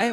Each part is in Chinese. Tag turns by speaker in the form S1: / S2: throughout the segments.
S1: 哎，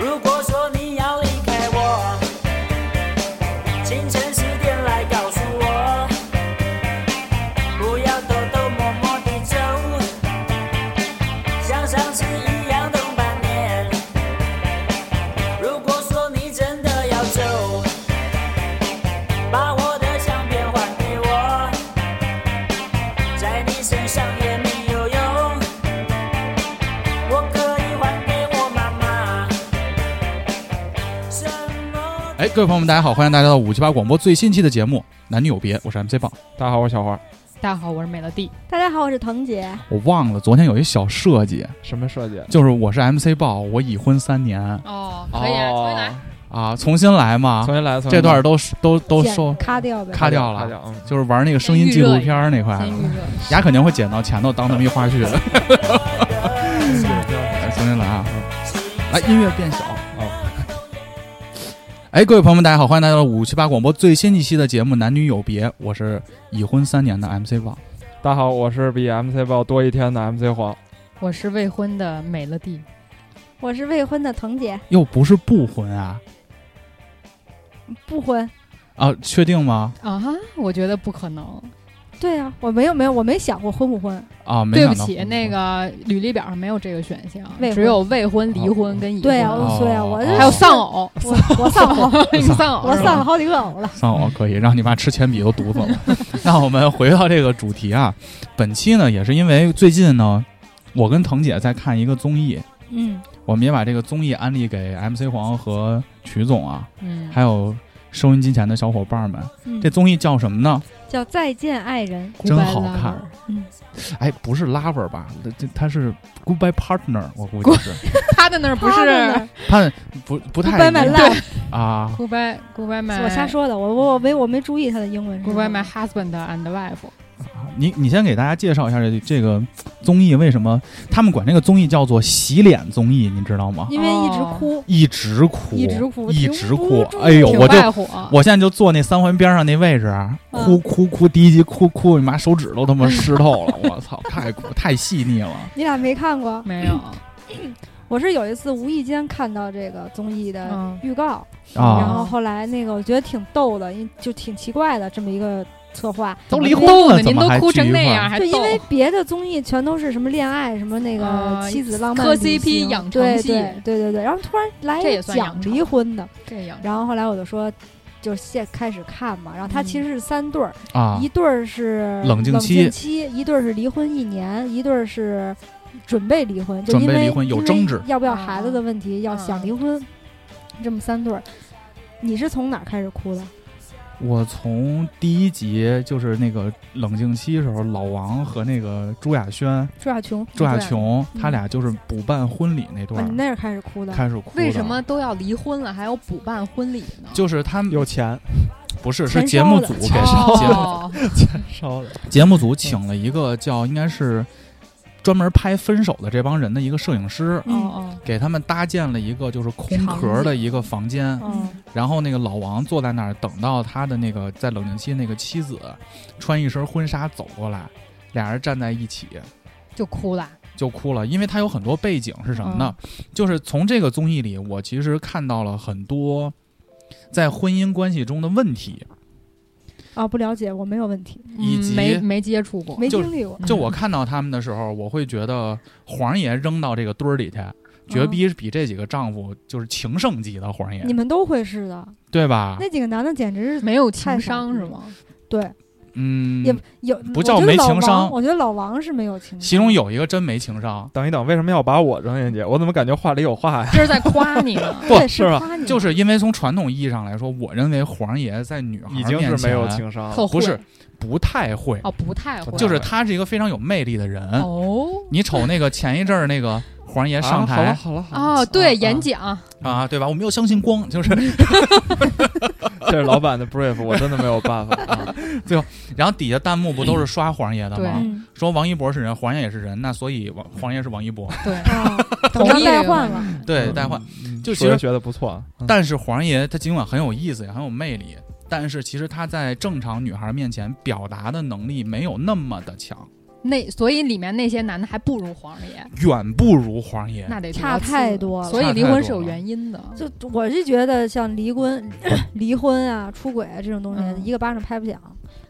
S2: 如果说你要离开我，清晨十点来告诉我，不要偷偷摸摸地走，像上次一样等半年。如果说你真的要走，把我的相片还给我，在你身上也没有用，我可以还给我妈妈。什么？
S3: 哎，各位朋友们，大家好，欢迎大家到五七八广播最新期的节目《男女有别》，我是 MC 棒。
S4: 大家好，我是小花。
S5: 大家好，我是美乐蒂。
S6: 大家好，我是腾姐。
S3: 我忘了昨天有一小设计，
S4: 什么设计？
S3: 就是我是 MC 豹，我已婚三年
S5: 哦，
S4: 哦
S5: 可以啊，重新来。
S3: 啊，重新来嘛
S4: 重，新来，重新来
S3: 这段都都都收
S6: 咔掉呗。
S3: 咔掉
S4: 咔
S3: 了，
S4: 掉。嗯
S3: 就是玩那个声音纪录片儿那块
S5: 先预
S3: 了，
S5: 热一下。
S3: 牙肯定会剪到前头当他们一花絮。 来，重新来啊！来，音乐变小。
S4: 哦，
S3: 哎，各位朋友们，大家好，欢迎来到五七八广播最新一期的节目《男女有别》，我是已婚三年的 MC 豹。
S4: 大家好，我是比 MC 报多一天的 MC 黄。
S5: 我是未婚的美乐蒂，
S6: 我是未婚的腾姐，
S3: 又不是不婚啊
S6: 不婚。
S3: 啊，确定吗？
S5: 啊哈，我觉得不可能。
S6: 对啊，我没有没有，我没想过婚不婚。
S3: 啊，没
S5: 对
S3: 想
S5: 不
S3: 到
S5: 起，
S3: 婚
S5: 那个履历表上没有这个选项
S6: 未，婚
S5: 只有未婚、离婚跟已婚。
S6: 对啊，
S3: 哦
S6: 我对啊，我这
S3: 哦
S5: 还有丧 偶，
S6: 我我丧偶，
S5: 你丧偶
S6: 我
S5: 是吧
S6: 丧了好几个偶了。
S3: 丧偶可以让你妈吃铅笔都毒死了。 那我们回到这个主题啊，本期呢也是因为最近呢，我跟腾姐在看一个综艺，
S6: 嗯，
S3: 我们也把这个综艺安利给 MC 黄和曲总啊，
S5: 嗯，
S3: 还有收音机前的小伙伴们。
S6: 嗯
S3: 这综艺叫什么呢？
S6: 叫再见爱人。
S5: 古白
S3: 真好
S5: 拉
S3: 看
S5: 尔
S3: 哎，不是 lover 吧？这这他是 goodbye partner，我估计是
S5: 他的那儿不
S6: 他的
S5: 是
S6: 呢
S3: 他不不太
S6: ？Goodbye my
S3: 一样
S6: love，
S3: 啊。
S5: Goodbye Goodbye my
S6: 我瞎说的，我我我没我没注意他的英文是什么。
S5: Goodbye my husband and wife。
S3: 你你先给大家介绍一下这这个综艺为什么他们管这个综艺叫做洗脸综艺，你知道吗？
S6: 因为一直哭。
S3: 一直哭，
S6: 一直哭
S3: 一
S6: 停
S3: 直
S6: 不
S3: 哭
S6: 住。
S3: 哎呦，
S5: 挺
S3: 我就
S5: 外火，
S3: 我现在就坐那三环边上那位置啊，哭
S6: 嗯
S3: 哭哭，第一集哭哭，你妈手指都他妈湿透了，我操，太哭太细腻了。
S6: 你俩没看过？
S5: 没有。
S6: 我是有一次无意间看到这个综艺的
S5: 嗯
S6: 预告，
S3: 啊
S6: 然后后来那个我觉得挺逗的，因为就挺奇怪的这么一个策划。
S3: 都离婚
S5: 逗
S3: 了
S5: 呢，
S3: 怎
S5: 您
S3: 么
S5: 都
S3: 还
S5: 哭
S3: 聚
S5: 成
S3: 一
S5: 那
S3: 块儿
S5: 样，还
S6: 对，因
S5: 逗
S6: 为别的综艺全都是什么恋爱，什么那个
S5: 啊
S6: 妻子浪漫
S5: 磕
S6: 旅
S5: CP
S6: 行
S5: 养
S6: 对
S5: 成系
S6: 对对对对，然后突然来
S5: 这也算养嗯
S6: 讲离婚的，
S5: 这样。
S6: 然后后来我就说。就现开始看嘛，然后它
S5: 嗯
S6: 其实是三对儿，
S3: 啊
S6: 一对儿是
S3: 冷静期
S6: 静期，一对儿是离婚一年，一对儿是准备离婚，就
S3: 准备
S6: 因为
S3: 离婚有
S6: 因为
S3: 争执
S6: 要不要孩子的问题，要
S5: 啊
S6: 想离婚，这么三对儿，你是从哪儿开始哭的？
S3: 我从第一集就是那个冷静期时候，老王和那个朱亚轩、
S6: 朱亚琼，
S3: 朱亚琼
S6: 嗯
S3: 他俩就是补办婚礼那
S6: 啊，
S3: 段
S6: 你
S3: 儿
S6: 那儿开始哭的，
S3: 开始哭的。
S5: 为什么？都要离婚了，还要补办婚礼呢？
S3: 就是他们
S4: 有钱，
S3: 不是是
S6: 钱
S3: 节
S6: 烧
S3: 目
S6: 的
S3: 组给
S4: 钱
S3: 节目
S5: 哦，
S4: 烧的。
S3: 节目组请了一个叫应该是专门拍分手的这帮人的一个摄影师，
S6: 嗯
S5: 哦哦，
S3: 给他们搭建了一个就是空壳的一个房
S5: 哦
S3: 间，
S6: 嗯，
S3: 然后那个老王坐在那儿等到他的那个在冷静期那个妻子穿一身婚纱走过来，俩人站在一起
S5: 就哭了。
S3: 就哭了，因为他有很多背景是什么呢？
S6: 嗯
S3: 就是从这个综艺里，我其实看到了很多在婚姻关系中的问题，
S6: 啊，不了解，我没有问题，
S3: 以及
S5: 嗯、没没接触过，
S6: 没
S3: 就
S6: 经历过。
S3: 就我看到他们的时候，我会觉得黄爷扔到这个堆儿里去，绝逼比这几个丈夫就是情圣级的黄爷
S6: 嗯你，们都会是的，
S3: 对吧？
S6: 那几个男的简直是
S5: 没有情商是吗？
S6: 对，
S3: 嗯，
S6: 也有
S3: 不叫没情商
S6: 我觉得老王我觉得老王是没有情商，
S3: 其中有一个真没情商，
S4: 等一等，为什么要把我扔进去？我怎么感觉话里有 话呀？
S5: 这是在夸你呢。
S3: 不
S6: 对
S4: 是
S6: 是
S4: 吧
S6: 夸你，
S3: 就是因为从传统意义上来说，我认为黄爷在女孩
S4: 已经
S3: 面
S4: 是没有
S3: 前
S4: 情商了。
S5: 特会
S3: 啊不是不太会，
S5: 哦，不太会，
S3: 就是他是一个非常有魅力的人。
S5: 哦，
S3: 你瞅那个前一阵儿那个黄爷上
S4: 啊
S3: 台
S4: 好了好了
S5: 哦，
S3: 啊啊
S5: 对，演讲，
S3: 啊，对吧？我们要相信光，就是，
S4: 嗯好了，这是老板的 brief，我真的没有办法啊。
S3: 然后底下弹幕不
S4: 嗯
S3: 都是刷黄爷的
S5: 对
S3: 吗？
S6: 嗯，
S3: 说王一博是人，黄爷也是人，那所以王黄爷是王一博，
S5: 对，
S6: 啊，
S5: 同
S6: 当
S5: 意
S6: 代
S5: 这个
S6: 换
S5: 问题，
S3: 对，
S4: 嗯
S3: 代换。，
S4: 嗯
S3: 就
S4: 数
S3: 其实
S4: 学学的不错啊。嗯
S3: 但是黄爷他尽管很有意思，也很有魅力，但是其实他在正常女孩面前表达的能力没有那么的强，
S5: 那所以里面那些男的还不如黄爷，
S3: 远不如黄爷。
S5: 那得多
S6: 差
S5: 次
S6: 太多了
S5: 所
S3: 嗯
S5: 以
S3: 差
S5: 离
S3: 太
S5: 婚
S3: 多
S5: 是有
S3: 了
S5: 原因的，
S6: 就我是觉得像离婚、 离婚啊、出轨啊这种东西，
S5: 嗯
S6: 一个巴掌拍不响，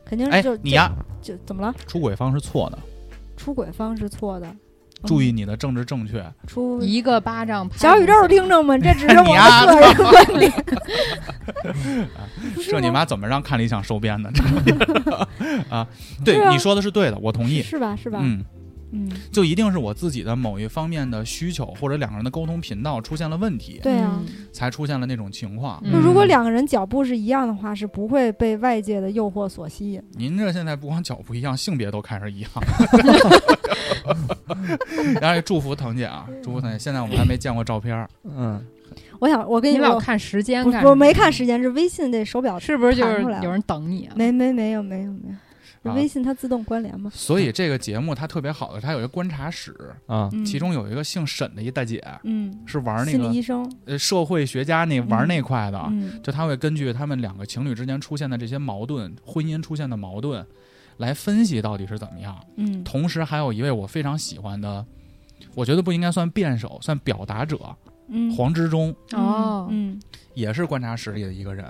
S6: 肯定
S3: 哎
S6: 是就、，
S3: 你呀，
S6: 就就怎么了？
S3: 出轨方是错的，
S6: 出轨方是错的，
S3: 注意你的政治正
S6: 嗯
S3: 确。
S6: 出
S5: 一个巴掌拍嗯
S6: 小宇
S5: 不
S6: 宙
S5: 响
S6: 听众们，这只是
S3: 你
S6: 我
S3: 呀
S6: 的个人观 点。 不是
S3: 这啊你
S6: 吗
S3: 妈怎么让看理想收编的？这 啊，对
S6: 是，啊
S3: 你说的是对的，我同意。
S6: 是吧？是吧？
S3: 嗯，
S6: 嗯，
S3: 就一定是我自己的某一方面的需求或者两个人的沟通频道出现了问题，
S6: 对啊。
S5: 嗯
S3: 才出现了那种情况。
S5: 嗯
S6: 就如果两个人脚步是一样的话，是不会被外界的诱惑所吸引。
S3: 您这现在不光脚不一样，性别都开始一 样。 然后也祝福腾姐啊，祝福腾姐。现在我们还没见过照片儿，
S4: 嗯，
S6: 我想，我跟
S5: 你
S6: 说，
S5: 老看时间
S6: 不
S5: 干
S6: 是
S5: 什么，
S6: 我没看时间，是微信这手表，
S5: 是不是就
S6: 弹
S5: 是
S6: 出来了
S5: 有人等你啊？
S6: 没没没有没有没有，
S3: 啊
S6: 嗯微信它自动关联嘛。
S3: 所以这个节目它特别好的，它有一个观察室，
S4: 啊，
S6: 嗯
S3: 其中有一个姓沈的一大姐，
S6: 嗯，
S3: 是玩那
S6: 心理
S3: 个啊
S6: 医生，
S3: 呃社会学家那玩那块的，
S6: 嗯
S3: 就她会根据他们两个情侣之间出现的这些矛盾，婚姻出现的矛盾，来分析到底是怎么样。
S6: 嗯
S3: 同时还有一位我非常喜欢的，我觉得不应该算辩手，算表达者，
S6: 嗯，
S3: 黄之中
S5: 哦，
S6: 嗯
S3: 也是观察室里的一个人。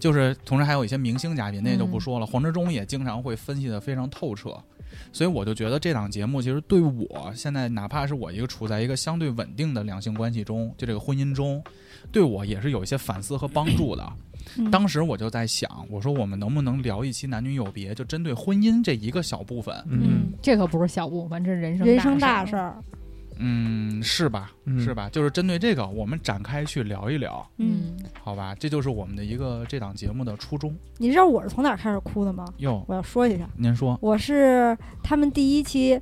S3: 就是同时还有一些明星嘉宾，那就不说了。黄之中也经常会分析的非常透彻，所以我就觉得这档节目其实对我现在，哪怕是我一个处在一个相对稳定的两性关系中，就这个婚姻中，对我也是有一些反思和帮助的。
S6: 嗯
S3: 当时我就在想，我说我们能不能聊一期男女有别，就针对婚姻这一个小部分，
S4: 嗯，
S5: 这可不是小部分，这是人生
S6: 人生大
S5: 嗯事
S6: 事
S5: 儿。
S6: 儿，
S3: 嗯，是吧？
S4: 嗯
S3: 是吧？就是针对这个，我们展开去聊一聊，
S6: 嗯。
S5: 嗯，
S3: 好吧？这就是我们的一个这档节目的初衷。
S6: 你知道我是从哪儿开始哭的吗？
S3: 哟，
S6: 我要说一下，
S3: 您说，
S6: 我是他们第一期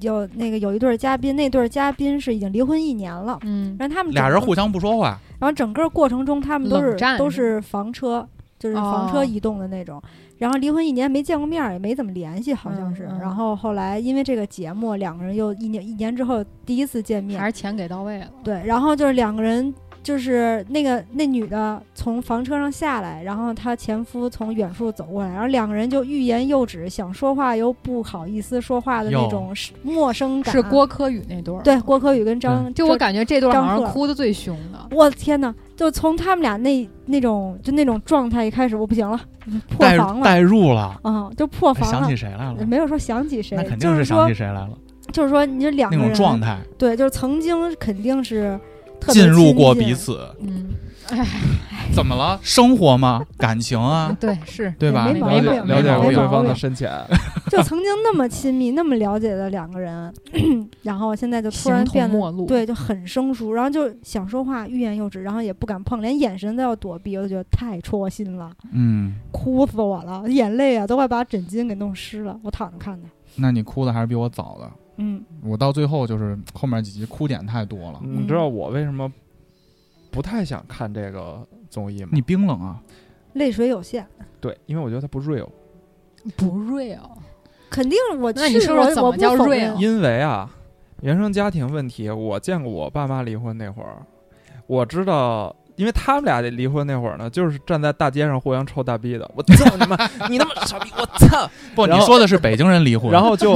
S6: 有那个有一对儿嘉宾，那对儿嘉宾是已经离婚一年了，
S5: 嗯，
S6: 然后他们
S3: 俩
S6: 整
S3: 人
S6: 个
S3: 互相不说话，
S6: 然后整个过程中，他们都是
S5: 冷战
S6: 都是房车，就是房车
S5: 哦
S6: 移动的那种。然后离婚一年没见过面儿，也没怎么联系，好像是。
S5: 嗯嗯
S6: 然后后来因为这个节目，两个人又一年一年之后第一次见
S5: 还
S6: 面。
S5: 是钱给到位了。
S6: 对，然后就是两个人，就是那个那女的从房车上下来，然后她前夫从远处走过来，然后两个人就欲言又止，想说话又不好意思说话的那
S3: 哟
S6: 种陌生感。啊
S5: 是郭柯宇那对儿，
S6: 对郭柯宇跟张，
S5: 就我感觉这对儿
S6: 张
S5: 好像
S6: 赫啊
S5: 哭的最凶的。
S6: 我天哪！就从他们俩那那种就那种状态一开始，我不行了，破
S3: 代
S6: 防了，
S3: 代入了，
S6: 嗯，就破
S3: 哎
S6: 防
S3: 想
S6: 了
S3: 起。谁来了？
S6: 没有说想起谁
S3: 那，肯
S6: 就
S3: 定是想
S6: 说
S3: 起，谁来了，
S6: 就是说，你这两
S3: 那
S6: 个
S3: 种
S6: 人
S3: 状态
S6: 对，就是曾经肯定是特别
S3: 进入过
S6: 亲近
S3: 彼，此，
S5: 嗯，
S3: 怎么了？生活 吗？感情啊，
S5: 嗯对，是
S3: 对吧？
S6: 没毛
S3: 了
S4: 了
S6: 病
S3: 解
S6: 没
S4: 解
S6: 毛病
S4: 了解过
S6: 没毛
S4: 对方的
S6: 病
S4: 深浅，
S6: 就曾经那么亲密、那么了解的两个人， 然后现在就突然
S5: 形同
S6: 变
S5: 陌
S6: 得
S5: 路
S6: 对，就很生疏，然后就想说话欲言又止，然后也不敢碰，连眼神都要躲避，我就觉得太戳心了，
S3: 嗯，
S6: 哭死我了，眼泪啊都快把枕巾给弄湿了，我躺着看的，
S3: 那你哭的还是比我早的。
S6: 嗯。
S3: 我到最后就是后面几集哭点太多了，
S4: 你嗯知道我为什么不太想看这个综艺吗
S3: 你？冰冷啊，
S6: 泪水有限，
S4: 对，因为我觉得它不 real。
S5: 不哦 real。
S6: 肯定我
S5: 那你
S6: 是
S5: 说说
S6: 我
S5: 怎
S6: 我
S5: 么
S6: 不
S5: 叫
S6: 否
S5: real？
S6: 认
S4: 因为啊，原生家庭问题，我见过我爸妈离婚那会儿，我知道。因为他们俩离婚那会儿呢，就是站在大街上互相抽大逼的，我操你妈，你他妈傻逼，我操！
S3: 不，你
S4: 然后
S3: 说的是北京人 离婚，
S4: 然后 就，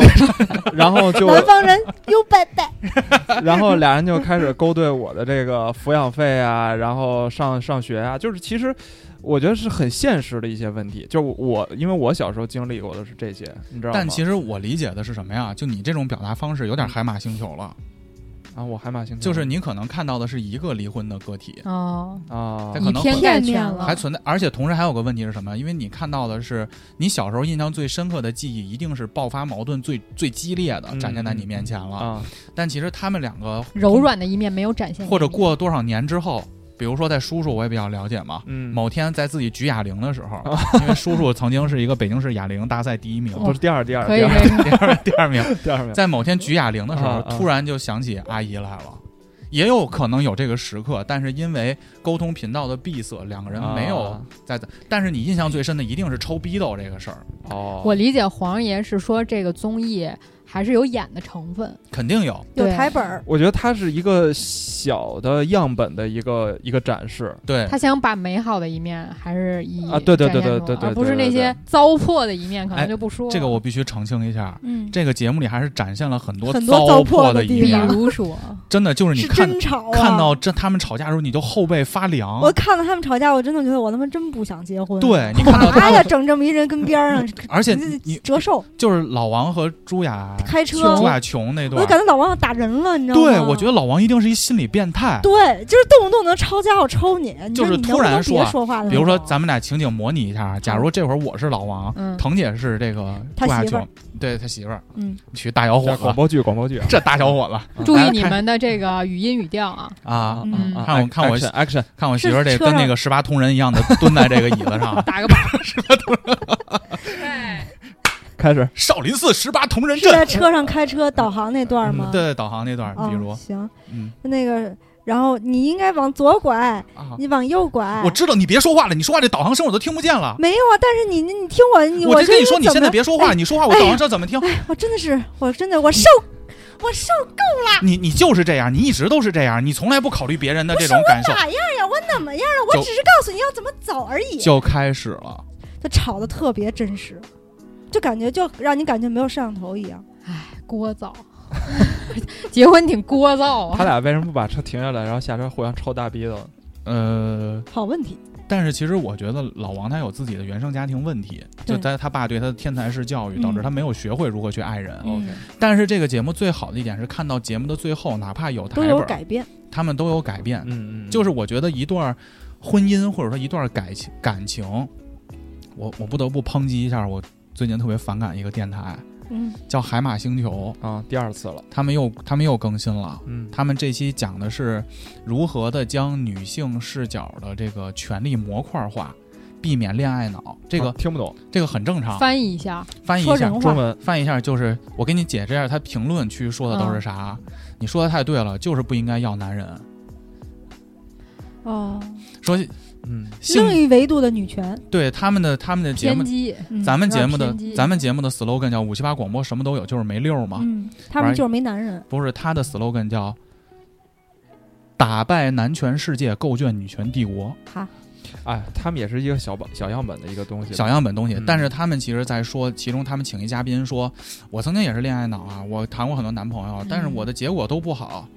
S4: 然后就，
S6: 南方人有拜拜，
S4: 然后俩人就开始勾兑我的这个抚养费啊，然后上上学啊，就是其实我觉得是很现实的一些问题。就我因为我小时候经历过的是这些，你知道吗？
S3: 但其实我理解的是什么呀？就你这种表达方式有点海马星球了，
S6: 嗯
S4: 啊，我还蛮心疼的，
S3: 就是你可能看到的是一个离婚的个体，
S5: 哦，
S4: 啊
S3: 他，
S5: 以
S3: 可能
S5: 偏
S6: 会
S5: 概
S6: 片
S5: 全
S4: 嗯
S6: 面
S5: 了，
S6: 了
S3: 还存在，而且同时还有个问题是什么？因为你看到的是你小时候印象最深刻的记忆，一定是爆发矛盾最最激烈的
S4: 嗯
S3: 展现在你面前了。
S4: 啊，
S3: 但其实他们两个
S5: 柔软的一面没有展现给你，
S3: 或者过多少年之后，比如说在叔叔，我也比较了解嘛。
S4: 嗯，
S3: 某天在自己举哑铃的时 候，因为叔叔曾经是一个北京市哑铃大赛第一名，
S4: 不是第二第二
S5: 哦可
S4: 第
S5: 以
S4: 二
S5: 可以，
S3: 第二第 二名，
S4: 第二名，
S3: 在某天举哑铃的时候
S4: 啊，啊
S3: 突然就想起阿姨来了。也有可能有这个时刻，但是因为沟通频道的闭塞，两个人没有
S4: 啊
S3: 在。但是你印象最深的一定是抽逼斗这个事儿，
S4: 哦，
S5: 我理解黄爷是说这个综艺还是有演的成分，
S3: 肯定有。
S6: 有
S5: 对
S6: 台本儿，
S4: 我觉得它是一个小的样本的一个一个展示，
S3: 对，
S5: 他想把美好的一面还是以
S4: 啊对对对
S5: 展现
S4: 对
S5: 出
S4: 对
S5: 来
S4: 对
S5: 而不是
S4: 对
S5: 那
S4: 对
S5: 些糟粕的一面，可能
S3: 哎
S5: 就不说了。
S3: 这个我必须澄清一下，
S6: 嗯，
S3: 这个节目里还是展现了很多
S6: 很多糟
S3: 粕
S6: 粕的
S3: 一啊
S6: 地
S5: 比
S3: 面
S6: 方，
S5: 如说，
S3: 真的就是你
S6: 是
S3: 看
S6: 真吵啊！
S3: 看到这他们吵架的时候，你就后背发凉。
S6: 我看到他们吵架，我真的觉得我他妈真不想结婚。
S3: 对你
S6: 干
S3: 看到他
S6: 嘛呀？
S3: 们，
S6: 整这么一人跟边儿上，
S3: 而且
S6: 这
S3: 你哎
S6: 折寿
S3: 就是老王和朱亚
S6: 开车，
S3: 朱
S6: 我
S3: 亚琼那段
S6: 就，感觉老王要打人了，你知道吗？
S3: 对我觉得老王一定是一心理变态。
S6: 对，就是动不动能抄家伙抽你，你
S3: 就
S6: 说
S3: 是
S6: 你能
S3: 突
S6: 不
S3: 然
S6: 能
S3: 说
S6: 别
S3: 啊
S6: 说话的那种。
S3: 比如说，咱们俩情景模拟一下啊，假如这会儿我是老王，
S5: 嗯
S3: 腾姐是这个
S6: 他
S3: 朱亚
S6: 媳妇儿
S3: 琼，对他媳妇儿，
S6: 嗯，
S3: 去大小伙
S4: 这广
S3: 子，
S4: 播剧广播剧啊
S3: 这大小伙子
S5: 注意
S3: 哎
S5: 你
S3: 看
S5: 们的这个语音语调啊。
S3: 啊！
S5: 嗯，
S4: 啊
S3: 看我看我
S4: action action，
S3: 看我媳妇儿这
S6: 是车
S3: 跟那
S6: 上
S3: 个十八铜人一样的蹲在这个椅 子上
S5: 打个板，对，
S4: 开始
S3: 少林寺十八铜人
S6: 是
S3: 阵，
S6: 在车上开车导航那段吗？
S3: 嗯对导航那段，
S6: 哦，
S3: 比如
S6: 行，
S3: 嗯
S6: 那个，然后你应该往左拐，
S3: 啊，
S6: 你往右拐
S3: 我。知道你别说话了，你说话这导航声我都听不见了。
S6: 没有啊，但是你你听我，你
S3: 我就
S6: 这
S3: 跟你说，你
S6: 怎
S3: 现在
S6: 么
S3: 别说话，
S6: 哎
S3: 你说话我
S6: 哎
S3: 导航声怎么听？
S6: 哎，我真的是，我真的，我受，我受
S3: 你你就是这样，你一直都是这样，你从来不考虑别人的
S6: 不
S3: 这
S6: 是
S3: 种
S6: 我
S3: 感受，
S6: 哪样呀？我怎么样了？我
S3: 就
S6: 只是告诉你要怎么走而已。
S3: 就开始了。
S6: 就吵得特别真实，就感觉就让你感觉没有摄像头一样。
S5: 聒噪， 结婚挺聒噪
S4: 他
S5: 啊。
S4: 俩为什么不把车停下来，然后下车互相抽大逼斗？
S3: 呃，
S6: 好问题，
S3: 但是其实我觉得老王他有自己的原生家庭问题，
S6: 对
S3: 就在他爸对他的天才式教育，
S6: 嗯
S3: 导致他没有学会如何去爱人。
S6: 嗯
S3: 但是这个节目最好的一点是，看到节目的最后，哪怕有台
S6: 都有
S3: 本儿，
S6: 改变。
S3: 他们都有改变。
S4: 嗯嗯，
S3: 就是我觉得一段婚姻或者说一段感情感情，我我不得不抨击一下我最近特别反感一个电台
S6: 嗯，
S3: 叫海马星球，
S4: 啊，第二次了，
S3: 他们又他们又更新了。
S4: 嗯，
S3: 他们这期讲的是如何的将女性视角的这个权利模块化，避免恋爱脑。这个、
S4: 啊听不懂
S3: 这个很正常。
S5: 翻译一下，
S3: 翻译
S6: 说
S3: 一下
S6: 人，
S4: 中
S6: 话，
S4: 文，
S3: 翻译一下就是我给你解释一下，他评论区说的都是啥。你说的太对了，就是不应该要男人。
S6: 哦，
S3: 说
S4: 嗯，
S3: 性
S6: 另一维度的女权。
S3: 对他们的他们的节
S5: 偏
S3: 目，
S5: 激，
S6: 嗯
S3: 咱们节目
S5: 有
S3: 的
S5: 点偏激
S3: 咱们节目的 slogan 叫五七八广播什么都有，就是没溜嘛。
S6: 嗯，他们就是没男人。
S3: 不是他的 slogan 叫打败男权世界，构建女权帝国。
S4: 哎，他们也是一个小本小样本的一个东西，
S3: 小样本东西，
S4: 嗯
S3: 但是他们其实在说，其中他们请一嘉宾说，我曾经也是恋爱脑啊，我谈过很多男朋友，但是我的结果都不好，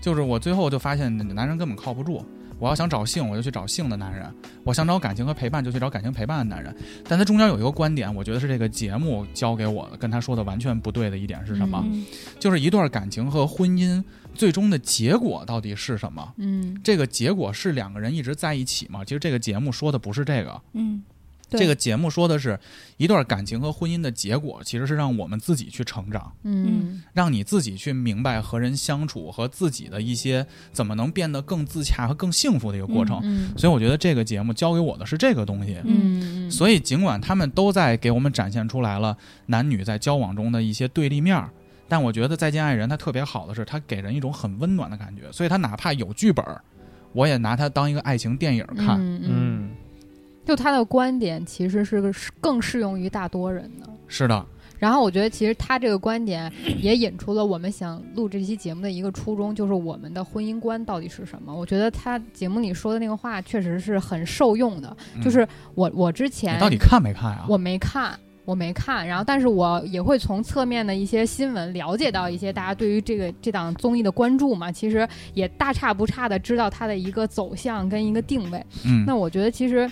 S3: 就是我最后就发现男人根本靠不住。我要想找性，我就去找性的男人；我想找感情和陪伴，就去找感情陪伴的男人。但他中间有一个观点，我觉得是这个节目教给我的，跟他说的完全不对的一点是什么？
S6: 嗯，
S3: 就是一段感情和婚姻最终的结果到底是什么？
S5: 嗯，
S3: 这个结果是两个人一直在一起吗？其实这个节目说的不是这个，
S6: 嗯，对
S3: 这个节目说的是一段感情和婚姻的结果，其实是让我们自己去成长，
S5: 嗯，
S3: 让你自己去明白和人相处和自己的一些怎么能变得更自洽和更幸福的一个过程。
S5: 嗯，
S3: 所以我觉得这个节目教给我的是这个东西。
S5: 嗯，
S3: 所以尽管他们都在给我们展现出来了男女在交往中的一些对立面儿。但我觉得《再见爱人》它特别好的是，它给人一种很温暖的感觉，所以它哪怕有剧本儿，我也拿它当一个爱情电影儿看。
S5: 嗯，嗯
S4: 嗯，
S5: 就他的观点其实是个是更适用于大多人的。
S3: 是的，
S5: 然后我觉得，其实他这个观点也引出了我们想录这期节目的一个初衷，就是我们的婚姻观到底是什么。我觉得他节目里说的那个话确实是很受用的。
S3: 嗯
S5: 就是我我之前
S3: 你到底看没看啊？
S5: 我没看，我没看。然后，但是我也会从侧面的一些新闻了解到一些大家对于这个这档综艺的关注嘛。其实也大差不差的知道它的一个走向跟一个定位。
S3: 嗯，
S5: 那我觉得其实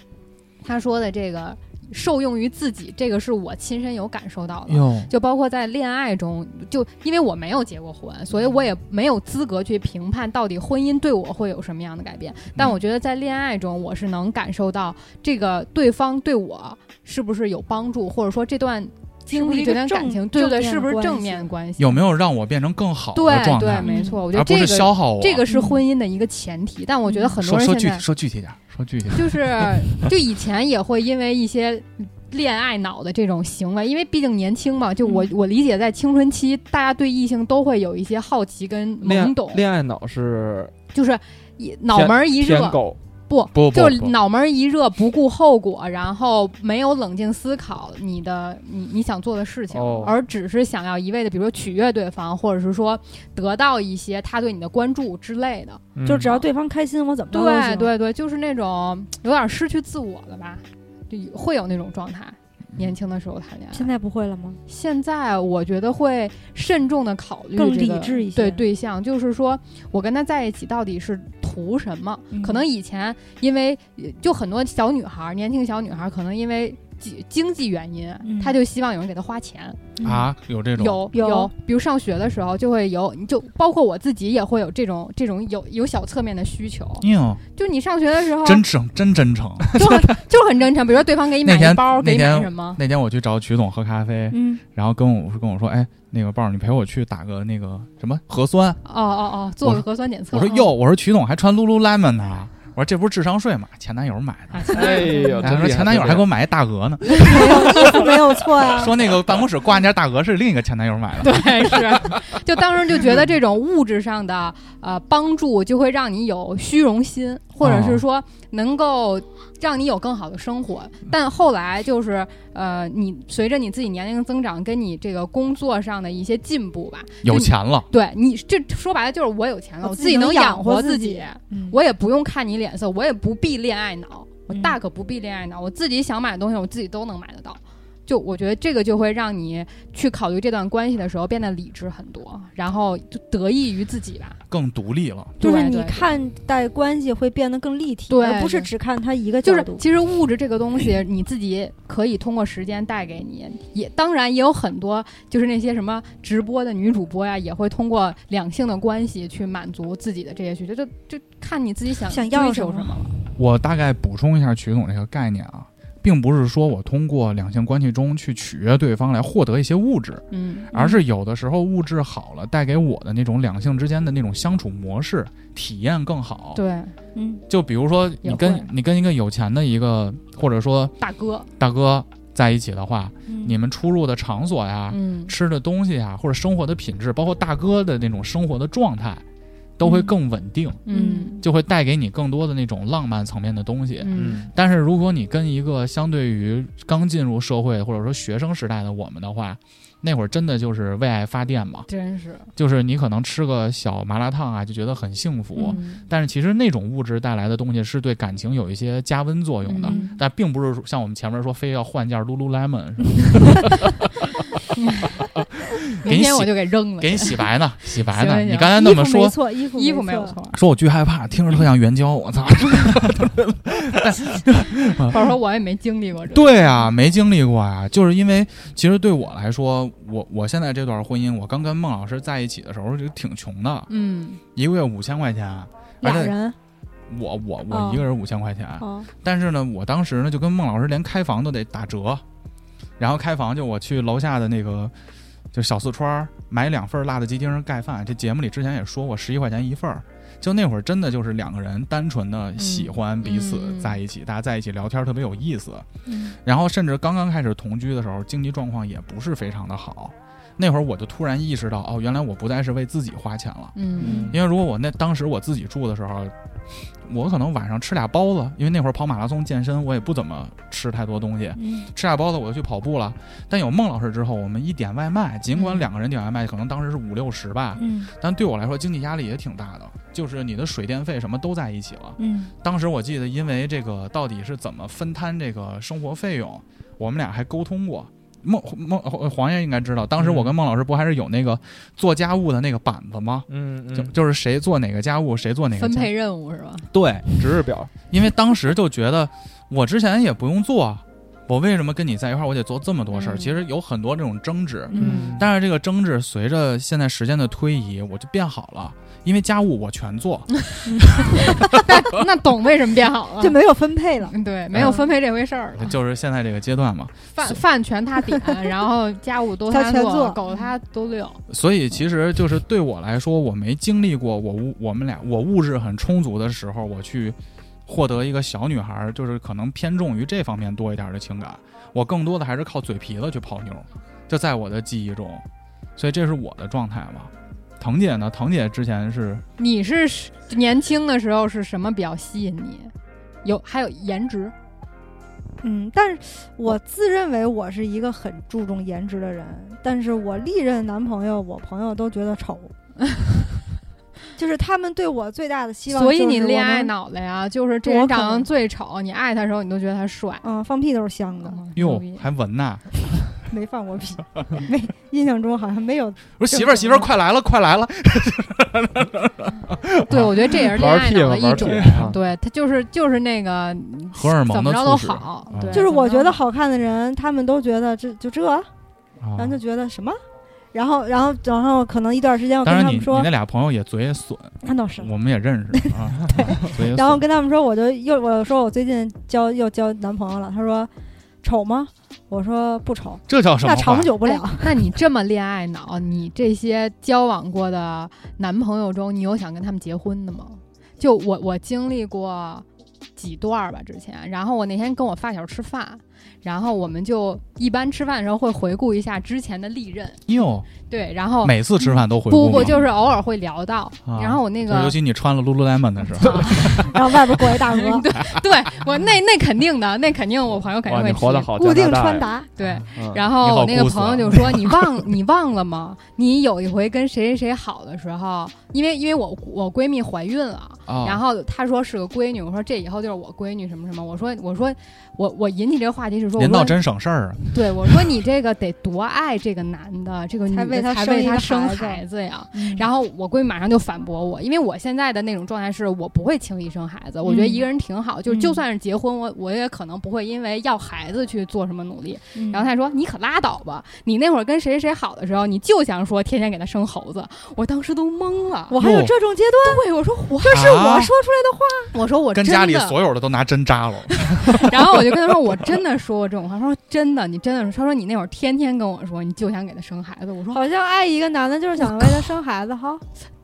S5: 他说的这个受用于自己，这个是我亲身有感受到的。
S3: 哟，
S5: 就包括在恋爱中，就因为我没有结过婚，所以我
S6: 嗯
S5: 也没有资格去评判到底婚姻对我会有什么样的改变。
S6: 嗯
S5: 但我觉得在恋爱中，我是能感受到这个对方对我是不是有帮助，或者说这段经历
S6: 是不是一个
S5: 这段感
S6: 正
S5: 情，对对，
S6: 正面
S5: 是不是
S6: 关系
S5: 正面关系？
S3: 有没有让我变成更好的
S5: 对
S3: 状
S5: 对，
S3: 态，
S5: 没错，我觉得
S3: 而不
S5: 这
S3: 是
S5: 个
S3: 消耗我。
S5: 这个是
S6: 嗯
S5: 婚姻的一个前提，但我觉得很多
S3: 说
S5: 人
S3: 说
S5: 现
S3: 具
S5: 在
S3: 说具体点儿，说具 体点儿。
S5: 就是就以前也会因为一些恋爱脑的这种行为，因为毕竟年轻嘛，就我
S6: 嗯
S5: 我理解，在青春期，大家对异性都会有一些好奇跟懵
S4: 恋
S5: 懂，
S4: 恋爱脑是
S5: 就是一脑门儿一
S4: 舔
S5: 热，
S4: 狗，
S3: 不不
S5: 就
S3: 不，
S5: 脑门儿一热，不顾后果，然后没有冷静思考你的你你想做的事情，
S4: 哦
S5: 而只是想要一味的，比如说取悦对方，或者是说得到一些他对你的关注之类的。
S4: 嗯
S6: 就只要对方开心，我怎么着都
S5: 对
S6: 行，
S5: 对对，就是那种有点失去自我了吧，就有会有那种状态。年轻的时候谈恋爱
S6: 嗯现，在不会了吗？
S5: 现在我觉得会慎重的考虑、这个，
S6: 更理智一些
S5: 对对象，就是说我跟他在一起到底是图什么？
S6: 嗯
S5: 可能以前因为呃就很多小女孩儿，年轻小女孩儿可能因为经经济原因，
S6: 嗯
S5: 她就希望有人给她花钱。
S3: 啊，有这种
S5: 嗯有
S6: 有
S5: 比如上学的时候就会有，你就包括我自己也会有这种这种有有小侧面的需求。
S6: 嗯
S3: 哟，
S5: 就你上学的时候，
S3: 真诚真真 诚。
S5: 就很就很真诚。比如说对方给你买
S3: 那天
S5: 一包，给你
S3: 那
S5: 买
S3: 天
S5: 什么，
S3: 那天我去找曲总喝咖啡，
S6: 嗯，
S3: 然后跟我跟我说，哎，那个豹儿，你陪我去打个那个什么核酸。
S5: 哦哦哦，做个核酸检测。
S3: 我说 哟，我说曲总还穿 lululemon 呢。我说这不是智商税吗？前男友买的。
S5: 啊，
S4: 哎呦，
S3: 然后说前男友还给我买一大鹅呢，
S6: 没有衣服没有错呀，
S3: 说那个办公室挂那件大鹅是另一个前男友买的。
S5: 对，哎 是，就当时就觉得这种物质上的呃帮助，就会让你有虚荣心，或者是
S3: 哦
S5: 说能够让你有更好的生活。但后来就是呃，你随着你自己年龄增长，跟你这个工作上的一些进步吧，就
S3: 有
S5: 你
S3: 钱了，
S5: 对你这说白了就是我有钱了，
S6: 我
S5: 我
S6: 自
S5: 自
S6: 己
S5: 己
S6: 能
S5: 能
S6: 养
S5: 养
S6: 活
S5: 活
S6: 自
S5: 自
S6: 己
S5: 己
S6: 嗯
S5: 我也不用看你脸色，我也不必恋爱脑，我
S6: 嗯
S5: 大可不必恋爱脑，我自己想买的东西我自己都能买得到。就我觉得这个就会让你去考虑这段关系的时候变得理智很多，然后就得益于自己吧。
S3: 更独立了。
S6: 就是
S5: 对
S6: 你
S5: 对
S6: 看待关系会变得更立体，
S5: 对
S6: 而不是
S5: 对
S6: 只看他一个
S5: 就
S6: 角
S5: 是
S6: 度。
S5: 其实物质这个东西，你自己可以通过时间带给你，也当然也有很多就是那些什么直播的女主播呀，也会通过两性的关系去满足自己的这些需求，就就看你自己想
S6: 想要
S5: 追求
S6: 什么
S5: 什么了。
S3: 我大概补充一下曲总这个概念啊，并不是说我通过两性关系中去取悦对方来获得一些物质，
S5: 嗯，
S3: 而是有的时候物质好了，带给我的那种两性之间的那种相处模式体验更好。，
S5: 对
S6: 嗯，
S3: 就比如说你
S5: 也会
S3: 跟你跟一个有钱的一个或者说
S5: 大哥，
S3: 大哥在一起的话，
S6: 嗯
S3: 你们出入的场所呀、
S5: 嗯，
S3: 吃的东西呀，或者生活的品质，包括大哥的那种生活的状态，都会
S6: 嗯
S3: 更稳定，
S5: 嗯
S3: 就会带给你更多的那种浪漫层面的东西。
S5: 嗯，
S4: 嗯，
S3: 但是如果你跟一个相对于刚进入社会或者说学生时代的我们的话，那会儿真的就是为爱发电嘛，
S5: 真是
S3: 就是你可能吃个小麻辣烫啊，就觉得很幸福。
S5: 嗯
S3: 但是其实那种物质带来的东西是对感情有一些加温作用的，
S5: 嗯
S3: 但并不是像我们前面说非要换件 lululemon 是吧给
S5: 明
S3: 你
S5: 天我
S3: 洗
S5: 就给扔了，
S3: 给你洗白呢，洗白呢。
S5: 行行
S3: 你刚才
S6: 衣
S3: 那么
S6: 服
S3: 说
S6: 没，错，衣服
S5: 衣服没
S6: 没
S5: 有错。
S3: 说我巨害怕，听着特像援交，我操！
S5: 话说我也没经历过这，
S3: 对啊，没经历过啊，就是因为其实对我来说，我我现在这段婚姻，我刚跟孟老师在一起的时候就挺穷的，
S5: 嗯
S3: 一个月五千块钱，而
S6: 俩
S3: 且
S6: 人
S3: 我我
S6: 哦
S3: 我一个人五千块钱，
S6: 哦，
S3: 但是呢，我当时呢就跟孟老师连开房都得打折，然后开房就我去楼下的那个就小四川儿买两份辣子鸡丁盖饭，这节目里之前也说过，十一块钱一份儿。就那会儿真的就是两个人单纯的喜欢彼此
S5: 嗯
S3: 在一起，大家在一起聊天特别有意思。
S6: 嗯
S3: 然后甚至刚刚开始同居的时候，经济状况也不是非常的好。那会儿我就突然意识到，哦，原来我不再是为自己花钱了。
S5: 嗯
S3: 因为如果我那当时我自己住的时候，我可能晚上吃俩包子，因为那会儿跑马拉松健身，我也不怎么吃太多东西，
S6: 嗯
S3: 吃俩包子我就去跑步了。但有孟老师之后，我们一点外卖，尽管
S5: 嗯
S3: 两个人点外卖可能当时是五六十吧，
S6: 嗯
S3: 但对我来说经济压力也挺大的，就是你的水电费什么都在一起了。
S6: 嗯
S3: 当时我记得，因为这个到底是怎么分摊这个生活费用，我们俩还沟通过。孟孟呃黄爷应该知道，当时我跟孟老师不还是有那个做家务的那个板子吗？
S4: 嗯
S3: 就
S4: 嗯，
S3: 就是谁做哪个家务，谁做哪个
S5: 分
S3: 家
S5: 配任务是吧？
S3: 对，
S4: 值日表，
S3: 因为当时就觉得我之前也不用做，啊我为什么跟你在一块儿，我得做这么多事儿？
S5: 嗯
S3: 其实有很多这种争执，
S5: 嗯
S3: 但是这个争执随着现在时间的推移，我就变好了，因为家务我全 做，
S5: 那那懂为什么变 好了？
S6: 就没有分配了。
S5: 嗯对，没有分配这回事儿了，
S3: 就是现在这个阶段嘛。
S5: 饭饭全他 点，然后家务都
S6: 他
S5: 他嗯
S6: 全做
S5: 狗他都遛。
S3: 所以其实就是对我来说，我没经历过我物我们俩我物质很充足的时候，我去获得一个小女孩儿，就是可能偏重于这方面多一点的情感。我更多的还是靠嘴皮子去泡妞，就在我的记忆中，所以这是我的状态嘛。腾姐呢？腾姐之前是
S5: 你是是年轻的时候是什么比较吸引你？有还有颜值，
S6: 嗯，但是我自认为我是一个很注重颜值的人，但是我历任男朋友，我朋友都觉得 丑，就是他们对我最大的希望，
S5: 所以你恋爱？脑袋呀，就是这人
S6: 我可
S5: 长得
S6: 能
S5: 最丑，你爱他的时候你都觉得他帅。
S6: 嗯，放屁都是香的，
S5: 嗯牛
S3: 哟
S5: 逼
S3: 还闻 呐，
S6: 没放过屁， 没印象中好像没有。
S3: 我说媳妇儿媳妇儿快来了快来了，
S5: 对，我觉得这也是恋
S4: 玩
S5: 爱
S4: 屁
S5: 脑
S4: 吧
S5: 的，一
S4: 玩屁
S5: 种。
S4: 吧。
S5: 对他就是就是那个
S6: 嗯
S3: 荷尔
S5: 怎
S3: 蒙
S5: 么
S3: 的
S5: 着都
S3: 促使，
S5: 好
S3: 啊，
S5: 对，
S6: 就是我觉
S5: 怎么着
S6: 得
S5: 都
S6: 好看的人，他们都觉得这就这，
S3: 啊
S6: 然后就觉得什么，然后然后然后可能一段时间我跟
S3: 当
S6: 他
S3: 然你
S6: 们
S3: 你
S6: 说
S3: 那，俩朋友也嘴也损，
S6: 那倒是。
S3: 我们也认识啊，嘴也
S6: 然后
S3: 损
S6: 跟他们说，我就又我说我最近交又交男朋友了，他说丑吗？我说不丑，
S3: 这叫什么
S6: 那
S3: 话？
S6: 长久不了。
S5: 哎那你这么恋爱脑，你这些交往过的男朋友中，你有想跟他们结婚的吗？就我我经历过几段儿吧，之前，然后我那天跟我发小吃饭，然后我们就一般吃饭的时候会回顾一下之前的历任，
S3: 哟，
S5: 对，然后
S3: 每次吃饭都回
S5: 哦不
S3: 吗
S5: 不就是偶尔会聊到，
S3: 啊
S5: 然后我那
S3: 就是
S5: 个
S3: 尤其你穿了 lululemon 的时 候，
S6: 然后外边过一大鹅，
S5: 对我那那肯定的，那肯定我朋友肯定
S4: 哇，
S5: 会
S4: 你活得
S5: 提
S4: 好，
S6: 固
S4: 加拿
S6: 定
S4: 大
S6: 穿
S4: 呀。
S6: 搭，
S5: 对，
S4: 嗯
S5: 然
S3: 你
S5: 后
S3: 好
S5: 我那个
S3: 姑死
S5: 朋友
S3: 啊
S5: 就说：“你忘你忘了吗？ 你有一回跟谁谁谁好的时候，因为因为我我闺蜜怀孕了，
S3: 啊
S5: 然后她说是个闺女，我说这以后就是我闺女什么什么。我说我说我我引起这个话题是说，我
S3: 您倒
S5: 说
S3: 真省事儿啊！
S5: 对我说你这个得多爱这个男的，这个女
S6: 才
S5: 的
S6: 为他
S5: 才
S6: 生
S5: 为
S6: 一
S5: 他
S6: 个
S5: 生
S6: 孩子
S5: 孩子呀。”
S6: 后
S5: 然后我闺蜜马上就反驳我，因为我现在的那种状态是我不会轻易生孩子，我觉得一个人挺好，就是就
S6: 嗯
S5: 算是结婚，我我也可能不会因为要孩子去做什么努力。然后他说：“你可拉倒吧，你那会儿跟谁谁谁好的时候，你就想说天天给他生猴子。”我当时都懵了，
S6: 我还有这种阶段，
S5: 对我说我
S6: 这是我
S3: 啊
S6: 说出来的话，
S5: 我说我
S3: 跟
S5: 真
S3: 家里
S5: 的，
S3: 所有的都拿针扎 了，
S5: 然后我就跟他说我真的说过这种话，他说真的，你真的，他说你那会儿天天跟我说你就想给他生孩子，我说
S6: 好像爱一个男的就是想为他生孩子哈。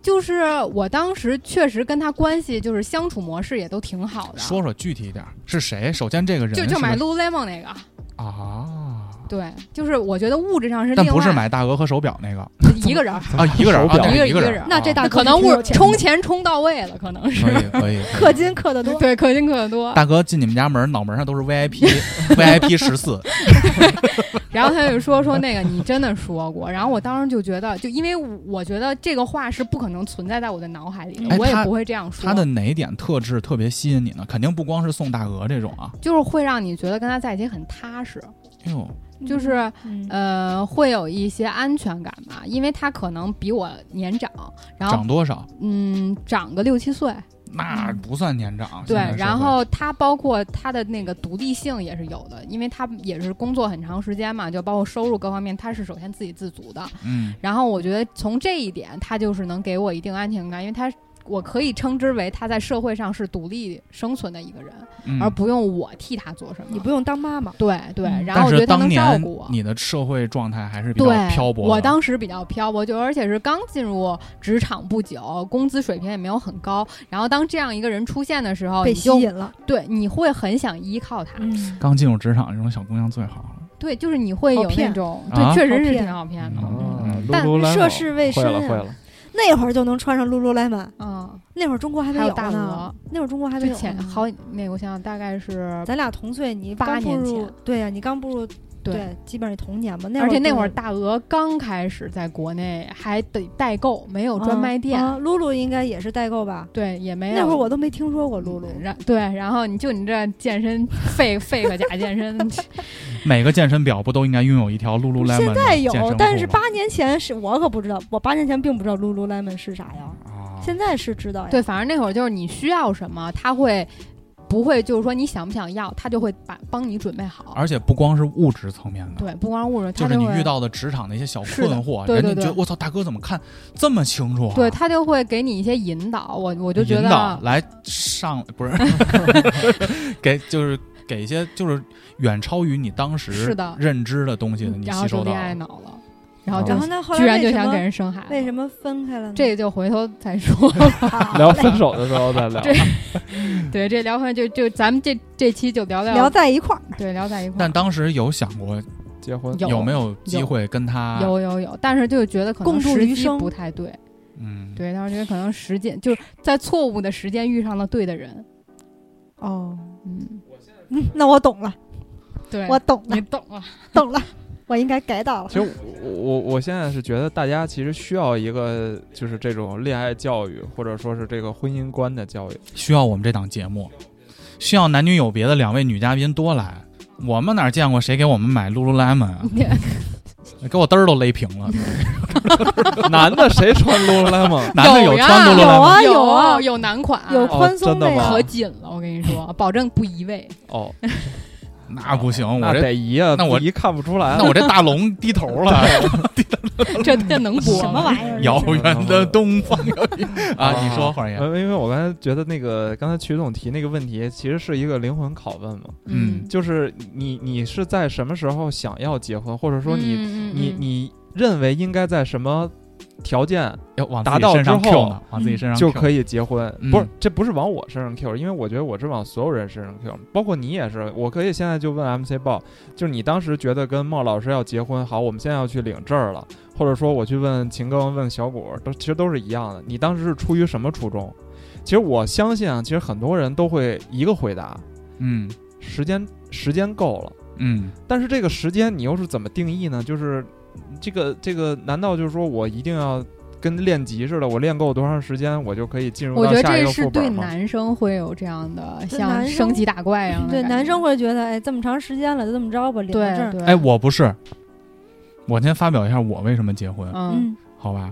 S5: 就是我当时确实跟他关系就是相处模式也都挺好的，
S3: 说说具体一点儿是谁？首先这个人
S5: 就是就买
S3: 个
S5: lululemon 那个，
S3: 啊，
S5: 对，就是我觉得物质上是
S3: 但
S5: 另外
S3: 不是买大鹅和手表 那个
S5: 一个人儿，
S3: 啊，一个人儿啊
S4: 手表
S3: 那
S5: 一
S3: 是
S5: 个
S3: 一个
S5: 一个
S3: 人儿
S5: 人
S3: 啊，
S6: 那这大哥
S5: 可能
S6: 挺有
S5: 物
S6: 钱的
S5: 充钱充到位了，可能是
S3: 可 以可以
S6: 氪金氪的多，
S5: 对，可亲可多。
S3: 大哥进你们家门，脑门上都是 VIP VIP 十四，
S5: 然后他就说说那个你真的说过，然后我当时就觉得，就因为我觉得这个话是不可能存在在我的脑海里的，
S3: 哎
S5: 我也
S3: 他
S5: 不会这样说。
S3: 他的哪一点特质特别吸引你呢？肯定不光是送大鹅这种啊，
S5: 就是会让你觉得跟他在一起很踏实，
S3: 哎呦，
S5: 就是
S6: 嗯
S5: 呃会有一些安全感吧，因为他可能比我年长，然后
S3: 长多少？
S5: 嗯长个六七岁，
S3: 那不算年长。现
S5: 对
S3: 在社，会
S5: 然后他包括他的那个独立性也是有的，因为他也是工作很长时间嘛，就包括收入各方面，他是首先自给自足的，
S3: 嗯，
S5: 然后我觉得从这一点，他就是能给我一定安全感，因为他我可以称之为他在社会上是独立生存的一个人，
S3: 嗯
S5: 而不用我替他做什么。
S6: 你不用当妈妈，
S5: 对对，
S6: 嗯
S5: 然后
S3: 但
S5: 我觉
S3: 是
S5: 得他
S3: 当
S5: 能照
S3: 年
S5: 顾我。
S3: 你的社会状态还是比较
S5: 对，
S3: 漂泊的。
S5: 我当时比较漂泊，就而且是刚进入职场不久，工资水平也没有很高。然后当这样一个人出现的时候，
S6: 被
S5: 你
S6: 吸
S5: 就
S6: 引了。
S5: 对你会很想依靠他。
S6: 嗯，
S3: 刚进入职场，这种小姑娘最好了。
S5: 对，就是你会
S6: 好
S5: 有那
S6: 骗
S5: 种，
S3: 啊
S5: 对，确实
S6: 好
S5: 是
S6: 骗
S5: 挺好骗的。
S4: 啊
S3: 嗯，
S5: 但
S4: ，Lululemon
S6: 哦涉世未深
S4: 会了
S6: 啊
S4: 会了，
S6: 那会儿就能穿上 lululemon，
S5: 嗯，
S6: 那会儿中国还没
S5: 还有
S6: 有
S5: 大
S6: 呢
S5: 鹅，
S6: 那会儿中国还没
S5: 之
S6: 有
S5: 前
S6: 呢
S5: 好那个，我想想，大概是
S6: 咱俩同岁，你
S5: 八
S6: 刚步
S5: 年
S6: 入
S5: 前，
S6: 对呀、你刚步入，
S5: 对
S6: 基本上你童年吧。那
S5: 而且那会儿
S6: 大
S5: 大鹅刚开始在国内还得代购，没有专卖店，
S6: 啊，露露应该也是代购吧？
S5: 对，也没有。
S6: 那会儿我都没听说过露露，
S5: 然对，然后你就你这健身废废个假健 身，
S3: 每个健身表不都应该拥有一条 lululemon
S6: 现在有
S3: 健身裤，
S6: 但是
S3: 吗
S6: 八年前是我可不知道，我八年前并不知道
S4: 哦
S6: lululemon 是啥呀，
S3: 啊，
S6: 现在是知道呀。
S5: 对，反正那会儿就是你需要什么，他会。不会就是说你想不想要，他就会把帮你准备好。
S3: 而且不光是物质层面的，
S5: 对，不光是物质，
S3: 就
S5: 他
S3: 是你
S5: 会
S3: 遇到的职场的一些小
S5: 是的
S3: 困惑，
S5: 对对
S3: 人家
S5: 对
S3: 觉得我操，大哥怎么看这么清楚、啊？
S5: 对他就会给你一些引导。我我
S3: 我
S5: 就觉
S3: 引导
S5: 得，啊
S3: 来上不是 给就是给一些就是远超于你当时
S5: 是的嗯
S3: 认知的东西的，你
S5: 然
S3: 吸
S5: 后就
S3: 收到
S5: 恋爱
S3: 了。
S5: 脑了，然后
S4: 哦
S5: 就
S6: 然后那后来
S5: 居然
S6: 为
S5: 就
S6: 什
S5: 想
S6: 么
S5: 给人生孩子。
S6: 为什么分开了呢？
S5: 这个就回头再说。
S6: 好
S4: 聊
S6: 嘞
S4: 分手的时候再聊。
S5: 这 对，这聊完就就咱们这这期就聊聊
S6: 聊在一块儿，
S5: 对聊在一块儿
S3: 但。当时有想过
S4: 结婚
S5: 有
S3: 没有机会跟他
S5: 有有有，但是就觉得可能
S6: 共度
S5: 时
S6: 余
S5: 机
S6: 生
S5: 不太对，
S3: 嗯
S5: 对，当时觉得可能时间就是在错误的时间遇上了对的人，
S6: 哦，
S5: 嗯，
S6: 嗯， 那我懂了，
S5: 对，
S6: 我懂了
S5: 你，懂了，
S6: 懂了，我应该改到了
S4: 其。实我我我现在是觉得大家其实需要一个就是这种恋爱教育，或者说是这个婚姻观的教 育。
S3: 需要我们这档节目，需要男女有别的两位女嘉宾多来。我们哪见过谁给我们买 Lululemon 啊？给我嘚儿都勒平了。
S4: 男的谁穿 Lululemon？
S3: 男的有
S5: 呀
S3: 穿
S5: 有
S3: Lululemon
S6: 啊
S5: 有
S6: 有啊
S5: 有男款，
S6: 有
S4: 哦
S6: 宽松
S4: 真的
S6: 呀
S4: 吗
S5: 可紧了，我跟你说，保证不移 位。
S4: 哦，
S3: 那不行，我
S4: 那
S3: 这
S4: 得移啊，
S3: 那我
S4: 移看不出来啊。
S3: 那我这大龙低头了。
S5: 这这能播
S6: 什么
S5: 吗？
S6: 玩意儿？
S3: 遥远的东 方啊，你说黄爷，
S4: 呃因为我刚才觉得那个刚才曲总提那个问题，其实是一个灵魂拷问嘛，
S3: 嗯
S4: 就是你你是在什么时候想要结婚，或者说你、
S6: 嗯
S5: 你
S4: 你你认为应该在什么条件
S3: 要往自
S4: 达
S3: 己
S4: 到
S3: 身上
S4: 之
S3: Q
S4: 后
S3: 呢，往自己身上
S4: 就
S3: Q
S4: 可以结婚？
S3: 嗯
S4: 不是，这不是往我身上 Q，因为我觉得我是往所有人身上 Q，包括你也是。我可以现在就问 MC 报，就是你当时觉得跟孟老师要结婚，好，我们现在要去领证了，或者说我去问秦庚、问小果，都其实都是一样的。你当时是出于什么初衷？其实我相信啊，其实很多人都会一个回答：
S3: 嗯
S4: 时间时间够了。
S3: 嗯，
S4: 但是这个时间你又是怎么定义呢？就是这个这个，难道就是说我一定要跟练级似的，我练够多长时间，我就可以进入
S5: 我
S4: 到
S5: 觉得
S4: 下一
S5: 这
S4: 个
S5: 是
S4: 副
S5: 对
S4: 本 吗？
S5: 男生会有这样的，
S6: 对
S5: 像
S6: 男
S5: 升
S6: 生
S5: 级打怪一样的
S6: 对，
S5: 感觉
S6: 男生会觉得，哎，这么长时间了，就这么着吧，领
S5: 对
S6: 个证儿。
S5: 对，
S3: 哎，我不是，我先发表一下我为什么结婚，
S5: 嗯
S6: 嗯，
S3: 好吧？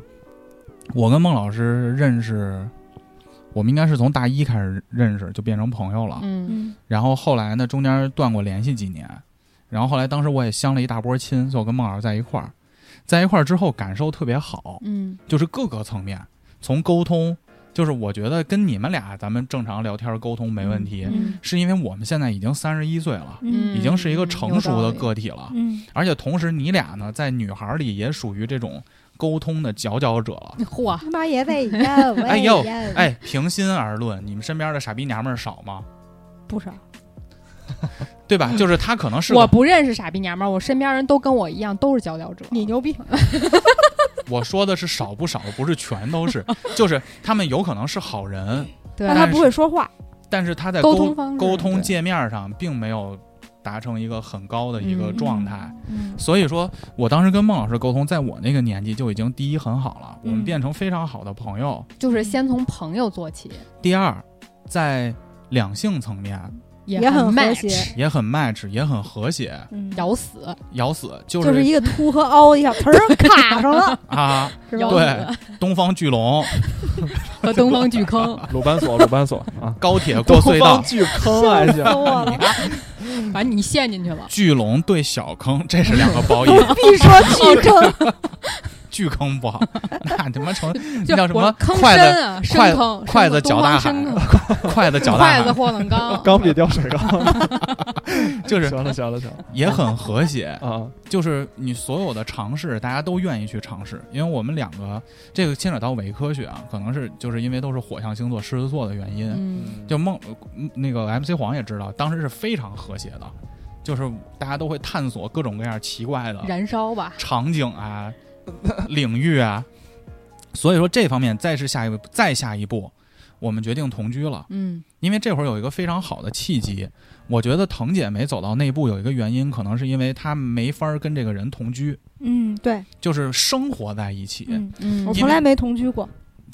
S3: 我跟孟老师认识，我们应该是从大一开始认识，就变成朋友了。
S5: 嗯
S6: 嗯
S3: 然后后来呢，中间断过联系几年，然后后来当时我也相了一大波亲，所以我跟孟老师在一块儿，在一块儿之后感受特别好，
S5: 嗯
S3: 就是各个层面，从沟通，就是我觉得跟你们俩咱们正常聊天沟通没问题，
S6: 嗯
S3: 是因为我们现在已经三十一岁了，
S6: 嗯
S3: 已经是一个成熟的
S5: 理。
S3: 个体了，
S6: 嗯，
S3: 而且同时你俩呢，在女孩里也属于这种沟通的佼佼者了。
S5: 嚯，
S6: 他妈也 得要，
S3: 哎
S6: 哎
S3: 呦， 哎，平心而论，你们身边的傻逼娘们儿少吗？
S6: 不少，
S3: 对吧？就是她可能是
S5: 嗯我
S3: 个
S5: 不认识傻逼娘们儿，我身边人都跟我一样，都是佼佼者。
S6: 你牛逼，
S3: 我说的是少不少，不是全都 是，就是他们有可能是好人，
S5: 对
S6: 但他不会说话，
S3: 但是他在
S5: 沟
S3: 沟
S5: 通方式
S3: 沟通
S5: 对
S3: 界面上并没有达成一个很高的一个
S5: 嗯
S3: 状态。
S6: 嗯
S3: 所以说我当时跟孟老师沟通，在我那个年纪就已经第一很好了，我们
S6: 嗯
S3: 变成非常好的朋友。
S5: 就是先从朋友做起，
S3: 第二，在两性层面
S6: 也很和
S5: match，
S6: 谐，
S3: 也很 match，也很和谐，
S6: 嗯，
S5: 咬死，
S3: 咬死就、
S6: 就是是一个凸和凹一下， 词儿 卡上了，
S3: 啊，
S6: 是吧
S5: 咬？
S3: 对
S5: 死
S3: 东方巨龙、，
S5: 和东方巨坑，
S4: 鲁班锁，鲁班锁啊
S3: 高铁过隧道、
S4: 巨坑啊，
S6: 笑死我了！嗯
S5: 把你陷进去了。
S3: 巨龙对小坑，这是两个褒义，
S6: 必说巨坑，
S3: 巨坑不好，那他妈成
S5: 就
S3: 那叫什
S5: 我
S3: 么
S5: 坑
S3: 筷
S5: 深
S3: 子
S5: 啊，深
S3: 筷
S5: 坑，
S3: 筷子
S5: 深坑
S3: 搅大
S5: 东方深
S3: 海
S5: 坑
S3: 筷子搅
S5: 筷
S3: 大海，
S5: 子豁楞 钢，
S4: 钢笔掉水 缸，
S3: 就是
S4: 行了，行了，行了
S3: 也很和谐，
S4: 啊，
S3: 就是你所有的尝试，大家都愿意去尝试，因为我们两个这个牵扯到伪科学啊，可能是就是因为都是火象星座狮子座的原因，
S5: 嗯，
S3: 就梦嗯那个 MC 黄也知道，当时是非常和谐的，就是大家都会探索各种各样奇怪的
S5: 燃烧吧，
S3: 场景啊、领域啊。 所以说这方面再是下一步，再下一步，我们决定同居了。
S5: 嗯
S3: 因为这会儿有一个非常好的契机，我觉得腾姐没走到那步有一个原因，可能是因为她没法儿跟这个人同居，
S6: 嗯，对，
S3: 就是生活在一起。
S6: 嗯，
S5: 嗯
S6: 我，从来没同居过，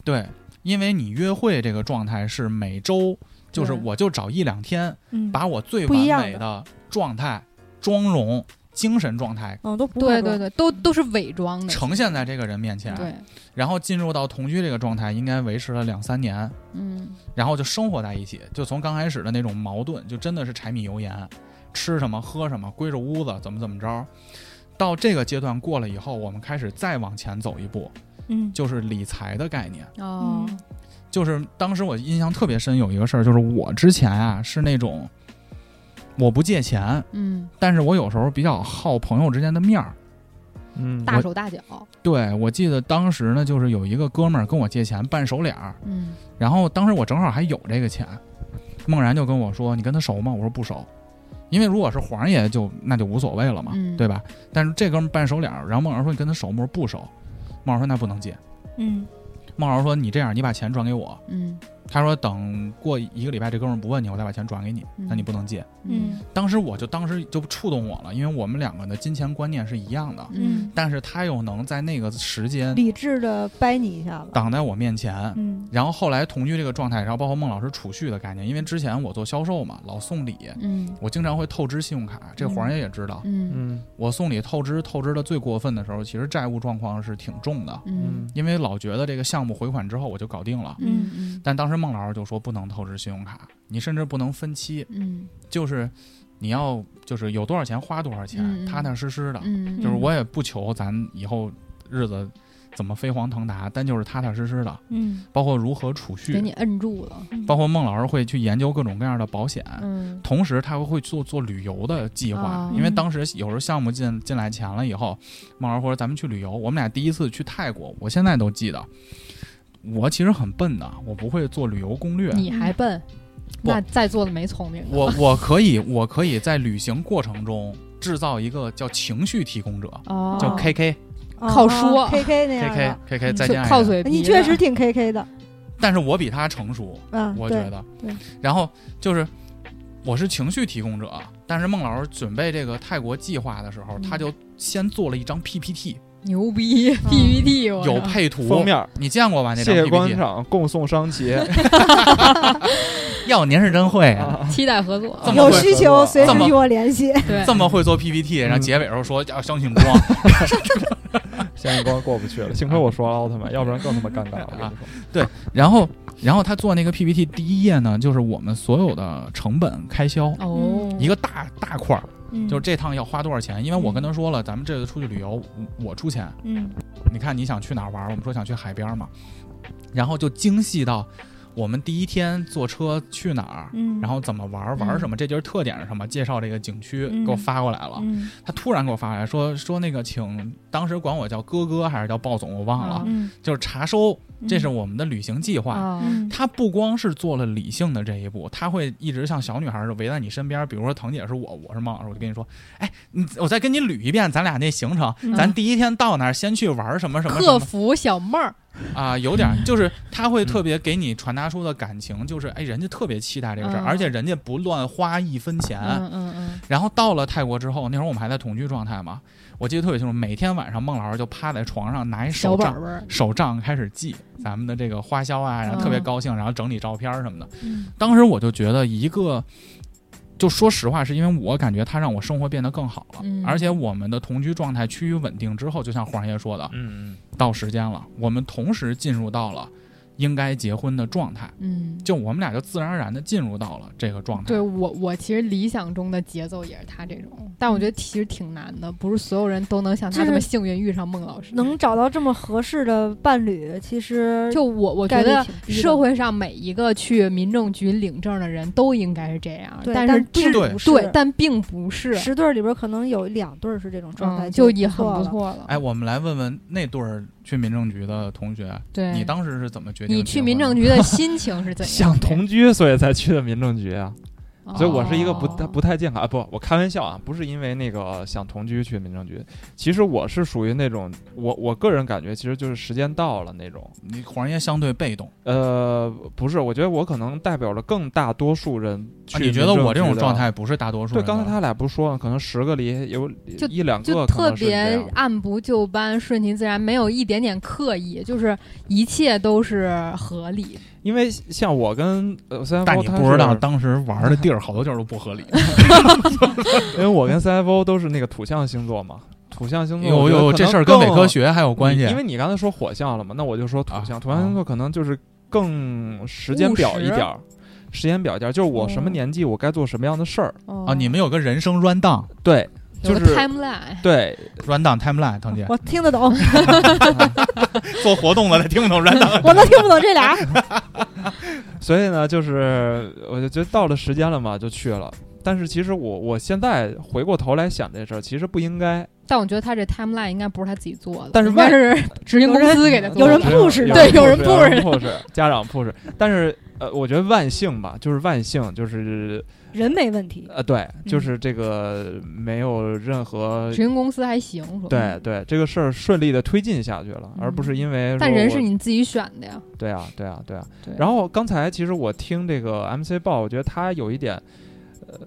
S3: 对，因为你约会这个状态是每周，就是我就找一两天，
S6: 嗯，
S3: 把我最
S6: 不一
S3: 完
S6: 样
S3: 美
S6: 的
S3: 的状态妆容。精神状态
S6: 嗯，都不
S5: 对
S6: 会
S5: 对
S6: 说
S5: 对，都都是伪装的。
S3: 呈现在这个人面前，
S5: 对，
S3: 然后进入到同居这个状态，应该维持了两三年，
S5: 嗯，
S3: 然后就生活在一起，就从刚开始的那种矛盾，就真的是柴米油盐，吃什么喝什么，归着屋子怎么怎么着。到这个阶段过了以后，我们开始再往前走一步，
S6: 嗯
S3: 就是理财的概念。
S5: 哦，
S6: 嗯
S3: 就是当时我印象特别深，有一个事儿，就是我之前啊是那种我不借钱，
S5: 嗯，
S3: 但是我有时候比较好朋友之间的面儿。
S4: 嗯，
S5: 大手大脚，
S3: 对我记得当时呢，就是有一个哥们儿跟我借钱办手脸儿，
S5: 嗯
S3: 然后当时我正好还有这个钱，梦然就跟我说：“你跟他熟吗？”我说：“不熟。”因为如果是黄爷就那就无所谓了嘛，
S5: 嗯
S3: 对吧？但是这哥们儿办手脸儿，然后梦然说：“你跟他熟吗？”我说：“不熟。”梦然说：“那不能借。
S6: 嗯”
S3: 梦然说：“你这样，你把钱转给我。
S5: 嗯”
S3: 他说：“等过一个礼拜，这哥们儿不问你，我再把钱转给你。
S5: 嗯
S3: 那你不能借。
S6: 嗯
S3: 当时我就当时就触动我了，因为我们两个的金钱观念是一样的，
S5: 嗯
S3: 但是他又能在那个时间
S6: 理智的掰你一下子，
S3: 挡在我面前，
S6: 嗯
S3: 然后后来同居这个状态，然后包括孟老师储蓄的概念，因为之前我做销售嘛，老送礼，
S5: 嗯
S3: 我经常会透支信用卡，这黄爷也知道，
S5: 嗯
S4: 嗯
S3: 我送礼透支，透支的最过分的时候，其实债务状况是挺重的，
S5: 嗯
S4: 嗯
S3: 因为老觉得这个项目回款之后我就搞定了。
S5: 嗯
S3: 但当时孟老师就说不能透支信用卡，你甚至不能分期，
S5: 嗯
S3: 就是你要就是有多少钱花多少钱，
S5: 嗯嗯
S3: 踏踏实实的。
S5: 嗯，
S3: 啊就是我也不求咱以后日子怎么飞黄腾达，但就是踏踏实实的，
S6: 嗯
S3: 包括如何储蓄，
S5: 给你摁住了，
S3: 包括孟老师会去研究各种各样的保险，
S5: 嗯
S3: 同时他会做做旅游的计划
S5: 哦，
S3: 因为当时有时候项目进进来钱了以后，孟老师说咱们去旅游，我们俩第一次去泰国，我现在都记得。我其实很笨的，我不会做旅游攻略。
S5: 你还笨，那在座的没聪明的，
S3: 我我可以，我可以在旅行过程中制造一个叫情绪提供者，
S5: 哦，
S3: 叫 K K
S6: 靠
S5: 靠说
S6: 哦 K K 那
S3: K
S6: 样
S3: K
S6: 的，
S3: K K
S5: 就
S3: 再见爱
S5: 靠
S3: 人。
S5: 嘴皮，
S6: 你确实，挺 K K 的，
S3: 但是我比他成熟，
S6: 嗯，
S3: 我觉
S6: 对，
S3: 得
S6: 对。
S3: 然后就是我是情绪提供者，但是孟老师准备这个泰国计划的时候，
S5: 嗯
S3: 他就先做了一张 PPT，
S5: 牛逼 PPT，我
S6: 哦
S3: 有配图，
S4: 嗯封面儿，
S3: 你见过吧？那
S4: 谢
S3: 张
S4: 谢广
S3: PPT，
S4: 场共送商 旗，
S3: 要您是真会啊！
S4: 啊
S5: 期待合作，
S3: 这么
S6: 有
S3: 会
S6: 需求随时
S3: 这么
S6: 与我联系。
S5: 对
S3: 这么会做 PPT，然后
S4: 嗯
S3: 结尾时候说要相信光
S4: 现在光过不去了，幸亏我说了奥特曼，要不然更他妈尴尬。我跟你说，
S3: 然后，然后他做那个 PPT 第一页呢，就是我们所有的成本开销，
S5: 哦，
S3: 一个大大块儿，
S6: 嗯
S3: 就是这趟要花多少钱？因为我跟他说了，咱们这次出去旅游，我我出钱，
S6: 嗯
S3: 你看你想去哪儿玩儿？我们说想去海边儿嘛，然后就精细到我们第一天坐车去哪儿，
S6: 嗯，
S3: 然后怎么玩儿，玩儿什么，这地儿特点是什么，介绍这个景区
S6: 嗯
S3: 给我发过来了。
S6: 嗯
S3: 他突然给我发过来说说那个请，当时管我叫哥哥还是叫鲍总，我忘了，
S5: 啊
S6: 嗯，
S3: 就是查收，
S6: 嗯
S3: 这是我们的旅行计划。
S5: 啊，
S6: 嗯
S3: 他不光是做了理性的这一步，他会一直像小女孩似的围在你身边。比如说腾姐是我，我是孟老师，我就跟你说，哎，你我再跟你捋一遍咱俩那行程，
S6: 嗯
S3: 咱第一天到那儿先去玩儿什么什么什
S5: 客
S3: 么
S5: 服小妹儿，
S3: 啊、有点儿就是他会特别给你传达出的感情，就是哎，人家特别期待这个事儿，
S5: 嗯
S3: 而且人家不乱花一分钱。
S5: 嗯嗯嗯，
S3: 然后到了泰国之后，那会儿我们还在同居状态嘛，我记得特别清楚，每天晚上孟老师就趴在床上拿一
S5: 小
S3: 手
S5: 本
S3: 账。
S5: 本儿，
S3: 手账开始记咱们的这个花销啊，然后特别
S5: 嗯
S3: 高兴，然后整理照片儿什么的。
S6: 嗯
S3: 当时我就觉得一个，就说实话，是因为我感觉他让我生活变得更好了，
S5: 嗯
S3: 而且我们的同居状态趋于稳定之后，就像黄爷说的，
S4: 嗯
S3: 到时间了，我们同时进入到了应该结婚的状态，
S5: 嗯，
S3: 就我们俩就自然而然的进入到了这个状态
S5: 对。我，我其实理想中的节奏也是他这种，但我觉得其实挺难的，不是所有人都能像
S6: 嗯就
S5: 他
S6: 是
S5: 这么幸运遇上孟老师。
S6: 能找到这么合适的伴侣，其实
S5: 就我，我
S6: 概
S5: 觉
S6: 率
S5: 得
S6: 挺低的
S5: 社会上每一个去民政局领证的人都应该是这样，
S6: 对，
S5: 是至
S6: 并
S3: 对
S6: 不是
S5: 对，但并不是，
S6: 十对儿里边可能有两对儿是这种状态，
S5: 嗯，就
S6: 已
S5: 已很不
S6: 不了。
S5: 错了。
S3: 哎，我们来问问那对儿去民政局的同学，
S5: 对，
S3: 你当时是怎么决定？
S5: 你去民政，局的心情是怎样？
S4: 想同，居，所以才去的民政局啊。所以我是一个不
S5: 哦
S4: 太不太健康啊，不，我开玩笑啊，不是因为那个想同居去民政局，其实我是属于那种，我我个人感觉其实就是时间到了那种，
S3: 你黄爷相对被动，
S4: 呃，不是，我觉得我可能代表了更大多数人去、
S3: 啊你觉得我这种状？态不是大多数
S4: 对，
S3: 人的？
S4: 刚才他俩不是说了，可能十个里有
S5: 就
S4: 一两
S5: 就
S4: 个可
S5: 特
S4: 能是这
S5: 别
S4: 样的
S5: 按部就班、顺其自然，没有一点点刻意，就是一切都是合理。
S4: 因为像我跟呃 CFO，
S3: 但你
S4: 他
S3: 不知道
S4: 是
S3: 当时玩的地儿好多地儿都不合理。
S4: 因为我跟 CFO 都是那个土象星座嘛，土象星座
S3: 有有，这事儿跟伪科学还有
S4: 有
S3: 关系。
S4: 因为你刚才说火象了嘛，那我就说土象，
S3: 啊
S4: 土象星座可能就是更时间表一点儿，时间表一点儿，就是我什么
S6: 嗯
S4: 年纪我该做什么样的事儿，
S6: 哦
S3: 啊，你们有个人生 run down
S4: 对，
S5: 有
S4: 就
S5: 个
S4: 是
S5: timeline，
S4: 对，
S3: run down timeline，腾姐
S6: 我听得 懂，
S3: 做活动的他听不懂 run down。
S6: 我都听不懂这俩。
S4: 所以呢，就是我就觉得到了时间了嘛，就去了。但是其实我我现在回过头来想这事儿，其实不应该。
S5: 但我觉得他这 timeline 应该不是他自己做的，
S4: 但是
S5: 应
S4: 外
S5: 该是执行公司给他做 的。
S6: 有人 push 的
S5: 对有人 push
S4: 人 push，家长 push。但是呃，我觉得万幸吧，就是万幸，就是
S6: 人没问题，
S4: 呃，对，就是这个没有任何
S5: 执行公司还行，说
S4: 对。对，这个事儿顺利的推进下去了，而不是因为
S5: 嗯但
S4: 说
S5: 人
S4: 我
S5: 是你自己选的呀，
S4: 对啊，对啊，对啊。
S5: 对
S4: 然后刚才其实我听这个 MC 报，我觉得他有一点，呃，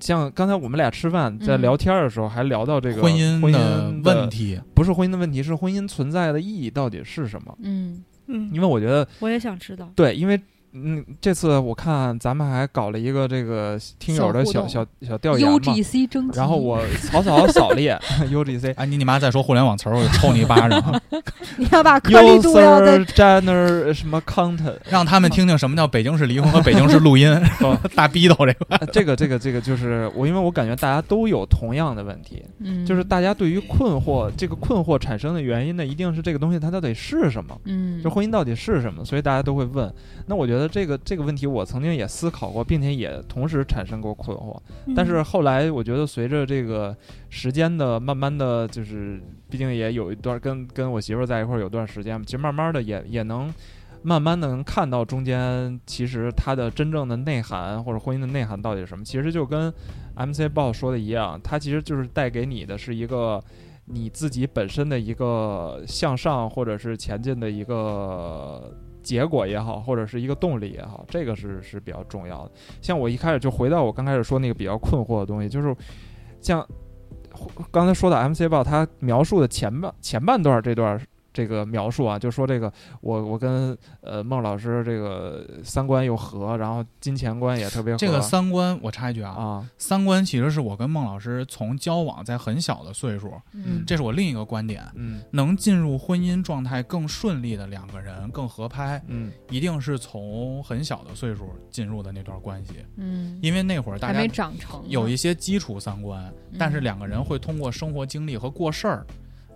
S4: 像刚才我们俩吃饭在
S5: 嗯
S4: 聊天儿的时候，还聊到这 个
S3: 婚
S4: 姻
S3: 姻
S4: 婚
S3: 的
S4: 姻
S3: 问，题，
S4: 不是婚姻的问题，是婚姻存在的意义到底是什么？
S5: 嗯，
S6: 嗯，
S4: 因为我觉得
S6: 我也想知道。
S4: 对，因为。嗯，这次我看咱们还搞了一个这个听友的
S5: 小
S4: 小
S5: 互动
S4: 小小调研嘛，
S5: UGC 征集，
S4: 然后我草草扫列 UGC
S3: 哎，你你妈再说互联网词儿，我就抽你一巴掌，啊
S6: 你要把颗粒度要再
S4: user general 什么 content，
S3: 让他们听听什么叫北京市离婚和北京市录 音，大逼斗这个。
S4: 啊这个这个这个就是我，因为我感觉大家都有同样的问题，
S5: 嗯
S4: 就是，大家对于困惑这个困惑产生的原因呢，一定是这个东西它到底是什么，
S5: 嗯，
S4: 就婚姻到底是什么，所以大家都会问。那我觉得这个这个问题我曾经也思考过，并且也同时产生过困惑，
S6: 嗯
S4: 但是后来我觉得随着这个时间的慢慢的就是，毕竟也有一段跟跟我媳妇儿在一块儿有段时间嘛，其实慢慢的也也能。慢慢的能看到中间，其实它的真正的内涵或者婚姻的内涵到底是什么？其实就跟 MC 报说的一样，它其实就是带给你的是一个你自己本身的一个向上或者是前进的一个结果也好，或者是一个动力也好，这个是是比较重要的。像我一开始就回到我刚开始说那个比较困惑的东西，就是像刚才说的 MC 报，他描述的前半前半段这段。这个描述啊，就说这个我我跟呃孟老师这个三观又合，然后金钱观也特别合，
S3: 这个三观，我插一句啊，
S4: 啊，
S3: 三观其实是我跟孟老师从交往在很小的岁数，
S5: 嗯，
S3: 这是我另一个观点。
S4: 嗯
S3: 能进入婚姻状态更顺利的两个人更合拍，
S4: 嗯
S3: 一定是从很小的岁数进入的那段关系，
S5: 嗯，
S3: 因为那会儿大
S5: 还
S3: 家
S5: 没长成呢，
S3: 有一些基础三观，但是
S5: 嗯
S3: 两个人会通过生活经历和过事儿，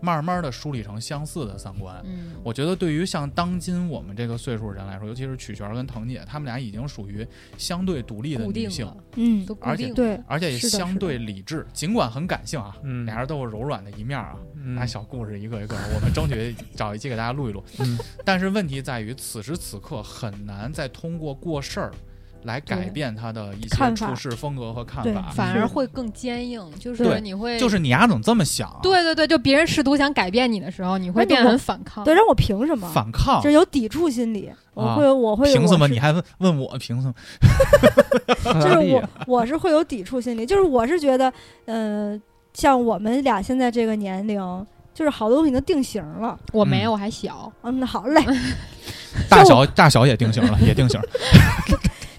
S3: 慢慢的梳理成相似的三观。
S5: 嗯，
S3: 我觉得对于像当今我们这个岁数人来说，尤其是曲璇儿跟腾姐，她们俩已经属于相对独立的
S5: 固
S3: 女
S5: 定
S3: 性，
S5: 了，
S6: 嗯，
S5: 都固
S3: 而且
S5: 定了，
S6: 对，
S3: 而且也
S6: 是的是
S3: 相
S6: 的
S3: 对理智，尽管很感性啊，
S4: 嗯，
S3: 俩人都有柔软的一面啊。
S4: 嗯
S3: 拿小故事一个一个，我们争取 找一期给大家录一录。
S4: 嗯
S3: 但是问题在于，此时此刻很难再通过过事儿来改
S5: 对
S3: 变他的一些
S6: 看法
S3: 处事风格和看
S6: 对
S3: 法。
S5: 反
S6: 是
S5: 而
S6: 的
S5: 会更坚硬，就
S6: 对
S5: 是你会
S3: 就是你丫怎么这么想啊？
S5: 对对对，就别人试图想改变你的时候，你会
S6: 而且
S5: 变
S6: 我
S5: 得很反抗。
S6: 对，让我凭什么？
S3: 反抗
S6: 就，是有抵触心理，我
S3: 啊
S6: 会，我会，
S3: 凭什么？
S6: 我是
S3: 你还问问我凭什么？
S4: 就
S6: 就是我，我是会有抵触心理，就是我是觉得，呃，像我们俩现在这个年龄，就是好多东西已经定型了。
S5: 我没
S3: 嗯
S5: 有，我还小，
S6: 嗯，那好嘞，
S3: 大小大小也定型了，也定 型了。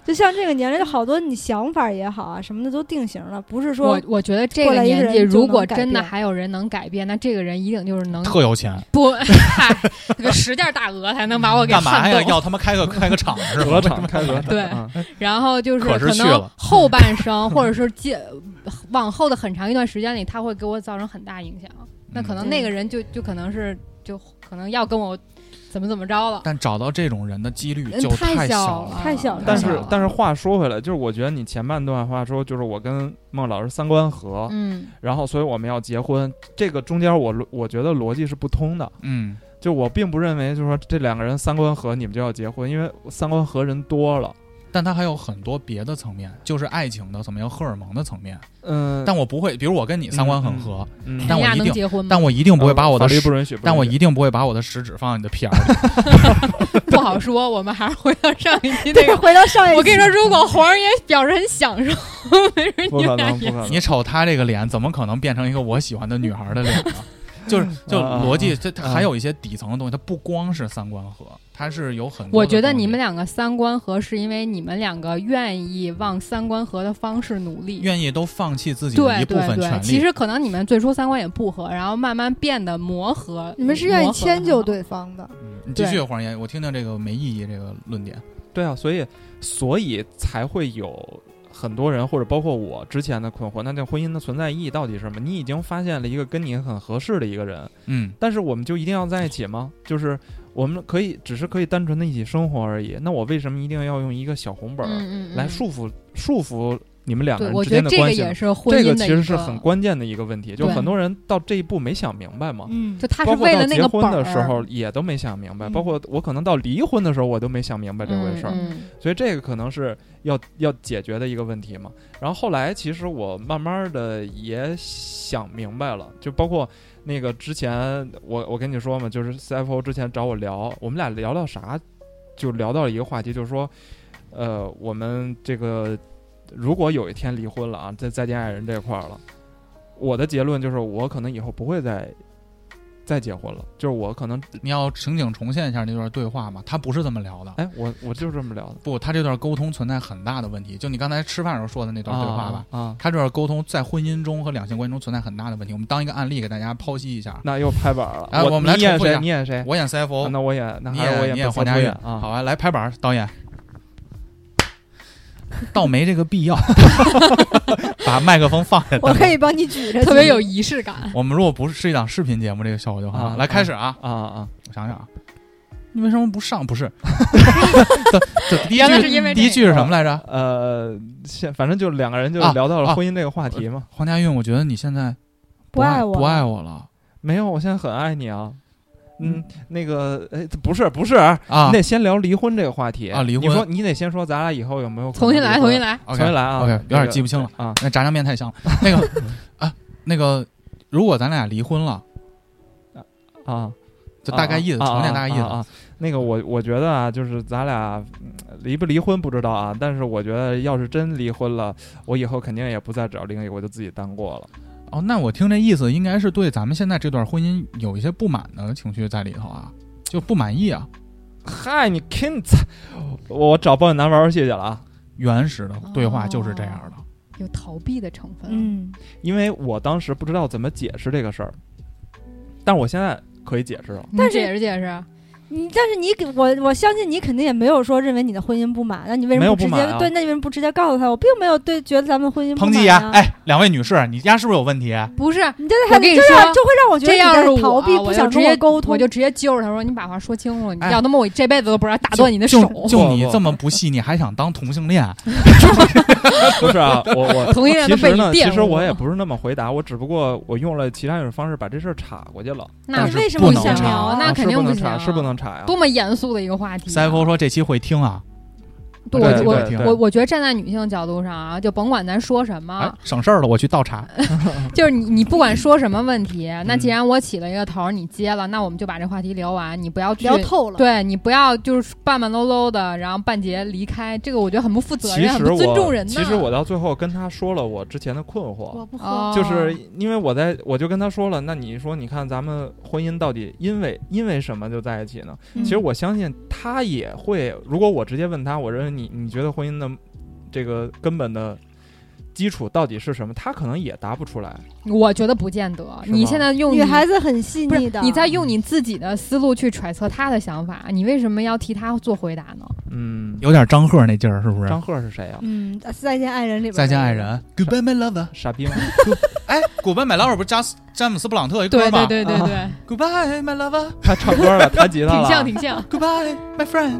S6: 就像这个年龄，就好多你想法也好啊，什么的都定型了，不是说
S5: 我我觉得这
S6: 过
S5: 个
S6: 来一个
S5: 年纪，
S6: 人就
S5: 如果
S6: 能改
S5: 真的
S6: 变
S5: 还有人能改变，那这个人一定就是能
S3: 特有钱，
S5: 不，嗨，那个十件大鹅才能 把我给
S3: 干嘛
S5: 撼
S3: 呀？
S5: 动。
S3: 要他妈开个开个厂是吧？
S4: 鹅厂开鹅厂，
S5: 对
S4: 啊
S5: 然后就是
S3: 可是去
S5: 能
S3: 了
S5: 后半生，或者是接往后的很长一段时间里，他会给我造成很大影响。那可能
S6: 嗯
S5: 那个人就就可能是就可能要跟我怎么怎么着了，
S3: 但找到这种人的几率
S5: 嗯
S3: 就
S5: 太
S3: 小
S5: 了，
S3: 了。
S6: 太小了
S4: 但
S6: 太
S4: 是啊
S6: 好了
S4: 但是话说回来，就是我觉得你前半段话说，就是我跟孟老师三观合，
S5: 嗯，
S4: 然后所以我们要结婚，这个中间我我觉得逻辑是不通的。
S3: 嗯，
S4: 就我并不认为，就是说这两个人三观合，你们就要结婚，因为三观合人多了。
S3: 但他还有很多别的层面，就是爱情的层面、荷尔蒙的层面。
S4: 嗯，
S3: 但我不会，比如我跟你三观很合，
S4: 嗯
S3: 但我一
S5: 人家能
S3: 定
S5: 结婚吗
S3: 但？我一定不会把我的
S4: 呃法律
S3: 食，
S4: 不允许，
S3: 但我
S4: 不允许
S3: 一定不会把我的食指放在你的屁眼儿里。
S5: 不好说，我们还是回到上一期那
S6: 对，
S5: 个。
S6: 回到上一期，
S5: 我跟你说，如果黄仁也表示很享受， 没准
S4: 不
S5: 你
S4: 可
S5: 们俩
S4: 能，不
S5: 也
S4: 可能。
S3: 你瞅他这个脸，怎么可能变成一个我喜欢的女孩的脸呢？ 就是就
S4: 啊
S3: 逻辑，这它还有一些底层的东西，它不光是三观合，它是有很多。
S5: 我觉得你们。两个三观合，是因为你们两个愿意往三观合的方式努力。
S3: 愿意都放弃自己的
S5: 对
S3: 一部
S5: 对
S3: 分权
S5: 对，
S3: 利，
S5: 其实可能你们最初三观也不合，然后慢慢变得磨合。
S6: 你们是愿意
S5: 磨合得
S6: 迁
S5: 很
S6: 就
S5: 好，
S6: 对方的，
S3: 嗯你继
S5: 对
S3: 续黄爷，我听听这个没意义这个论点。
S4: 对啊，所以所以才会有很多人，或者包括我之前的困惑，那这婚姻的存在意义到底是什么？你已经发现了一个跟你很合适的一个人，
S3: 嗯，
S4: 但是我们就一定要在一起吗？就是我们可以只是可以单纯的一起生活而已。那我为什么一定要用一个小红本儿
S5: 嗯嗯，
S4: 来
S5: 嗯
S4: 束缚、束缚你们两个
S5: 对，
S4: 人
S5: 我
S4: 之
S5: 觉
S4: 间的
S5: 得这个
S4: 关系呢？
S5: 也是婚
S4: 这
S5: 姻的
S4: 个
S5: 一
S4: 其实是很关键的一个问题，就
S5: 对
S4: 很多人到这一步没想明白嘛。
S6: 嗯，
S5: 就他是
S4: 包括
S5: 为
S4: 到
S5: 了那
S4: 结
S5: 个本
S4: 婚的
S5: 儿
S4: 时候也都没想明白，
S6: 嗯
S4: 包括我可能到离婚的时候我都没想明白这回
S5: 嗯
S4: 事儿。
S5: 嗯
S4: 所以这个可能是要要解决的一个问题嘛。然后后来其实我慢慢的也想明白了，就包括那个之前我我跟你说嘛，就是 CFO 之前找我聊，我们俩聊到啥，就聊到了一个话题，就是说，呃，我们这个如果有一天离婚了啊，再再见爱人这块儿了，我的结论就是我可能以后不会再再结婚了，就是我可能
S3: 你要情景重现一下那段对话嘛，他不是这么聊的。
S4: 哎，我我就是这么聊的
S3: 不，他这段沟通存在很大的问题，就你刚才吃饭时候说的那段对话吧，
S4: 啊。啊
S3: 他这段沟通在婚姻中和两性关系中存在很大的问题。我们当一个案例给大家剖析一下。
S4: 那又拍板了。
S3: 哎我们来
S4: 你演
S3: 重复一
S4: 谁？
S3: 下
S4: 你演谁？
S3: 我演 CFO，、
S4: 啊那我演，那
S3: 你
S4: 还是我
S3: 你演
S4: 本色
S3: 黄家
S4: 出
S3: 韵
S4: 演啊。
S3: 好啊，来拍板，导演。倒没这个必 要，把麦克风放下。
S6: 我可以帮你举着
S5: 嗯，
S6: 举，
S5: 特别有仪式感。
S3: 我们如果不是一档视频节目，这个效果就很好。
S4: 啊
S3: 来开始啊！
S4: 啊啊！
S3: 我想想啊，你为什么不上？ 不是，这这第一
S5: 原来是
S3: 句
S5: 因为
S3: 第一
S5: 这
S3: 句是什么来着？
S4: 呃，现反正就两个人就
S3: 啊
S4: 聊到了
S3: 啊
S4: 婚姻这个话题嘛。
S3: 黄家韵，我觉得你现在
S6: 不
S3: 爱
S6: 爱我
S3: 不爱我了
S4: 没有，我现在很爱你啊。嗯，那个，哎，不是不是，
S3: 啊
S4: 你！得先聊离婚这个话题
S3: 啊离婚
S4: 你说你得先说咱俩以后有没有可能
S5: 重新来，
S4: 离
S5: 重
S4: 婚
S5: 新，来，
S3: OK，
S4: 重新来啊
S3: OK，有
S4: 那
S3: 点
S4: 个
S3: 记不清了
S4: 啊。
S3: 那炸酱面太香了。那个啊，那个，如果咱俩离婚了，
S4: 啊，
S3: 就大概意思，重点大概意
S4: 啊啊
S3: 思。
S4: 啊那个我我觉得啊，就是咱俩嗯离不离婚不知道啊，但是我觉得要是真离婚了，我以后肯定也不再找另一个，我就自己单过了。
S3: 哦，那我听这意思，应该是对咱们现在这段婚姻有一些不满的情绪在里头啊，就不满意啊，
S4: 嗨，你 k i n 我找抱怨男玩游戏去了啊，
S3: 原始
S5: 哦
S3: 的对话就是这样的。
S5: 有逃避的成分。
S6: 嗯，
S4: 因为我当时不知道怎么解释这个事儿，但我现在可以解释了。
S5: 你
S6: 但是
S5: 解释解释，
S6: 你但是你给我我相信你肯定也没有说认为你的婚姻不满，那你为什
S4: 没
S6: 么
S4: 有
S6: 直
S4: 不
S6: 接
S4: 满啊
S6: 对？那你为什么不直接告诉他？我并没有对觉得咱们婚姻不
S3: 抨
S6: 满、啊。
S3: 击呀，哎，两位女士，你家是不是有问题？
S5: 不是
S6: 你这
S5: 我
S6: 还
S5: 跟你
S6: 就
S5: 说
S6: 让就会让我觉得
S5: 这要是
S6: 你
S5: 我
S6: 在逃避，不
S5: 我就
S6: 想
S5: 直
S6: 跟
S5: 接
S6: 我沟通
S5: 我。就直接揪着他说：“你把话说清楚，你
S3: 哎
S5: 要他妈我这辈子都不知道打断你的
S3: 就
S5: 手。
S3: 就
S4: 不
S3: 你
S4: 不
S3: 这么不细腻，还想当同性 恋？
S4: 不是啊，我我
S5: 同性恋
S4: 其
S5: 都被
S4: 实
S5: 你
S4: 呢，
S5: 玷
S4: 其
S5: 污。
S4: 实我也不是那么回答，我只不过我用了其他一种方式把这事儿岔过去了。
S5: 那
S3: 但是
S6: 为什
S3: 不
S6: 么
S3: 能
S6: 想
S3: 查
S6: 聊？
S5: 啊
S6: 那
S5: 那
S4: 啊
S5: 肯定
S4: 是不
S5: 不
S4: 能
S5: 行
S4: 岔，
S5: 啊
S4: 是不能岔呀。
S5: 多么严肃的一个话题、啊。
S3: CFO 说这期会听啊，
S5: 对
S4: 对
S5: 我
S4: 对
S5: 我
S4: 对
S5: 我我觉得站在女性的角度上啊，就甭管咱说什么，
S3: 哎，省事儿了，我去倒茶。
S5: 就是你你不管说什么问题，那
S4: 嗯
S5: 既然我起了一个头儿，你接了，那我们就把这话题聊完，你不要去
S6: 聊透了，
S5: 对你不要就是半半搂搂的，然后半截离开，这个我觉得很不负责
S4: 其
S5: 任，很
S4: 实
S5: 不尊重
S4: 我
S5: 人呐。
S4: 其实我到最后跟他说了我之前的困惑
S6: 我，不
S5: 哦
S6: 喝，
S4: 就是因为我在我就跟他说了，那你说你看咱们婚姻到底因为因为什么就在一起呢？
S6: 嗯
S4: 其实我相信他也会，如果我直接问他，我认为你你觉得婚姻的这个根本的基础到底是什么，他可能也答不出来。
S5: 我觉得不见得，
S4: 是吗
S5: 你现在用
S6: 女
S5: 你
S6: 孩子很细
S5: 嗯不是
S6: 腻的。
S5: 你在用你自己的思路去揣测他的想法，你为什么要替他做回答呢？
S4: 嗯，
S3: 有点张赫那劲儿，是不是？
S4: 张赫是谁啊？
S6: 嗯，再见爱人里边，
S3: 再见爱，人，Goodbye my lover。
S4: 傻 逼吗？
S3: 哎，Goodbye my lover 不是詹姆詹姆斯布朗特一歌
S5: 对
S3: 吗
S5: 对对对对，
S3: ？Goodbye my lover，Goodbye
S4: 他唱歌了，弹吉
S3: 啊
S4: 他
S5: 挺
S4: 了。
S5: 像挺
S3: 嗯
S5: 像。
S3: my friend。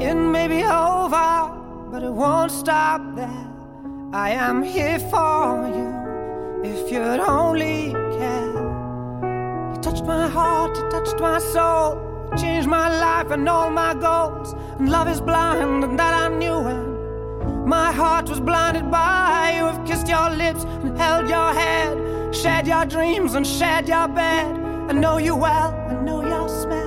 S2: It may be over, but it won't stop there. I am here for you if you'd only care.
S7: You touched my heart, you touched my soul. You changed my life and all my goals. And love is blind, and that I knew when my heart was blinded by you. Have kissed your lips and held your head, shared your dreams and shared your bed. I know you well, I know your smell.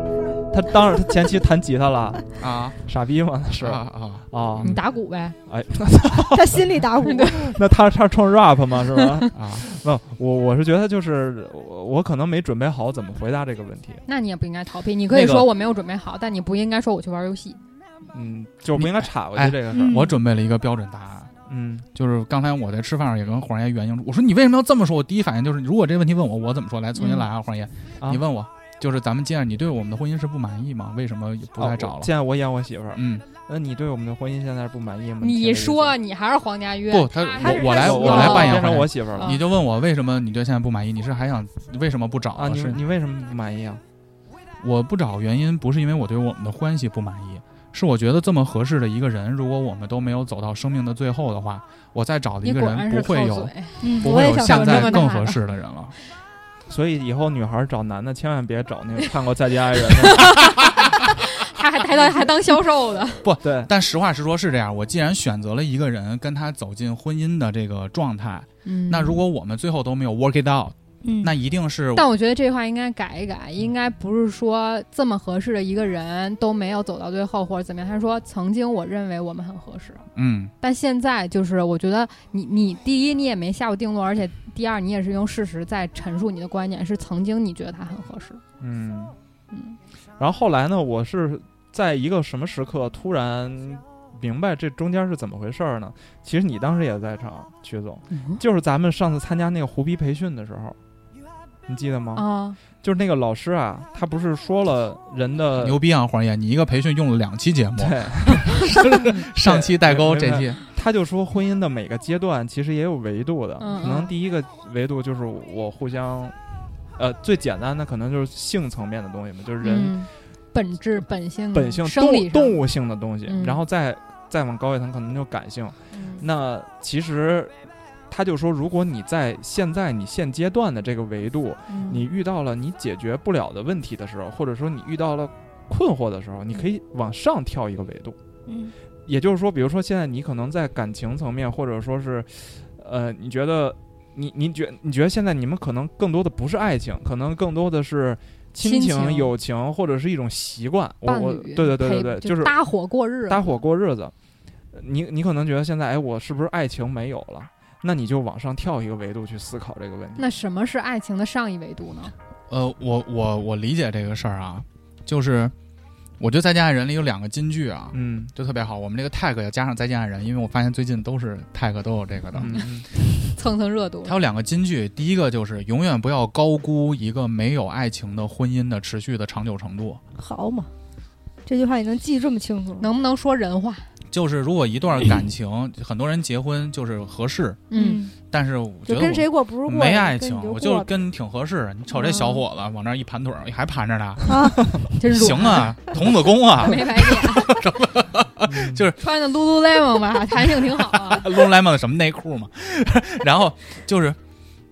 S4: 他当然他前期弹吉他了，
S3: 啊
S4: 傻逼嘛，那是
S3: 啊
S4: 啊
S3: 啊！
S4: 啊
S5: 你打鼓呗，
S4: 哎，
S6: 他心里打鼓，
S4: 那他他唱 rap 吗？是吧？
S3: 啊
S4: 不，我我是觉得就是我我可能没准备好怎么回答这个问题，
S5: 那你也不应该逃避。你可以
S4: 那个
S5: 说我没有准备好，但你不应该说我去玩游戏。
S4: 嗯，就是不应该插过
S3: 哎
S4: 去这个事儿，
S3: 我准备了一个标准答案，
S4: 嗯，
S3: 就是刚才我在吃饭上也跟黄爷原应，我说你为什么要这么说？我第一反应就是，如果这问题问我，我怎么说？来，重新来啊，黄爷，
S4: 啊
S3: 你问我，就是咱们接着，你对我们的婚姻是不满意吗？为什么不
S4: 哦
S3: 再找
S4: 我
S3: 了？
S4: 现在我演我媳妇儿，
S3: 嗯，
S4: 那你对我们的婚姻现在是不满意吗？听这
S5: 你
S4: 意思
S5: 说你还是黄家驹，
S3: 不他
S5: 啊他
S3: 我
S5: 是
S3: 我来
S5: 他是
S3: 我来扮演黄
S4: 变成
S3: 家
S4: 我媳妇儿了
S5: 啊
S3: 你就问我为什么你对现在不满意？你是还想为什么不找了？
S4: 啊？你
S3: 哦是
S4: 你为什么不满意啊？
S3: 我不找原因不是因为我对我们的关系不满意，是我觉得这么合适的一个人，如果我们都没有走到生命的最后的话，我再找的一
S5: 你
S3: 个
S5: 果然
S3: 人
S5: 是
S3: 不
S5: 靠
S3: 会有
S5: 嘴。
S6: 嗯，
S3: 不
S6: 我
S3: 会
S6: 也
S3: 有
S6: 想
S3: 现
S6: 说这
S3: 在
S6: 么
S3: 更
S6: 大
S3: 合适的人了。
S4: 所以以后女孩儿找男的千万别找那个看过《再见爱人》
S5: 他还还当还当销售的，
S4: 的，对，
S3: 但实话实说，是这样。我既然选择了一个人，跟他走进婚姻的这个状态，
S5: 嗯
S3: 那如果我们最后都没有 work it out，
S6: 嗯，
S3: 那一定是
S5: 但我觉得这话应该改一改，应该不是说这么合适的一个人都没有走到最后或者怎么样。他说曾经我认为我们很合适，
S3: 嗯
S5: 但现在就是我觉得你你第一你也没下过定论，而且第二你也是用事实在陈述你的观点，是曾经你觉得他很合适。
S4: 嗯。
S5: 嗯，
S4: 然后后来呢，我是在一个什么时刻突然明白这中间是怎么回事儿呢？其实你当时也在场，曲总，就是咱们上次参加那个胡逼培训的时候，你记得吗？
S5: 啊，
S4: 就是那个老师啊，他不是说了人的
S3: 牛逼啊，黄爷！你一个培训用了两期节目，
S4: 对，
S3: 上期代沟，
S4: 对
S3: 这期
S4: 他就说婚姻的每个阶段其实也有维度的，
S5: 嗯
S4: 可能第一个维度就是我互相，呃，最简单的可能就是性层面的东西嘛，就是人。
S5: 嗯、本质本性
S4: 本性
S5: 生
S4: 动
S5: 理
S4: 动物性的东西，
S5: 嗯
S4: 然后再再往高一层，可能就感性。
S5: 嗯
S4: 那其实他就说，如果你在现在你现阶段的这个维度，
S5: 嗯
S4: 你遇到了你解决不了的问题的时候，或者说你遇到了困惑的时候，你可以往上跳一个维度。
S6: 嗯
S4: 也就是说，比如说现在你可能在感情层面，或者说是，呃，你觉得你你觉你觉得现在你们可能更多的不是爱情，可能更多的是亲
S5: 亲
S4: 情、
S5: 情
S4: 友情，或者是一种习惯。我
S5: 伴
S4: 我
S5: 侣
S4: 对对对对
S5: 陪
S4: 对，
S5: 就是搭伙过日子，
S4: 搭伙过日子。你你可能觉得现在哎，我是不是爱情没有了？那你就往上跳一个维度去思考这个问题。
S5: 那什么是爱情的上一维度呢？
S3: 呃，我我我理解这个事儿啊，就是我觉得《再见爱人》里有两个金句啊，
S4: 嗯
S3: 就特别好。我们这个 tag 要加上《再见爱人》，因为我发现最近都是 tag 都有这个的。
S4: 嗯，嗯
S5: 蹭蹭热度
S3: 它，有两个金句，第一个就是永远不要高估一个没有爱情的婚姻的持续的长久程度。
S6: 好嘛，这句话你能记这么清楚？
S5: 能不能说人话？
S3: 就是如果一段感情，很多人结婚就是合适，
S5: 嗯，
S3: 但是我觉
S6: 就
S3: 得
S6: 跟谁
S3: 我
S6: 过不是过，
S3: 没爱
S6: 跟
S3: 情
S6: 你，
S3: 我
S6: 过
S3: 就
S6: 呗
S3: 跟挺合适。你瞅这小伙子往那儿一盘腿儿，还盘着 呢，
S6: 哎
S5: 真是
S3: 行啊，童子功啊
S5: 没 白练，
S4: 嗯
S3: 就是
S5: 穿的 Lululemon 吧，弹性挺好 啊。
S3: ，Lululemon 的什么内裤嘛。 然后就是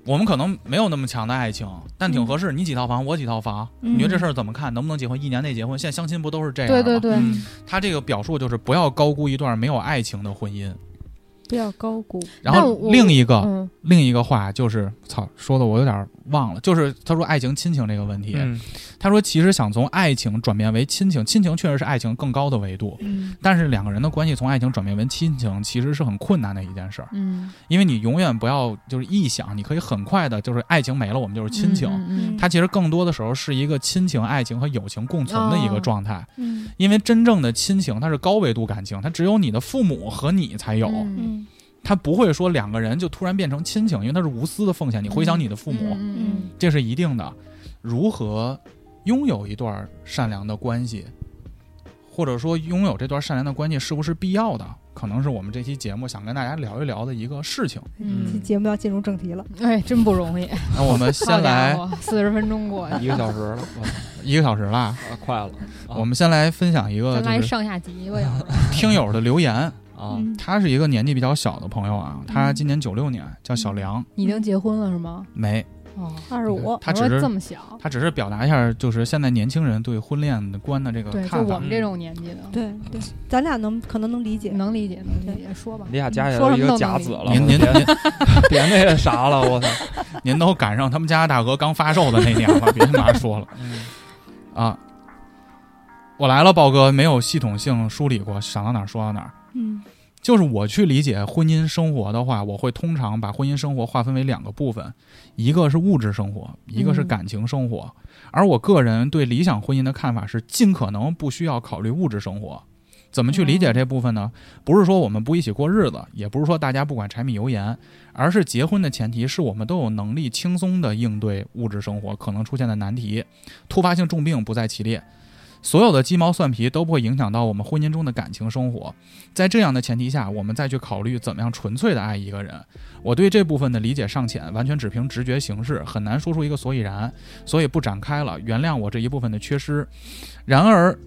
S3: 我们可能没有那么强的爱情，但挺合适。你几套房，我几套房，你觉得这事儿怎么看？能不能结婚？一年内结婚？现在相亲不都是这样吗？
S5: 嗯对对对，
S4: 嗯
S3: 他这个表述就是不要高估一段没有爱情的婚姻。
S6: 不要高估，
S3: 然
S5: 但
S3: 后
S5: 我
S3: 另一个
S5: 嗯
S3: 另一个话就是，操，说的我有点忘了，就是他说爱情亲情这个问题，
S4: 嗯
S3: 他说其实想从爱情转变为亲情，亲情确实是爱情更高的维度，
S6: 嗯
S3: 但是两个人的关系从爱情转变为亲情，其实是很困难的一件事儿，
S5: 嗯，
S3: 因为你永远不要就是臆想，你可以很快的就是爱情没了，我们就是亲情。
S5: 嗯，嗯
S3: 它其实更多的时候是一个亲情、爱情和友情共存的一个
S5: 哦
S3: 状态，
S6: 嗯
S3: 因为真正的亲情它是高维度感情，它只有你的父母和你才有，
S5: 嗯
S6: 嗯
S3: 他不会说两个人就突然变成亲情，因为他是无私的奉献。你回想你的父母，
S5: 嗯
S3: 这是一定的。如何拥有一段善良的关系，或者说拥有这段善良的关系是不是必要的，可能是我们这期节目想跟大家聊一聊的一个事 情。
S6: 这
S5: 嗯，
S6: 节目要进入正题了，
S4: 嗯
S5: 哎，真不容易。
S3: 那我们
S5: 好
S3: 先
S5: 家
S3: 来嗯
S5: 伙，四十分钟过去，
S4: 一个小时了，我
S3: 一个小时啦，
S4: 啊快了啊
S3: 我们先来分享一个
S5: 咱来
S3: 就是
S5: 上下集吧，要不然
S3: 听友的留言。
S4: 啊！
S6: 嗯
S3: 他是一个年纪比较小的朋友啊，他今年九六年，叫小梁，
S5: 已经结婚了是吗？
S3: 没，
S5: 哦，
S6: 二十五，
S3: 他
S5: 我
S3: 只
S5: 说
S3: 是
S5: 这么小，
S3: 他只是表达一下，就是现在年轻人对婚恋的观的这个
S5: 对，就
S3: 看嗯
S5: 我
S3: 法。
S5: 们这种年纪的，
S6: 对对，咱俩能可能能理解，
S5: 能理解能理解，说吧。
S4: 你俩加起来
S5: 说
S4: 都
S5: 什
S4: 一
S5: 么
S4: 个
S5: 都
S4: 甲
S5: 能理
S4: 子
S5: 解。
S4: 了，
S3: 您您
S4: 别
S3: 您
S4: 别那个啥了，我操！
S3: 您都赶上他们家大鹅刚发售的那年了，别他妈说了啊！我来了，豹哥没有系统性梳理过，想到哪儿说到哪儿。
S6: 嗯
S3: 就是我去理解婚姻生活的话，我会通常把婚姻生活划分为两个部分，一个是物质生活，一个是感情生活。而我个人对理想婚姻的看法是，尽可能不需要考虑物质生活。怎么去理解这部分呢？不是说我们不一起过日子，也不是说大家不管柴米油盐，而是结婚的前提是我们都有能力轻松地应对物质生活可能出现的难题，突发性重病不在其列。所有的鸡毛蒜皮都不会影响到我们婚姻中的感情生活，在这样的前提下，我们再去考虑怎么样纯粹的爱一个人。我对这部分的理解尚浅，完全只凭直觉行事，很难说出一个所以然，所以不展开了。原谅我这一部分的缺失。然而，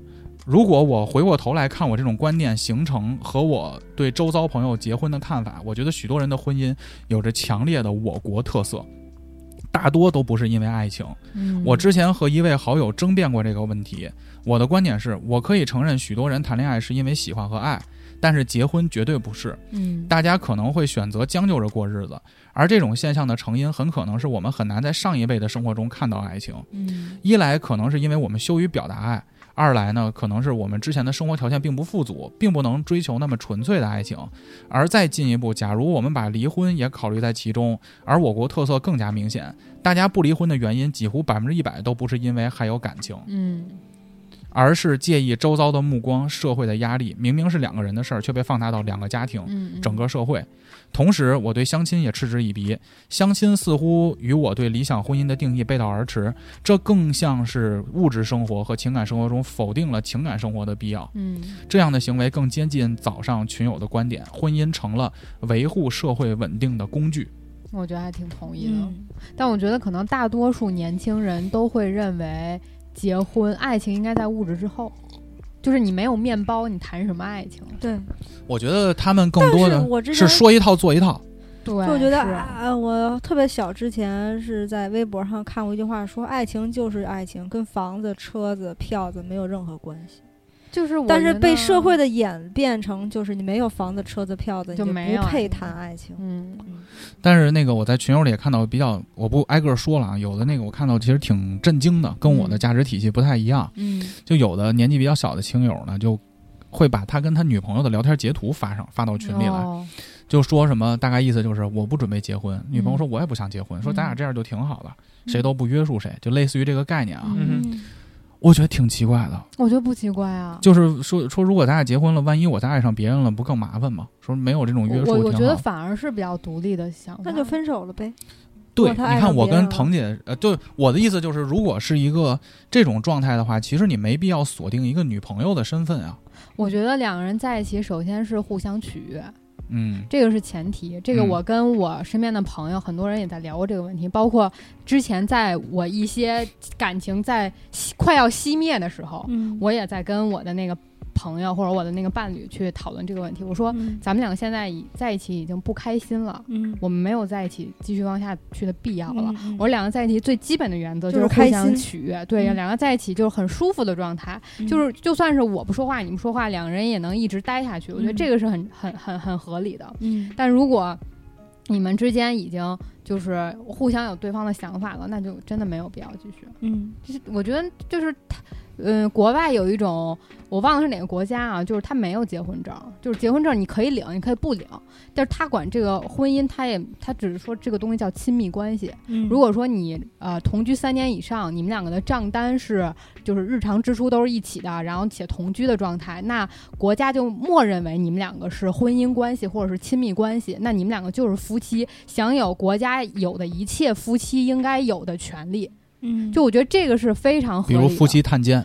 S3: 如果我回过头来看我这种观念形成和我对周遭朋友结婚的看法，我觉得许多人的婚姻有着强烈的我国特色，大多都不是因为爱情。
S5: 嗯
S3: 我之前和一位好友争辩过这个问题，我的观点是我可以承认许多人谈恋爱是因为喜欢和爱，但是结婚绝对不是。
S5: 嗯，
S3: 大家可能会选择将就着过日子，而这种现象的成因很可能是我们很难在上一辈的生活中看到爱情。
S5: 嗯
S3: 一来可能是因为我们羞于表达爱，二来呢可能是我们之前的生活条件并不富足，并不能追求那么纯粹的爱情。而再进一步，假如我们把离婚也考虑在其中，而我国特色更加明显，大家不离婚的原因几乎百分之一百都不是因为还有感情，
S5: 嗯
S3: 而是介意周遭的目光、社会的压力。明明是两个人的事儿，却被放大到两个家庭。
S5: 嗯，
S3: 整个社会。同时，我对相亲也嗤之以鼻，相亲似乎与我对理想婚姻的定义背道而驰，这更像是物质生活和情感生活中否定了情感生活的必要。
S5: 嗯
S3: 这样的行为更接近早上群友的观点，婚姻成了维护社会稳定的工具。
S5: 我觉得还挺同意的，
S6: 嗯，
S5: 但我觉得可能大多数年轻人都会认为，结婚爱情应该在物质之后，就是你没有面包，你谈什么爱情？啊
S6: 对。
S3: 我觉得他们更
S6: 但
S3: 多
S6: 是
S3: 的
S6: 我之
S3: 是
S6: 前
S3: 说一套做一套。
S5: 对，
S6: 就我觉得
S5: 是
S6: 啊，我特别小之前是在微博上看过一句话，说爱情就是爱情，跟房子、车子、票子没有任何关系。
S5: 就是我觉得，
S6: 但是被社会的演变成，就是你没有房子、车子、票子，你
S5: 就没有
S6: 不配
S5: 爱情
S6: 谈爱情。
S5: 嗯
S3: 但是那个我在群友里也看到比较，我不挨个说了啊，有的那个我看到其实挺震惊的，跟我的
S5: 嗯
S3: 价值体系不太一样。
S5: 嗯
S3: 就有的年纪比较小的亲友呢，就会把他跟他女朋友的聊天截图发上发到群里来，
S5: 哦嗯
S3: 就说什么大概意思就是我不准备结婚，女朋友说我也不想结婚，说咱俩这样就挺好的，谁都不约束谁，就类似于这个概念啊，
S5: 嗯
S6: 嗯，
S3: 我觉得挺奇怪的。
S5: 我觉得不奇怪啊。
S3: 就是说说如果咱俩结婚了，万一我再爱上别人了，不更麻烦吗？说没有这种约
S5: 我
S3: 束
S5: 我觉
S3: 挺
S5: 得
S3: 好。
S5: 反而是比较独立的想法，
S6: 那就分手了呗。
S3: 对，
S6: 我
S3: 你
S6: 太爱
S3: 看
S6: 上
S3: 我
S6: 别人
S3: 跟
S6: 了
S3: 腾姐，呃，就我的意思就是，如果是一个这种状态的话，其实你没必要锁定一个女朋友的身份啊。
S5: 我
S6: 嗯
S5: 觉得两个人在一起，首先是互相取悦，
S3: 嗯
S5: 这个是前提。这个
S3: 嗯
S5: 我跟我身边的朋友，很多人也在聊过这个问题，包括之前在我一些感情在熄快要熄灭的时候，
S6: 嗯
S5: 哦我也在跟我的那个朋友或者我的那个伴侣去讨论这个问题。我说，
S6: 嗯
S5: 咱们两个现在已在一起已经不开心了，
S6: 嗯，
S5: 我们没有在一起继续往下去的必要了。
S6: 嗯
S5: 我说两个在一起最基本的原则
S6: 就是是
S5: 互
S6: 开
S5: 相
S6: 心
S5: 取悦，对，
S6: 嗯
S5: 两个在一起就是很舒服的状态，就是就算是我不说话，你们说话，两个人也能一直待下去。我觉得
S6: 嗯
S5: 这个是很很很很合理的。
S6: 嗯
S5: 但如果你们之间已经就是互相有对方的想法了，那就真的没有必要继续。
S6: 嗯
S5: 就是我觉得就是他，嗯、国外有一种我忘了是哪个国家啊，就是他没有结婚证，就是结婚证你可以领，你可以不领，但是他管这个婚姻，他也他只是说这个东西叫亲密关系。
S6: 嗯，
S5: 如果说你呃同居三年以上，你们两个的账单是就是日常支出都是一起的，然后且同居的状态，那国家就默认为你们两个是婚姻关系或者是亲密关系，那你们两个就是夫妻，享有国家有的一切夫妻应该有的权利。
S6: 嗯
S5: 就我觉得这个是非常合
S3: 比
S5: 理的。
S3: 如夫妻探监，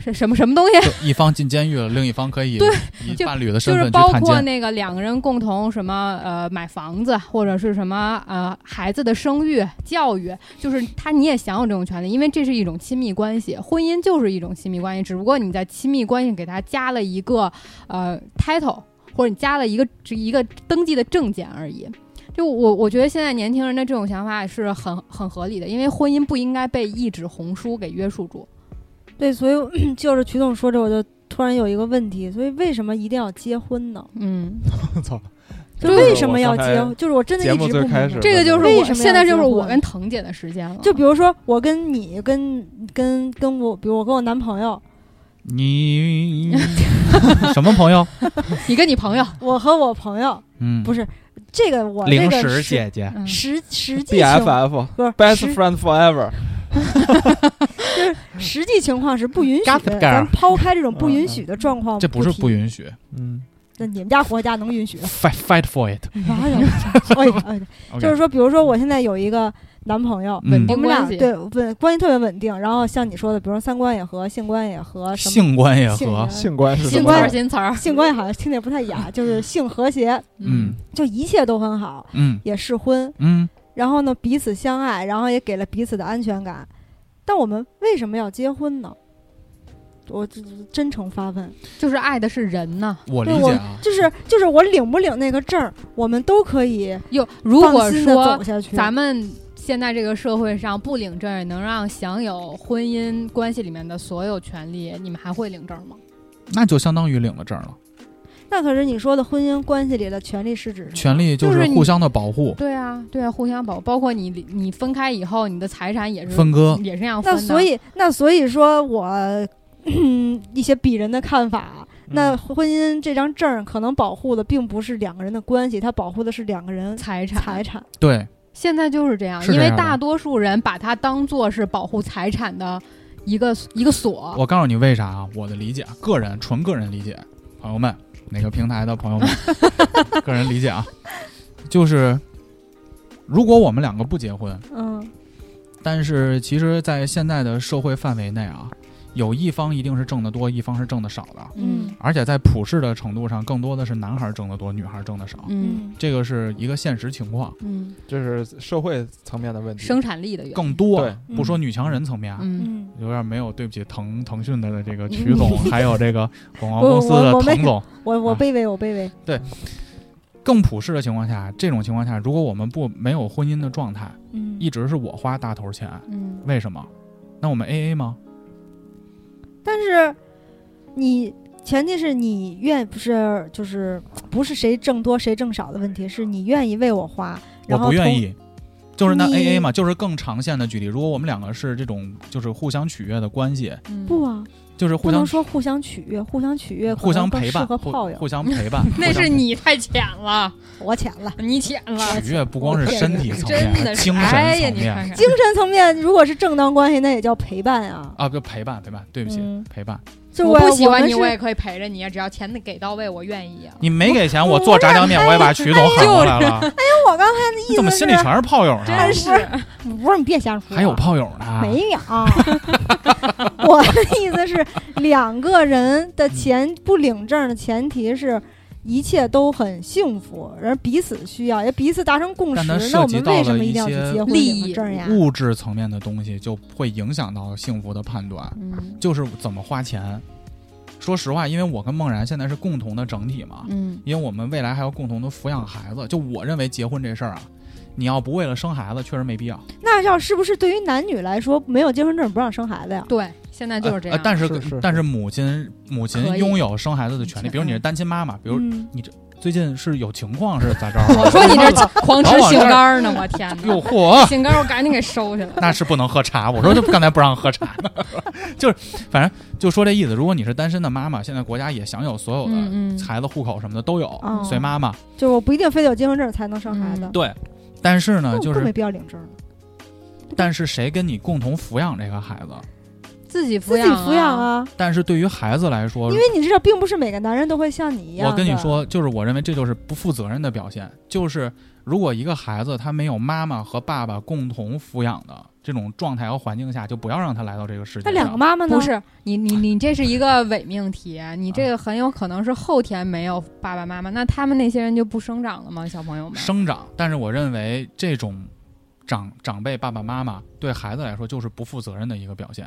S5: 是什么什么东西？
S3: 就一方进监狱了，另一方可以
S5: 对
S3: 以
S5: 就
S3: 伴侣的
S5: 就
S3: 身
S5: 是
S3: 份去
S5: 包
S3: 探
S5: 括
S3: 监。
S5: 那个两个人共同什么呃买房子，或者是什么呃孩子的生育、教育，就是他你也享有这种权利，因为这是一种亲密关系，婚姻就是一种亲密关系，只不过你在亲密关系给他加了一个呃 title，或者你加了一个只一个登记的证件而已。就我我觉得现在年轻人的这种想法是很很合理的，因为婚姻不应该被一纸红书给约束住。
S6: 对，所以 就是曲总说着，我就突然有一个问题，所以为什么一定要结婚呢？
S5: 嗯，
S4: 操！
S6: 就
S4: 对
S6: 为什么要
S4: 我刚才
S6: 结？就是我真的
S4: 节
S6: 一
S4: 目
S6: 直不
S4: 最
S6: 明
S4: 开
S6: 白
S4: 始。
S5: 这个就是
S6: 为
S5: 我
S6: 什么要
S5: 现在就是
S6: 结
S5: 我
S6: 婚
S5: 跟腾姐的时间了。
S6: 就比如说我跟你，跟跟跟我，比如我跟我男朋友，
S3: 你 什么朋友？
S5: 你跟你朋 友，
S6: 我和我朋友，
S3: 嗯，
S6: 不是这个我这
S3: 零
S6: 个
S3: 食
S6: 实
S3: 姐姐，
S5: 嗯，
S6: 实实际情
S4: BFF
S6: 不是
S4: Best
S6: 实
S4: Friend Forever，
S6: 实际情况是不允许
S3: Gossip
S6: 的。
S3: Girl
S6: 咱抛开这种不允许的状况，
S3: 这不是不
S6: 提。
S3: 允许
S4: 嗯，
S6: 那你们家活家能 允许？
S3: ，fight fight for it。
S6: 哎呀，哎呀哎呀就是说，比如说我现在有一个男朋友，
S3: 嗯
S5: 稳
S6: 我
S5: 定
S6: 们俩
S5: 关系，
S6: 对稳关系特别稳定，然后像你说的，比如说三观也合，性观也合，什么
S3: 性观也
S6: 性呃
S3: 和，
S4: 性关是
S5: 新
S4: 什
S5: 词
S4: 么
S5: 儿
S6: 关？
S5: 新词儿，
S6: 性观也好像听着不太 雅，就是性和谐，
S3: 嗯
S6: 就一切都很好，
S3: 嗯
S6: 也适婚，
S3: 嗯，
S6: 然后呢彼此相爱，然后也给了彼此的安全感。但我们为什么要结婚呢？我这这真诚发问，
S5: 就是爱的是人呐。
S3: 我理
S6: 对
S3: 解
S6: 我
S3: 啊，
S6: 就是就是我领不领那个证儿，我们都可以
S5: 有如果
S6: 放心的
S5: 说
S6: 走下去。
S5: 咱们现在这个社会上不领证儿能让享有婚姻关系里面的所有权利，你们还会领证儿吗？
S3: 那就相当于领了证了。
S6: 那可是你说的婚姻关系里的权利是指什么？
S3: 权利就
S5: 就是是你
S3: 互相的保护、
S5: 对啊，对啊，互相保，包括你你分开以后，你的财产也是
S3: 分割。
S5: 也是这样分
S6: 那
S5: 的。
S6: 所以，那所以说我嗯一些鄙人的看法，啊
S3: 嗯
S6: 那婚姻这张证儿可能保护的并不是两个人的关系，它保护的是两个人
S5: 财产，
S6: 财产。
S3: 对，
S5: 现在就是这样，
S3: 是这
S5: 因为
S3: 样的
S5: 大多数人把它当做是保护财产的一个一个锁。
S3: 我告诉你为啥啊？我的理解，个人纯个人理解，朋友们，哪个平台的朋友 们，个人理解啊，就是如果我们两个不结婚，
S6: 嗯，
S3: 但是其实，在现在的社会范围内啊，有一方一定是挣得多，一方是挣得少的，
S5: 嗯
S3: 而且在普世的程度上，更多的是男孩挣得多，女孩挣得少，
S5: 嗯
S3: 这个是一个现实情况。
S5: 嗯，
S4: 这是社会层面的问题。
S5: 生产力的原因
S3: 更多啊
S4: 对
S3: 不说女强人层面啊，
S5: 嗯。
S6: 嗯，
S3: 有点没有对不起腾腾讯的 这个曲总，还有这个广告
S6: 我
S3: 公司的
S6: 我我没
S3: 滕总。
S6: 我我
S3: 啊
S6: 卑微，我卑微。
S3: 更普世的情况下，这种情况下，如果我们不没有婚姻的状态，
S6: 嗯，
S3: 一直是我花大头钱，
S5: 嗯，
S3: 为什么？那我们 A A 吗？
S6: 但是你前提是你愿不是就是不是谁挣多谁挣少的问题，是你愿意为我花，
S3: 我
S6: 然后
S3: 不愿意。就是那
S6: 你
S3: A A 嘛，就是更长线的距离。如果我们两个是这种就是互相取悦的关系，
S5: 嗯。
S6: 同。不，啊，
S3: 就是互
S6: 不
S3: 相
S6: 能说互相取悦，互相取悦可
S3: 互
S6: 能
S3: 相
S6: 更
S3: 陪
S6: 适
S3: 伴，
S6: 合
S3: 互
S6: 炮友。
S3: 互相陪伴
S5: 那
S3: 互相
S5: 是你太浅了，
S6: 我浅了。
S5: 你浅了，
S3: 取悦，不光是身体层面，
S5: 真
S3: 还
S5: 的是
S3: 精神
S5: 哎呀，
S3: 层
S5: 你看
S3: 面
S5: 看，
S6: 精神层面，如果是正当关系，那也叫陪伴啊。
S3: 啊，就陪伴陪伴。对不起，
S6: 嗯
S3: 陪伴。
S6: 就
S5: 我不喜欢你，
S6: 我
S5: 我
S6: 们
S5: 也
S6: 是
S5: 可以陪着你，啊只要钱给到位，我愿意啊。
S3: 你没给钱，我做炸酱面，
S5: 哎
S3: 我也把曲总喊过来了。
S6: 我刚才的意思
S3: 你怎么心里全是炮友呢？
S5: 真是，
S6: 不是你别瞎说，啊
S3: 还有啊炮友呢？
S6: 没有？啊 我的意思是，两个人
S3: 嗯
S6: 的钱不领证的前提是。一切都很幸福，而彼此需要，也彼此达成共识
S3: 但它。
S6: 那
S3: 涉
S6: 我
S3: 及
S6: 们
S3: 到
S6: 为什
S3: 了
S6: 么
S3: 一
S6: 定要去
S3: 些
S6: 结婚
S5: 利
S6: 领
S5: 益
S6: 个证呀？
S3: 物质层面的东西就会影响到幸福的判断，
S5: 嗯
S3: 就是怎么花钱。说实话，因为我跟梦然现在是共同的整体嘛，
S5: 嗯
S3: 因为我们未来还要共同的抚养孩子。就我认为结婚这事儿啊，你要不为了生孩子，确实没必要。
S6: 那要是不是对于男女来说，没有结婚证不让生孩子呀？
S5: 对，现在就是这
S3: 呃
S5: 样
S3: 呃。但是
S4: 是是
S3: 但是母亲母亲
S5: 可以嗯
S3: 拥有生孩子的权利，比如你是单亲妈妈，比如
S6: 嗯，
S3: 最近是有情况是咋着啊？
S5: 我说你 这狂吃杏干儿呢，我天
S3: 哟
S5: 哪！
S3: 嚯，
S5: 杏干儿我赶紧给收 起来。
S3: 那是不能喝茶。我说就刚才不让喝茶呢， 就是反正就说这意思。如果你是单身的妈妈，现在国家也享有所有的
S5: 嗯嗯
S3: 孩子户口什么的都有，
S6: 哦
S3: 随妈妈。
S6: 就是我不一定非得有结婚证才能生孩子
S5: 嗯，
S3: 对，但是呢，
S6: 那我
S3: 就
S6: 更没
S3: 是
S6: 必要领证。
S3: 但是谁跟你共同抚养这个孩子？
S5: 自己
S6: 自
S5: 抚
S6: 己
S5: 养，
S6: 抚养。啊，
S3: 但是对于孩子来说
S6: 因，为你知道，并不是每个男人都会像你一样。
S3: 我跟你，说，就是我认为这就是不负责任的表现，就是如果一个孩子他没有妈妈和爸爸共同抚养的这种状态和环境下，就不要让他来到这个世界
S6: 那
S3: 上。
S6: 两个妈妈呢？
S5: 不是你你你这是一个伪命题，你这个很有可能是后天没有爸爸妈妈，那他们那些人就不生长了吗？小朋友们，
S3: 生长，但是我认为这种长长辈爸爸妈妈对孩子来说就是不负责任的一个表现。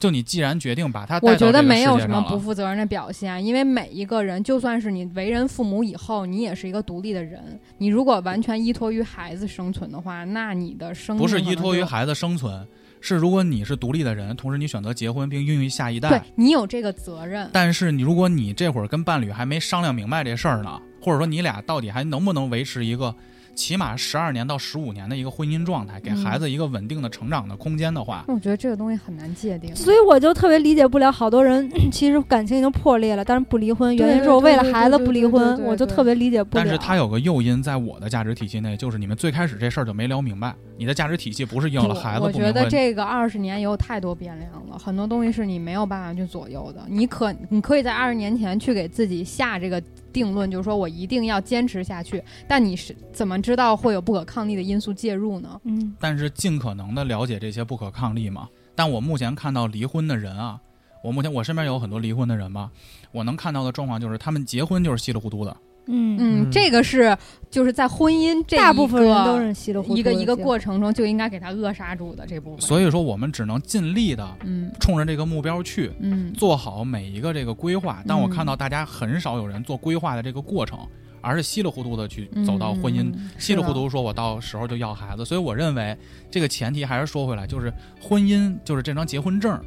S3: 就你既然决定把他带
S5: 我
S3: 到这
S5: 觉得
S3: 个
S5: 没有
S3: 世界
S5: 什么
S3: 上
S5: 不
S3: 了
S5: 负责任的表现，啊因为每一个人，就算是你为人父母以后，你也是一个独立的人。你如果完全依托于孩子生存的话，那你的生命
S3: 不是
S5: 可能
S3: 依托
S5: 就
S3: 于孩子生存，是如果你是独立的人，同时你选择结婚并孕育下一
S5: 对
S3: 代。
S5: 你有这个责任。
S3: 但是你如果你这会儿跟伴侣还没商量明白这事儿呢，或者说你俩到底还能不能维持一个起码十二年到十五年的一个婚姻状态，给
S5: 嗯
S3: 孩子一个稳定的成长的空间的话，
S5: 那我觉得这个东西很难界定。
S6: 所以我就特别理解不了，好多人 其实感情已经破裂了，但是不离婚，
S5: 对
S6: 原因是我为了孩子
S5: 对对对
S6: 不离
S5: 对对对
S6: 婚，
S5: 对
S6: 我就特别理解不了。
S3: 但是它有个诱因，在我的价值体系内，就是你们最开始这事儿就没聊明白。你的价值体系不是有了孩子
S5: 我
S3: 不
S5: 觉
S3: 明
S5: 得
S3: 白，
S5: 这个二十年有太多变量了，很多东西是你没有办法去左右的。你可你可以在二十年前去给自己下这个定论，就是说我一定要坚持下去，但你是怎么知道会有不可抗力的因素介入呢？
S6: 嗯，
S3: 但是尽可能的了解这些不可抗力嘛。但我目前看到离婚的人啊，我目前我身边有很多离婚的人嘛，我能看到的状况就是他们结婚就是稀里糊涂的，
S6: 嗯嗯，
S5: 嗯，
S4: 嗯
S5: 这个是就是在婚姻这
S6: 大
S5: 一
S6: 部分人
S5: 个
S6: 都是稀里糊涂
S5: 一个一个
S6: 的
S5: 过程中就应该给他扼杀住的这部分。
S3: 所以说我们只能尽力的
S5: 嗯
S3: 冲着这个目标去。
S5: 嗯，
S3: 做好每一个这个规划，但我
S5: 嗯
S3: 看到大家很少有人做规划的这个过程，而是稀里糊涂的去
S5: 嗯
S3: 走到婚姻，
S5: 嗯
S3: 稀里糊涂说我到时候就要孩子，所以我认为这个前提还是说回来，就是婚姻就是这张结婚证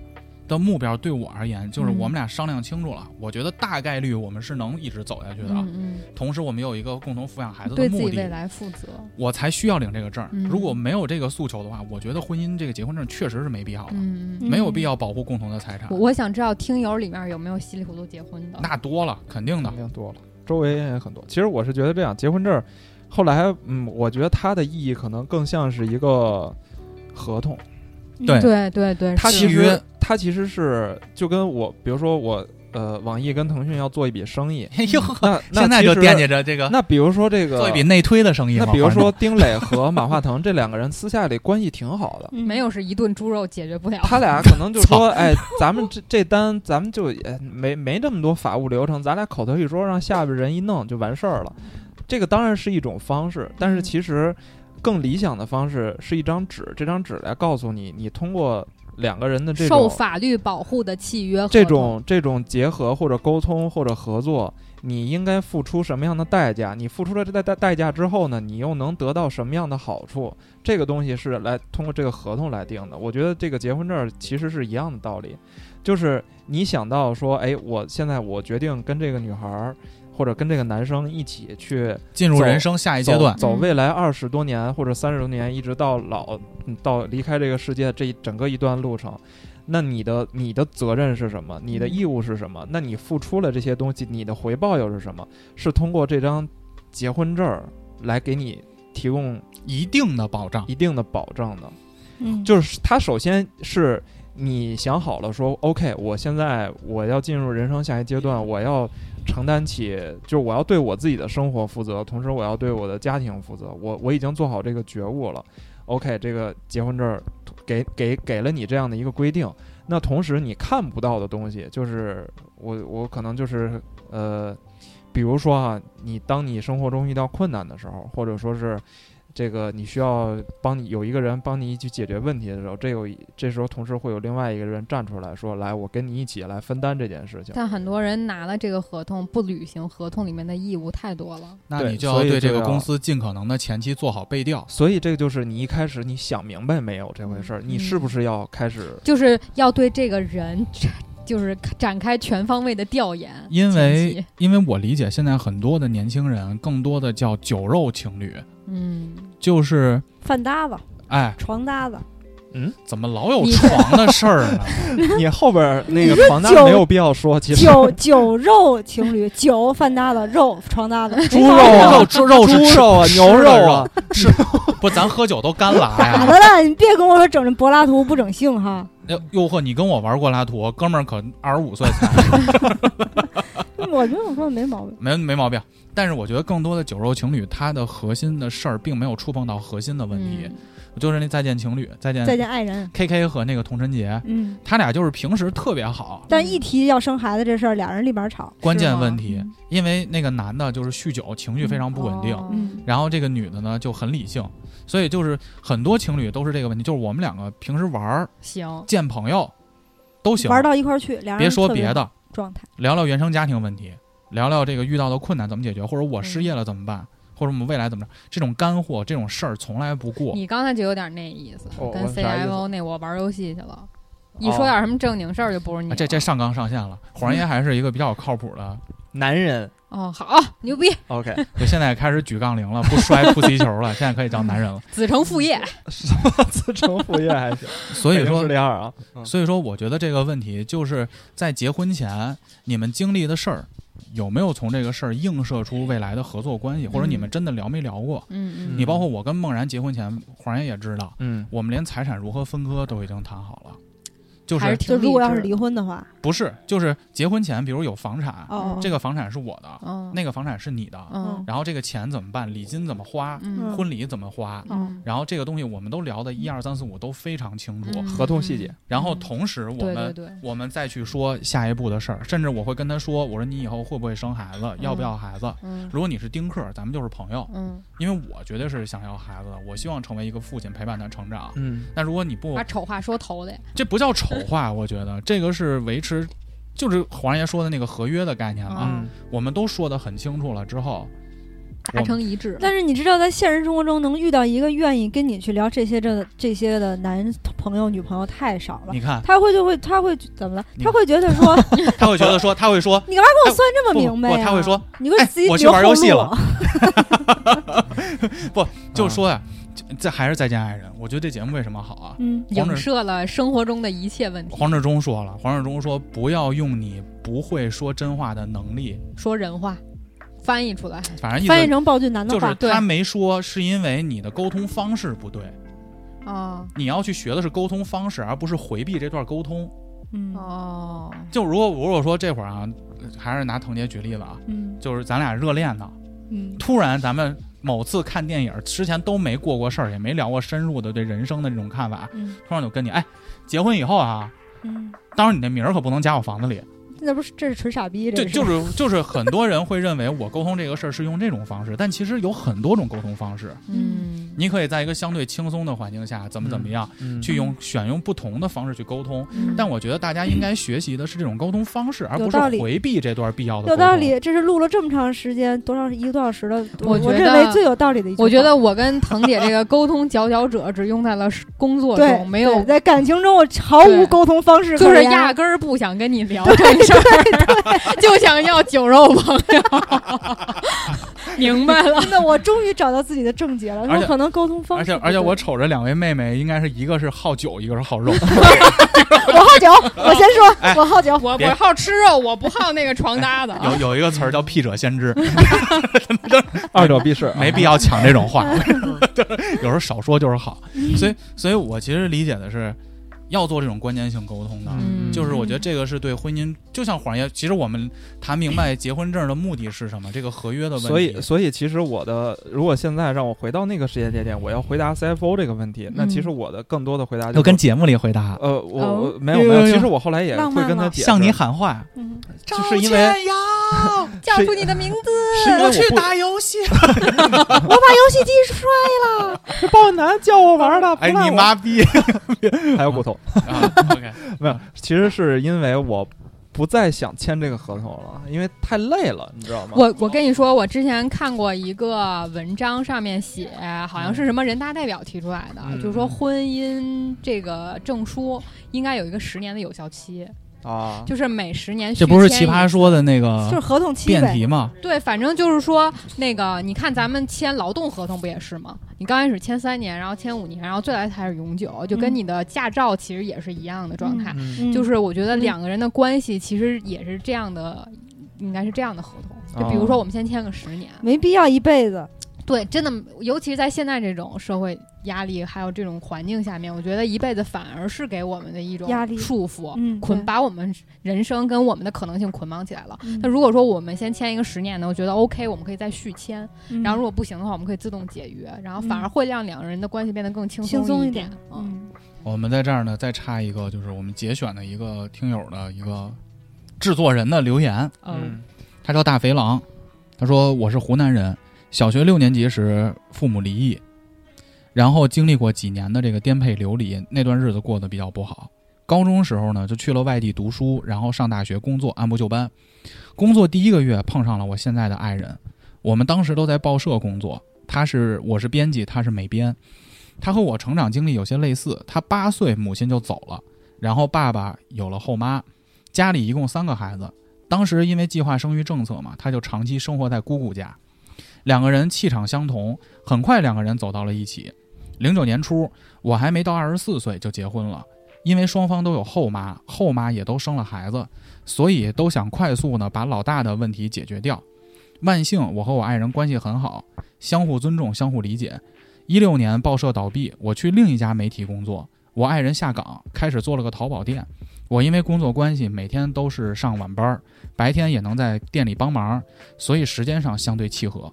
S3: 的目标，对我而言就是
S5: 嗯
S3: 我们俩商量清楚
S4: 嗯
S3: 了，我觉得大概率我们是能一直走下去
S5: 是
S3: 的，
S5: 的嗯
S3: 同时我们有一个共同抚养孩
S5: 嗯，
S3: 子
S5: 对
S3: 的
S5: 自己
S3: 啊目
S5: 未
S3: 的。
S5: 来负责。
S3: 我才需要领这个证儿
S5: 嗯
S3: 如果没有这个诉求的话，我觉得婚姻这个结婚证确实是没必要的，
S5: 嗯，嗯
S3: 啊没有必要保护共同的财产
S5: 我。
S4: 嗯
S5: 我想知道听友里面有没有稀里糊涂结婚的？
S3: 那多了，肯定的
S4: 肯。定多了，周围也很多。其实我是觉得这样，结婚证儿后来，嗯，我觉得它的意义可能更像是一个合同。
S6: 嗯
S3: 对
S5: 对对对，
S4: 它
S5: 是
S4: 其
S3: 契约
S4: 实它其实是就跟我，比如说我呃，网易跟腾讯要做一笔生意，
S3: 哎呦，
S4: 那那
S3: 现在
S4: 其
S3: 就
S4: 实
S3: 惦记着这个
S4: 嗯那比如说这个
S3: 做一笔内推的啊生意
S4: 那
S3: 嘛。
S4: 比如
S3: 反正
S4: 说，丁磊和马化腾这两个人私下里关系挺好 的，
S6: 嗯
S5: 没有是一顿猪肉解决不了。
S4: 他俩可能就说：“哎，咱们这这单咱们就也没没这么多法务流程，咱俩口头一说，让下边人一弄就完事儿了。”这个当然是一种方式，但是
S5: 嗯
S4: 其实更理想的方式是一张纸，这张纸来告诉你，你通过两个人的这
S5: 受
S4: 种
S5: 法律保护的契约合同，
S4: 这种这种结合或者沟通或者合作，你应该付出什么样的代价？你付出了这代代代价之后呢，你又能得到什么样的好处？这个东西是来通过这个合同来定的。我觉得这个结婚证儿其实是一样的道理，就是你想到说，哎，我现在我决定跟这个女孩儿或者跟这个男生一起去
S3: 进入人生下一哎阶段，
S4: 走走
S5: 嗯
S4: 未来二十多年或者三十多年，一直到老，嗯到离开这个世界这一整个一段路程，那你的你的责任是什么？你的义务是什么？那你付出了这些东西，你的回报又是什么？是通过这张结婚证儿来给你提供
S3: 一定的保障。
S4: 一定的保障的。
S6: 嗯，
S4: 就是它首先是你想好了说，OK，我现在我要进入人生下一阶段，我要承担起，就是我要对我自己的生活负责，同时我要对我的家庭负责。我我已经做好这个觉悟了。OK，这个结婚证儿给给给了你这样的一个规定，那同时你看不到的东西，就是我我可能就是呃，比如说啊，你当你生活中遇到困难的时候，或者说是这个你需要帮你有一个人帮你去解决问题的时候，这有一这时候同时会有另外一个人站出来说：“来，我跟你一起来分担这件事情。
S5: 但很多人拿了这个合同不履行合同里面的义务太多了。
S3: 那
S4: 对
S3: 你就要
S4: 所以
S3: 对这
S4: 就
S3: 个
S4: 要
S3: 公司尽可能的前期做好背调”。
S4: 所以这个就是你一开始你想明白没有这回事儿，你是不是要开始？
S5: 就是要对这个人，就是展开全方位的调研。
S3: 因
S5: 前
S3: 为
S5: 期，
S3: 因为我理解现在很多的年轻人，更多的叫酒肉情侣，
S5: 嗯，
S3: 就是
S6: 饭搭子、
S3: 哎，
S6: 床搭子，
S3: 怎么老有
S5: 你
S3: 床的事儿呢？
S4: 你后边儿那个床单
S6: 酒
S4: 没有必要说，其实
S6: 酒酒肉情侣，酒饭搭子，肉床搭子，
S4: 猪肉啊、
S3: 猪肉是
S4: 猪
S3: 吃
S4: 肉啊、
S3: 吃
S4: 牛
S3: 的
S4: 肉啊，
S3: 是不？咱喝酒都干拉
S6: 啊咋
S3: 哎呀
S6: 的。了？你别跟我说整这柏拉图不整性哈，
S3: 哎呦呵，你跟我玩过拉图，哥们儿可二十五岁才。
S6: 我觉得我说的没毛病。
S3: 没没毛病。但是我觉得更多的酒肉情侣，它的核心的事儿并没有触碰到核心的问题，
S5: 嗯
S3: 就是那再见情侣，再见
S6: 再见爱人，
S3: K K 和那个童晨杰，
S6: 嗯，
S3: 他俩就是平时特别好，
S6: 但一提要生孩子这事儿，俩人立马吵。
S3: 关键
S5: 吗
S3: 问题，因为那个男的就是酗酒，情绪非常不稳定，
S5: 哦
S6: 嗯，
S3: 然后这个女的呢就很理性，所以就是很多情侣都是这个问题，就是我们两个平时玩儿、
S5: 行，
S3: 见朋友都行，
S6: 玩到一块儿去，俩人
S3: 别说
S6: 特
S3: 别的，
S6: 状态。
S3: 聊聊原生家庭问题，聊聊这个遇到的困难怎么解决，或者我失业了怎么办，或者我们未来怎么着，这种干货这种事儿从来不过。
S5: 你刚才就有点那意思，
S4: 哦
S5: 跟
S4: 我啥意思
S5: CFO 那我玩游戏去了，一说点什么正经事儿就不是你
S3: 啊
S5: 了。
S3: 哦这这上纲上线了，火人爷还是一个比较靠谱的，
S4: 男人
S5: 哦，好牛逼，
S4: ，OK，
S3: 就现在开始举杠铃了，不摔扑皮球了， 现在可以当男人了。
S5: 子承父业。
S4: 什么自成副业还行，
S3: 所以说
S4: 是这样啊，嗯
S3: 所以说，我觉得这个问题就是在结婚前你们经历的事儿，有没有从这个事儿映射出未来的合作关系，或者你们真的聊没聊过？
S5: 嗯
S3: 你包括我跟梦然结婚前，黄然也知道，
S4: 嗯，
S3: 我们连财产如何分割都已经谈好了，嗯就
S5: 嗯还是
S3: 是
S5: 挺
S6: 就如果要是
S5: 理智
S6: 离婚的话，
S3: 不是就是结婚前，比如有房产，
S6: 哦，
S3: 这个房产是我的，
S5: 嗯
S3: 那个房产是你的，
S5: 嗯
S3: 然后这个钱怎么办？礼金怎么花？
S5: 嗯
S3: 婚礼怎么花？
S5: 嗯
S3: 然后这个东西我们都聊的一二三四五都非常清楚，
S5: 嗯
S4: 合同细节，
S3: 然后同时我
S5: 对
S3: 们
S5: 对对，
S3: 我们再去说下一步的事儿，甚至我会跟他说，我说你以后会不会生孩子，要不要孩子？
S5: 嗯
S3: 如果你是丁克，咱们就是朋友，
S5: 嗯，
S3: 因为我绝对是想要孩子的，我希望成为一个父亲，陪伴他成长。
S4: 嗯，
S3: 那如果你不
S5: 把，丑话说头里，
S3: 这不叫丑化， 我觉得这个是维持，就是黄爷说的那个合约的概念了。
S5: 嗯
S3: 我们都说得很清楚了之后，
S5: 达成一致。
S6: 但是你知道，在现实生活中能遇到一个愿意跟你去聊这些这这些的男朋友、女朋友太少了
S3: 你。看
S6: 他会就会，他会怎么了？
S3: 你
S6: 他会觉得 说，
S3: 他会觉得说，他会说
S6: 你干嘛给 我算这么
S3: 不不
S6: 明白、
S3: 不，
S6: 啊？
S3: 他会说，
S6: 你给我自己
S3: 哎我去
S6: 留
S3: 玩
S6: 后
S3: 游戏
S6: 路
S3: 了。就说呀、这还是再见爱人。我觉得这节目为什么好啊？
S6: 嗯，
S3: 黄
S5: 影
S3: 志
S5: 射了生活中的一切问题，
S3: 黄志忠说了，黄志忠说不要用你不会说真话的能力，
S5: 说人话，翻译出来，
S3: 反正意
S6: 翻译
S3: 思
S6: 成暴君男的
S3: 就
S6: 话，
S3: 是
S5: 对
S3: 他没说，是因为你的沟通方式不对，
S5: 哦
S3: 你要去学的是沟通方式，而不是回避这段沟通。
S6: 嗯
S5: 哦，
S3: 就如果如果说这会儿啊，还是拿腾杰举例子啊，
S6: 嗯
S3: 就是咱俩热恋呢，
S6: 嗯，
S3: 突然咱们某次看电影之前都没过过事儿，也没聊过深入的对人生的这种看法，
S6: 嗯
S3: 突然就跟你哎，结婚以后啊，
S6: 嗯，
S3: 当然你那名儿可不能加我房子里，
S6: 那不是这是纯傻逼，
S3: 就
S6: 这
S3: 就。是就是很多人会认为我沟通这个事儿是用这种方式，但其实有很多种沟通方式。
S5: 嗯，
S3: 你可以在一个相对轻松的环境下，怎么怎么样，
S4: 嗯
S3: 去用选用不同的方式去沟通。
S5: 嗯
S3: 但我觉得大家应该学习的是这种沟通方式，而不
S6: 有道理
S3: 是回避这段必要的。
S6: 有道。理，这是录了这么长时间，多长一个多小时了。
S5: 我
S6: 我
S5: 觉得
S6: 认为最有道理的一句话，
S5: 我觉得我跟腾姐这个沟通佼佼者只用在了工作
S6: 对
S5: 中，，没有
S6: 对在感情中我毫
S5: 对
S6: 无沟通方式可
S5: 就是
S6: 言，
S5: 压根儿不想跟你聊这事儿， 就想要酒肉朋 友。明白了，
S6: 那我终于找到自己的症结了。
S3: 而且
S6: 我可能沟通方
S3: 而
S6: 式
S3: 且
S6: 不对，
S3: 而且我瞅着两位妹妹，应该是一个是好酒，一个是好 肉。
S6: 我好酒，我先说，
S3: 哎
S6: 我好酒，
S5: 我
S3: 别
S5: 我好吃肉，我不好那个床搭的。
S3: 有有一个词儿叫“屁者先知
S4: 二者必是”，，
S3: 没必要抢这种 话。
S6: 嗯
S3: 有时候少说就是好。所以，所以我其实理解的是，要做这种关键性沟通的。
S5: 嗯
S3: 就是我觉得这个是对婚姻，就像谎言。其实我们谈明白结婚证的目的是什么，这个合约的问题。
S4: 所以，所以其实我的，如果现在让我回到那个时间节点，我要回答 CFO 这个问题，那其实我的更多的回答
S3: 就
S4: 就
S3: 哦跟
S4: 是
S3: 节目里回答，
S4: 呃，我
S6: 哦
S4: 我没有没
S3: 有有
S4: 有，
S3: 有
S4: 其实我后来也
S6: 浪
S4: 会
S6: 漫
S4: 跟他
S6: 了
S4: 解释，
S3: 向你喊话，
S6: 嗯
S3: 就是因为
S1: 瑶，
S5: 叫出你的名字，
S4: 是因为我不
S1: 游戏。
S6: 我把游戏机摔了，
S4: 是豹男叫我玩的，
S3: 哎
S4: 不赖
S3: 你
S4: 我
S3: 妈逼
S4: 还有骨头，
S3: 啊！OK，
S4: 没有，其实是因为我不再想签这个合同了，因为太累了，你知道吗？
S5: 我我跟你说，我之前看过一个文章，上面写好
S3: 嗯
S5: 像是什么人大代表提出来的，
S4: 嗯
S5: 就是说婚姻这个证书应该有一个十年的有效期，
S4: 啊，
S5: 就是每十年
S3: 这不是
S5: 续
S3: 奇
S5: 签一
S3: 葩说的那
S6: 就是
S3: 个
S6: 合同期
S3: 辩
S6: 呗。
S3: 题吗？
S5: 对，反正就是说，那个你看咱们签劳动合同不也是吗？你刚开始签三年，然后签五年，然后最来才是永久，就跟
S6: 嗯
S5: 你的驾照其实也是一样的状态。
S4: 嗯
S6: 嗯
S5: 就是我觉得
S6: 嗯
S5: 两个人的关系其实也是这样的，应该是这样的合同。就比
S4: 哦
S5: 如说我们先签个十年，
S6: 没必要一辈子，
S5: 对，真的，尤其是在现在这种社会压力还有这种环境下面，我觉得一辈子反而是给我们的一种
S6: 压力
S5: 束缚，
S6: 嗯
S5: 捆
S6: 对
S5: 把我们人生跟我们的可能性捆绑起来了。
S6: 嗯
S5: 那如果说我们先签一个十年的，我觉得 OK，我们可以再续签。
S6: 嗯
S5: 然后如果不行的话，我们可以自动解约，然后反而
S6: 嗯
S5: 会让两个人的关系变得更轻
S6: 轻松
S5: 一
S6: 一点，
S5: 嗯，
S6: 嗯，
S3: 我们在这儿呢，再插一个，就是我们节选的一个听友的一个制作人的留言，
S5: 嗯，
S3: 他叫大肥狼，他说我是湖南人，小学六年级时父母离异，然后经历过几年的这个颠沛流离，那段日子过得比较不好。高中时候呢，就去了外地读书，然后上大学工作，按部就班。工作第一个月碰上了我现在的爱人，我们当时都在报社工作，他是我是编辑，他是美编。他和我成长经历有些类似，他八岁母亲就走了，然后爸爸有了后妈，家里一共三个孩子，当时因为计划生育政策嘛，他就长期生活在姑姑家。两个人气场相同，很快两个人走到了一起。零九年初，我还没到二十四岁就结婚了，因为双方都有后妈，后妈也都生了孩子，所以都想快速呢把老大的问题解决掉。万幸，我和我爱人关系很好，相互尊重，相互理解。一六年报社倒闭，我去另一家媒体工作，我爱人下岗，开始做了个淘宝店。我因为工作关系，每天都是上晚班儿，白天也能在店里帮忙，所以时间上相对契合。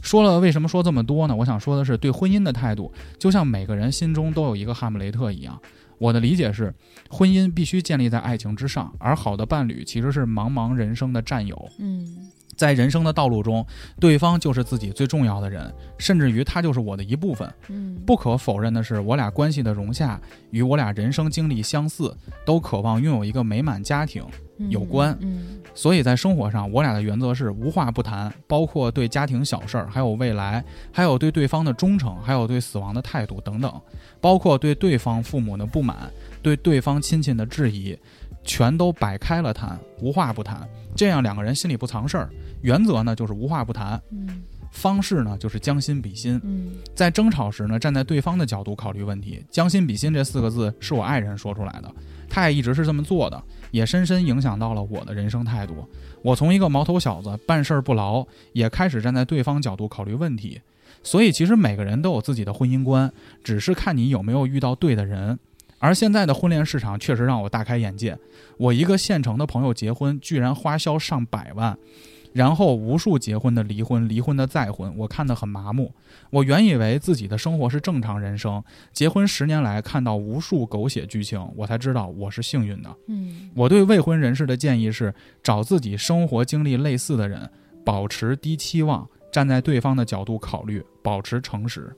S3: 说了为什么说这么多呢？我想说的是，对婚姻的态度，就像每个人心中都有一个哈姆雷特一样。我的理解是，婚姻必须建立在爱情之上，而好的伴侣其实是茫茫人生的战友，
S5: 嗯，
S3: 在人生的道路中，对方就是自己最重要的人，甚至于他就是我的一部分。
S5: 嗯，
S3: 不可否认的是，我俩关系的融洽与我俩人生经历相似，都渴望拥有一个美满家庭。有关
S5: 嗯，
S3: 所以在生活上，我俩的原则是无话不谈，包括对家庭小事儿，还有未来，还有对对方的忠诚，还有对死亡的态度等等，包括对对方父母的不满，对对方亲戚的质疑，全都摆开了谈，无话不谈。这样两个人心里不藏事儿，原则呢就是无话不谈，
S5: 嗯
S3: 方式呢就是将心比心。
S5: 嗯
S3: 在争吵时呢，站在对方的角度考虑问题。将心比心这四个字是我爱人说出来的，他也一直是这么做的，也深深影响到了我的人生态度。我从一个毛头小子办事儿不牢，也开始站在对方角度考虑问题。所以，其实每个人都有自己的婚姻观，只是看你有没有遇到对的人。而现在的婚恋市场确实让我大开眼界。我一个县城的朋友结婚，居然花销上百万，然后无数结婚的离婚，离婚的再婚，我看得很麻木。我原以为自己的生活是正常人生，结婚十年来看到无数狗血剧情，我才知道我是幸运的。
S5: 嗯
S3: 我对未婚人士的建议是，找自己生活经历类似的人，保持低期望，站在对方的角度考虑，保持诚实。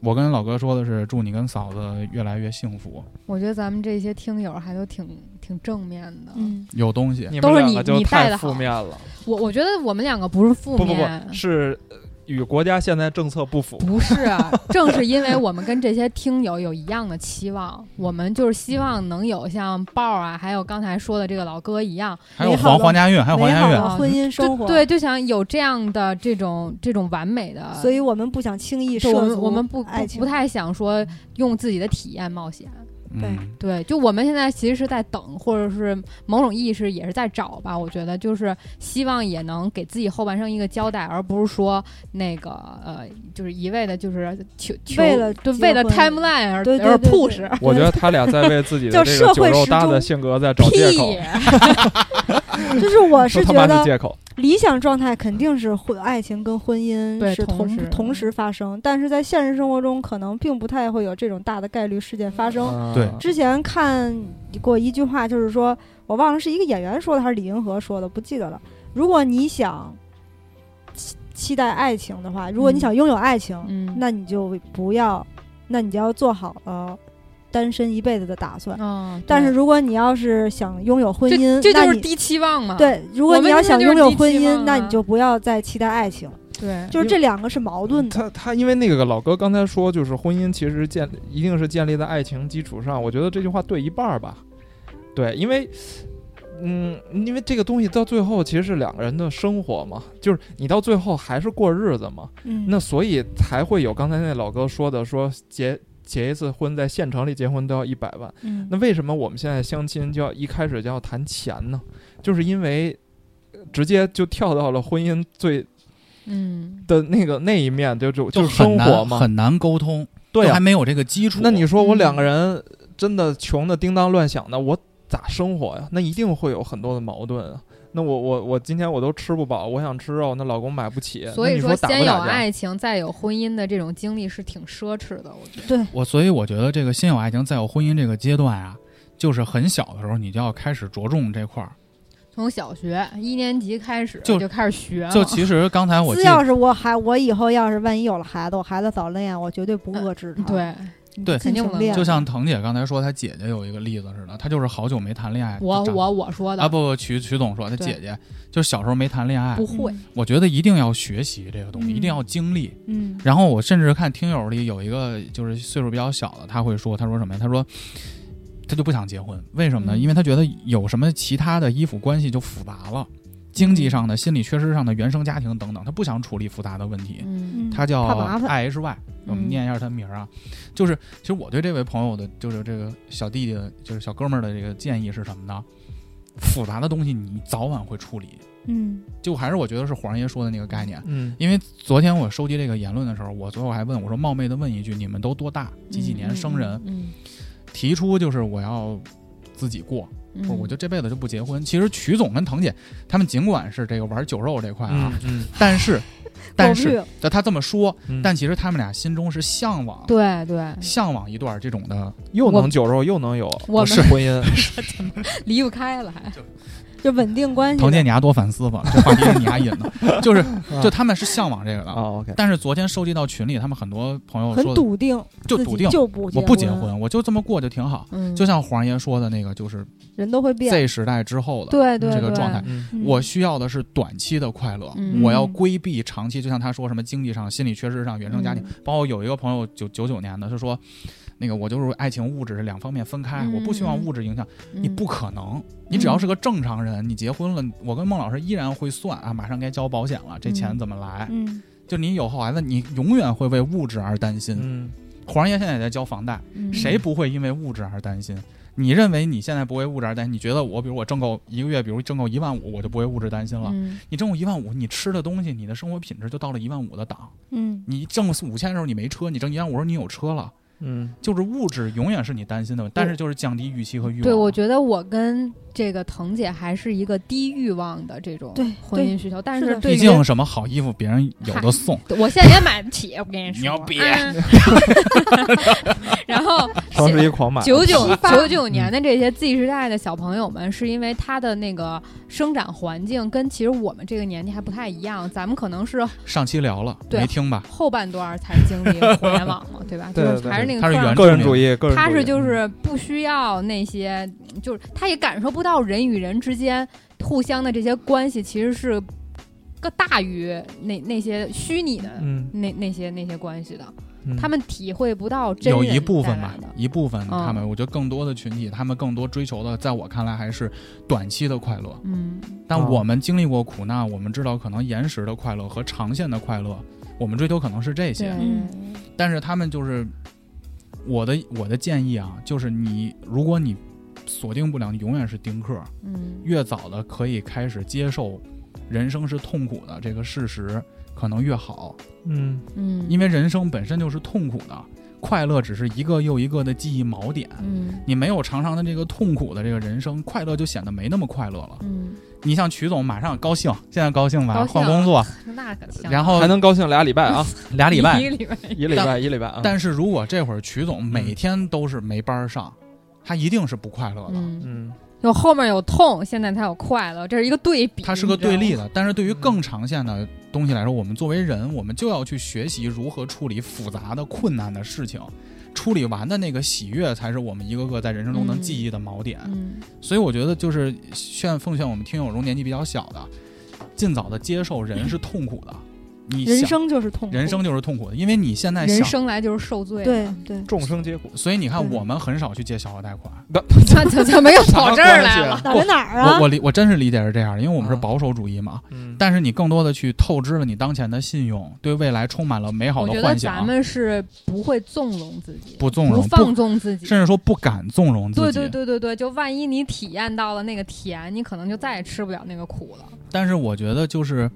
S3: 我跟老哥说的是，祝你跟嫂子越来越幸福，
S5: 我觉得咱们这些听友还都挺挺正面的。
S6: 嗯，
S3: 有东西。
S4: 你
S5: 都
S4: 们
S5: 是
S4: 两
S5: 你
S4: 个就
S5: 你带
S4: 太
S5: 得
S4: 负
S5: 好
S4: 面了，
S5: 我我觉得我们两个不是负
S4: 不不
S5: 面，
S4: 不是呃与国家现在政策不 符。
S5: 不是啊，正是因为我们跟这些听友有一样的期望，我们就是希望能有像豹啊，还有刚才说的这个老哥一样，
S3: 还有
S6: 美好
S3: 黄
S6: 的
S3: 黄家韵，还有啊黄
S6: 美
S3: 家
S6: 好
S3: 韵，
S6: 的婚姻生活，
S5: 就对，，就想有这样的这种这种完美的。
S6: 所以我们不想轻易
S5: 就
S6: 涉
S5: 我们
S6: 足
S5: 我们不不
S6: 爱情，
S5: 不太想说用自己的体验冒险，
S6: 对
S3: 嗯，
S5: 对，就我们现在其实是在等，或者是某种意义是也是在找吧。我觉得就是希望也能给自己后半生一个交代，而不是说那个呃，就是一味的就是求求
S6: 为了
S5: 就
S6: 结
S5: 为了
S6: 婚
S5: timeline 而
S6: 对对
S5: 而
S6: 对对
S5: push。
S4: 我觉得他俩在为自己的
S6: 叫
S4: 这个
S6: 社
S4: 酒
S6: 会
S4: 肉
S6: 时
S4: 搭子
S6: 钟
S4: 性格在找借口，
S6: 就是我
S4: 这
S6: 是
S4: 他
S6: 觉
S4: 妈
S6: 得
S4: 是借口。
S6: 理想状态肯定是婚爱情跟婚姻
S5: 对
S6: 是
S5: 同
S6: 同
S5: 时
S6: 同时发生，但是在现实生活中可能并不太会有这种大的概率事件发生。
S4: 嗯
S3: 对
S6: 之前看过一句话，就是说我忘了是一个演员说的还是李银河说的，不记得了。如果你想期期待爱情的话，如果你
S5: 嗯
S6: 想拥有爱情，
S5: 嗯
S6: 那你就不要，那你就要做好了单身一辈子的打算。
S5: 嗯，
S6: 但是
S5: 对
S6: 如果你要是想拥有婚姻
S5: 这，这
S6: 那
S5: 就是
S6: 你
S5: 低期望嘛。
S6: 对，如果
S5: 嗯我
S6: 你
S5: 们
S6: 要
S5: 现在
S6: 想
S5: 就是
S6: 拥有
S5: 低
S6: 婚
S5: 期
S6: 姻
S5: 望，
S6: 那你
S5: 啊
S6: 就不要再期待爱情，
S5: 对，
S6: 就是这两个是矛盾的。
S4: 他他因为那个老哥刚才说，就是婚姻其实建一定是建立在爱情基础上，我觉得这句话对一半儿吧。对，因为。嗯，因为这个东西到最后其实是两个人的生活嘛，就是你到最后还是过日子嘛，
S6: 嗯，
S4: 那所以才会有刚才那老哥说的，说结结一次婚在县城里结婚都要一百万，
S6: 嗯
S4: 那为什么我们现在相亲就要一开始就要谈钱呢？就是因为呃直接就跳到了婚姻最
S5: 嗯，
S4: 的那个那一面，就就
S3: 就是很
S4: 生活
S3: 难
S4: 嘛。
S3: 很难沟通，
S4: 对
S3: 就
S4: 呀、
S3: 还没有这个基础。
S4: 那你说我
S5: 嗯
S4: 两个人真的穷的叮当乱响的，我咋生活呀？那一定会有很多的矛盾啊。那我我我今天我都吃不饱，我想吃肉，那老公买不起，
S5: 所
S4: 那
S5: 以
S4: 你说打
S5: 先
S4: 不
S5: 有
S4: 打架？
S5: 爱情，再有婚姻的这种经历是挺奢侈的，我觉得。
S6: 对，
S3: 我所以我觉得这个先有爱情再有婚姻这个阶段啊，就是很小的时候你就要开始着重这块儿。
S5: 从小学一年级开始
S3: 就
S5: 就开始学了，
S3: 就其实刚才我
S6: 只
S3: 记
S6: 要是我还我以后要是万一有了孩子，我孩子早恋，我绝对不遏制他。
S5: 呃对，
S6: 对
S3: 对
S5: 肯定不能
S6: 恋，
S3: 就像腾姐刚才说她姐姐有一个例子似的，她就是好久没谈恋爱。
S5: 我
S3: 就长
S5: 我我说的、
S3: 啊不不，曲曲总说她
S5: 对
S3: 姐姐就是小时候没谈恋爱
S5: 不，会，
S3: 我觉得一定要学习这个东西，
S6: 嗯
S3: 一定要经历。
S6: 嗯，
S3: 然后我甚至看听友里有一个就是岁数比较小的，他会说，他说什么呀？他说他就不想结婚，为什么呢？
S5: 嗯
S3: 因为他觉得有什么其他的依附关系就复杂了，经济上的、心理缺失上的、原生家庭等等，他不想处理复杂的问题。
S5: 嗯
S6: 嗯
S3: 他叫
S6: 怕麻烦
S3: I H Y，我们
S5: 嗯
S3: 念一下他名儿啊。就是其实我对这位朋友的，就是这个小弟弟的，就是小哥们儿的这个建议是什么呢？复杂的东西你早晚会处理，
S6: 嗯
S3: 就还是我觉得是黄爷说的那个概念。
S4: 嗯，
S3: 因为昨天我收集这个言论的时候，我最后还问我说冒昧的问一句，你们都多大？几几年生人？
S5: 嗯，
S3: 提出就是我要自己过，
S5: 嗯
S3: 或者我就这辈子就不结婚。其实曲总跟腾姐他们尽管是这个玩酒肉这块啊
S4: 嗯，嗯
S3: 但是但是
S6: 过不去
S3: 他这么说，
S4: 嗯，
S3: 但其实他们俩心中是向往，
S5: 对对，
S3: 向往一段这种的，
S4: 又
S5: 我
S4: 能酒肉又能有
S5: 我们
S4: 是婚姻，
S5: 离不开了还，
S6: 就稳定关系。
S3: 腾姐你丫多反思吧，这话题是你丫引的，就是
S4: 啊
S3: 就他们是向往这个
S4: 啊
S3: 的。
S4: ，OK，
S3: 但是昨天收集到群里，他们很多朋友
S6: 很
S3: 说的
S6: 笃定，
S3: 就
S6: 自己
S3: 笃定，
S6: 就不
S3: 我不结
S6: 婚，
S3: 婚，我就这么过就挺好。
S5: 嗯，
S3: 就像黄爷说的那个，就是
S6: 人都会变。
S3: Z 时代之后的
S6: 对对
S3: 这个
S6: 对
S3: 状态。
S4: 嗯
S6: 嗯
S3: 我需要的是短期的快乐，
S5: 嗯
S3: 我要规避长期，就像他说什么经济上、心理缺失上、原生家庭，
S5: 嗯
S3: 包括有一个朋友九九九年的，他说，那个我就是爱情物质两方面分开，
S5: 嗯
S3: 我不希望物质影响，你
S5: 嗯
S3: 不可能，你只要是个正常人，你结婚了，我跟孟老师依然会算啊，马上该交保险了，这钱
S5: 嗯
S3: 怎么来？
S6: 嗯
S3: 就你有后孩子，你永远会为物质而担心。
S4: 嗯
S3: 黄爷现在也在交房贷，
S5: 嗯
S3: 谁不会因为物质而担心？你认为你现在不为物质而担心？你觉得我，比如我挣够一个月，比如挣够一万五，我就不为物质担心了？
S5: 嗯
S3: 你挣够一万五，你吃的东西，你的生活品质就到了一万五的档。
S6: 嗯
S3: 你挣五千的时候你没车，你挣一万五时候你有车了，
S4: 嗯，
S3: 就是物质永远是你担心的，但是就是降低预期和欲望。
S5: 对，我觉得我跟这个腾姐还是一个低欲望的这种
S6: 对
S5: 婚
S6: 对
S5: 姻需求，但
S6: 是
S5: 是
S6: 的
S5: 对
S3: 毕
S5: 于
S3: 竟什么好衣服别人有的送，
S5: 我现在也买不起，我跟你说，
S3: 你要别
S5: 嗯然后
S4: 双十一狂买，
S5: 九九
S6: 批发
S5: 九
S3: 嗯
S5: 九年的这些 Z 时代的小朋友们，是因为他的那个生长环境跟其实我们这个年纪还不太一样，咱们可能是
S3: 上期聊了
S5: 对
S3: 没听吧？
S5: 后半段儿才经历互联网嘛，对吧？
S4: 对
S5: 就
S4: 对
S5: 是还是那个
S3: 他是
S5: 互联网
S3: 原
S4: 个人主义，个人主义
S5: 他是就是不需要那些，就是他也感受不到人与人之间互相的这些关系其实是更大于那那些虚拟的
S4: 嗯，
S5: 那那些那些关系的，
S4: 嗯
S5: 他们体会不到真
S3: 有
S5: 人
S3: 一部分
S5: 带
S3: 吧
S5: 来的，
S3: 一部分他们，
S5: 嗯
S3: 我觉得更多的群体，他们更多追求的，在我看来还是短期的快乐。
S5: 嗯，
S3: 但
S4: 哦
S3: 我们经历过苦难，我们知道可能延时的快乐和长线的快乐，我们追求可能是这
S5: 对
S3: 些。，但是他们就是我的我的建议啊，就是你如果你锁定不了，你永远是丁克。
S5: 嗯
S3: 越早的可以开始接受人生是痛苦的这个事实，可能越好，
S4: 嗯
S5: 嗯，
S3: 因
S5: 为
S3: 为人生本身就是痛苦的，快乐只是一个又一个的记忆锚点。
S5: 嗯
S3: 你没有尝尝的这个痛苦的这个人生，快乐就显得没那么快乐了。
S5: 嗯，
S3: 你像曲总，马上高兴，现在高兴吧，
S5: 高兴
S3: 换工作，
S5: 那可行，
S3: 然后
S4: 还能高兴俩礼拜 啊，
S3: 俩礼
S5: 一
S3: 拜。
S5: 个礼拜，
S4: 一礼拜一礼拜啊，
S3: 但是如果这会儿曲总每天都是没班儿上，他一定是不快乐的，
S5: 嗯，
S4: 嗯
S5: 有后面有痛，现在才有快乐，这是一个对比，
S3: 他是个对立
S5: 的，
S3: 的。但是对于更长线的东西来说，我们作为人，我们就要去学习如何处理复杂的、困难的事情。处理完的那个喜悦，才是我们一个个在人生中能
S5: 嗯
S3: 记忆的锚点。
S5: 嗯
S3: 所以我觉得，就是劝奉劝我们听友中年纪比较小的，尽早的接受人是痛苦的。你
S6: 人
S3: 想
S6: 生就是痛苦，
S3: 人生就是痛苦的，因为你现在
S5: 人
S3: 想
S5: 生来就是受罪，
S6: 对，对，
S4: 众生皆苦，
S3: 所以你看，
S6: 对
S3: 我们很少去借小额贷款。
S5: 怎怎怎么又跑这儿来了？
S6: 哪儿哪儿啊
S3: 我？我理我真是理解是这样，因为我们是
S4: 啊
S3: 保守主义嘛。
S4: 嗯，
S3: 但是你更多的去透支了你当前的信用，对未来充满了美好
S5: 我觉
S3: 的
S5: 得
S3: 幻
S5: 咱
S3: 想，啊
S5: 们是不会纵容自己，
S3: 不纵容
S5: 不放纵自己。
S3: 甚至说不敢纵容自己。
S5: 对对对对对，就万一你体验到了那个甜，你可能就再也吃不了那个苦了。
S3: 但是我觉得就是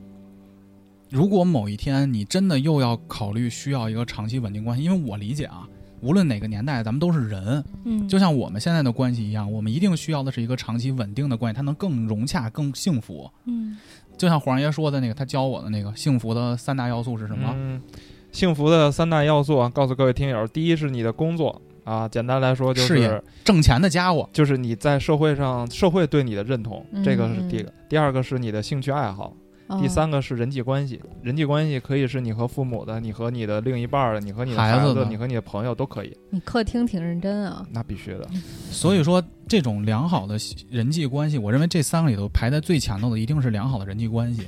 S3: 如果某一天你真的又要考虑需要一个长期稳定关系，因为我理解啊，无论哪个年代，咱们都是人，
S6: 嗯，
S3: 就像我们现在的关系一样，我们一定需要的是一个长期稳定的关系，它能更融洽、更幸福。
S6: 嗯
S3: 就像黄爷说的那个，他教我的那个幸福的三大要素是什么？
S4: 嗯，幸福的三大要素啊，告诉各位听友，第一是你的工作啊，简单来说就
S3: 事
S4: 是
S3: 业挣钱的家伙，
S4: 就是你在社会上社会对你的认同，
S5: 嗯
S4: 这个是第一个。第二个是你的兴趣爱好，
S6: 哦
S3: 哦
S4: 第三个是人际关系。人际关系可以是你和父母的，你和你的另一半儿的，你和你的
S3: 孩子
S4: 子
S3: 的
S4: 你和你的朋友都可以。
S5: 你客厅挺认真啊，
S4: 那必须的，
S3: 所以说这种良好的人际关系，我认为这三个里头排在最前头的一定是良好的人际关系，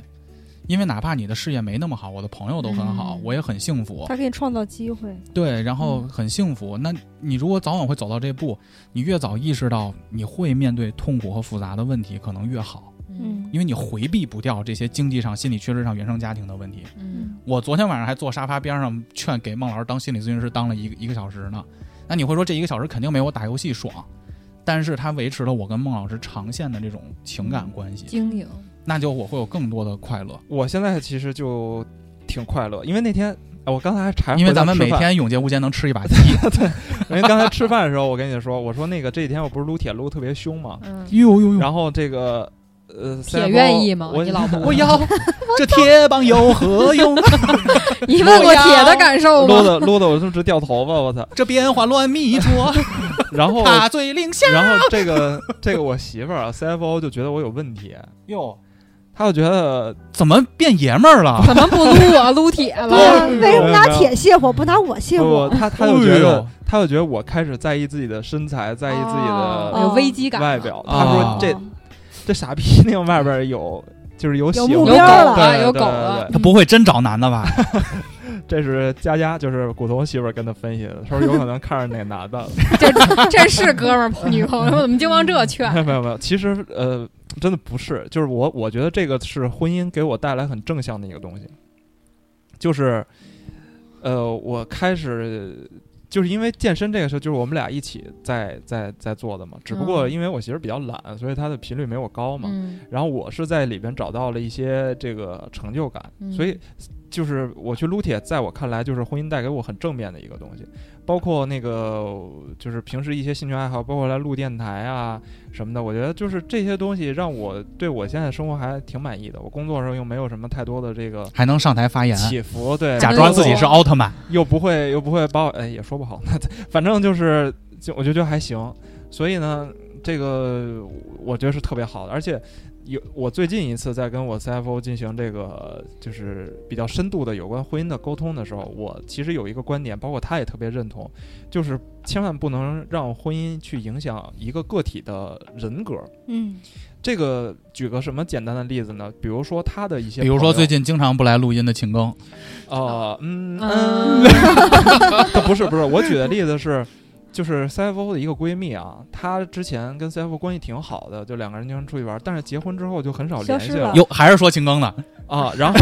S3: 因为哪怕你的事业没那么好，我的朋友都很好，
S5: 嗯
S3: 我也很幸福，
S6: 他给你创造机会，
S3: 对，然后很幸福。那你如果早晚会走到这步，你越早意识到你会面对痛苦和复杂的问题，可能越好，
S6: 嗯，
S3: 因为你回避不掉这些经济上、心理缺失上、原生家庭的问题。
S5: 嗯
S3: 我昨天晚上还坐沙发边上劝给孟老师当心理咨询师当了一个一个小时呢。那你会说这一个小时肯定没有我打游戏爽，但是它维持了我跟孟老师长线的这种情感关
S4: 嗯
S3: 系，
S5: 经营，
S3: 那就我会有更多的快乐，
S4: 我现在其实就挺快乐，因为那天。啊我刚才还柴，
S3: 因为咱们每
S4: 回家吃饭
S3: 天永劫无间能吃一 把鸡，
S4: 因为刚才吃饭的时候，我跟你说，我说那个这几天我不是撸铁撸特别凶嘛，
S5: 嗯，
S3: 呦呦呦，
S4: 然后这个呃，
S5: 铁
S4: CFO
S5: 愿意吗？
S4: 我
S5: 你老婆，
S3: 我要这铁棒有何用？
S5: 你问过铁的感受
S4: 撸
S5: 吗？
S4: 的撸的我就直掉头发，我操！
S3: 这变化乱迷浊，
S4: 哦然 后
S3: 他最令下
S4: 然后这个这个我媳妇儿啊 CFO 就觉得我有问题，
S3: 哟，
S4: 她就觉得
S3: 怎么变爷们儿了？
S5: 怎么不撸我撸铁
S3: 嗯
S6: 对呀，
S5: 了？
S6: 啊为什么拿铁卸火不拿我
S5: 哎
S6: 卸
S4: 不，
S6: 火？
S4: 她她就觉
S3: 哎
S4: 得
S3: 呦
S4: 她就觉得我开始在意自己的身材，在意自己
S5: 哦
S4: 的
S5: 有危机感了，
S4: 外表。
S3: 啊
S6: 哦
S4: 她说这这傻逼那个外边有就是有喜欢
S6: 目
S5: 有
S6: 标
S5: 狗
S6: 了
S5: 了，有
S4: 对
S5: 狗
S4: 对
S5: 了
S4: 对，
S6: 嗯
S3: 他不会真找男的吧？
S4: 这是佳佳，就是骨头媳妇儿跟她分析的，她说有可能看上哪男的，
S5: 这是哥们儿女朋友，怎么净往这劝？
S4: 没有没有没有，其实呃，真的不是，就是我我觉得这个是婚姻给我带来很正向的一个东西，就是呃，我开始就是因为健身这个事，就是我们俩一起在在在做的嘛，只不过
S5: 嗯
S4: 因为我媳妇儿比较懒，所以她的频率没我高嘛，
S5: 嗯
S4: 然后我是在里边找到了一些这个成就感，
S5: 嗯
S4: 所以就是我去撸铁，在我看来就是婚姻带给我很正面的一个东西，包括那个就是平时一些兴趣爱好，包括来录电台啊什么的，我觉得就是这些东西让我对我现在生活还挺满意的。我工作上又没有什么太多的这个
S3: 还能上台发言，
S4: 起伏，对，
S3: 假装自己是奥特曼。
S4: 又不会又不会把我哎也说不好， 那反正就是就我就觉得还行，所以呢，这个我觉得是特别好的，而且有我最近一次在跟我 CFO 进行这个就是比较深度的有关婚姻的沟通的时候，我其实有一个观点，包括他也特别认同，就是千万不能让婚姻去影响一个个体的人格。
S6: 嗯
S4: 这个举个什么简单的例子呢？比如说他的一些
S3: 比
S4: 朋友，
S3: 如说最近经常不来录音的秦庚，
S4: 啊，嗯
S5: 嗯
S4: 嗯， 啊不是不是，我举的例子是，就是 CFO 的一个闺蜜啊，她之前跟 CFO 关系挺好的，就两个人经常出去玩，但是结婚之后就很少
S6: 消
S4: 联
S6: 失
S4: 系了
S6: 了
S3: 哟，还是说秦庚呢？
S4: 啊。然后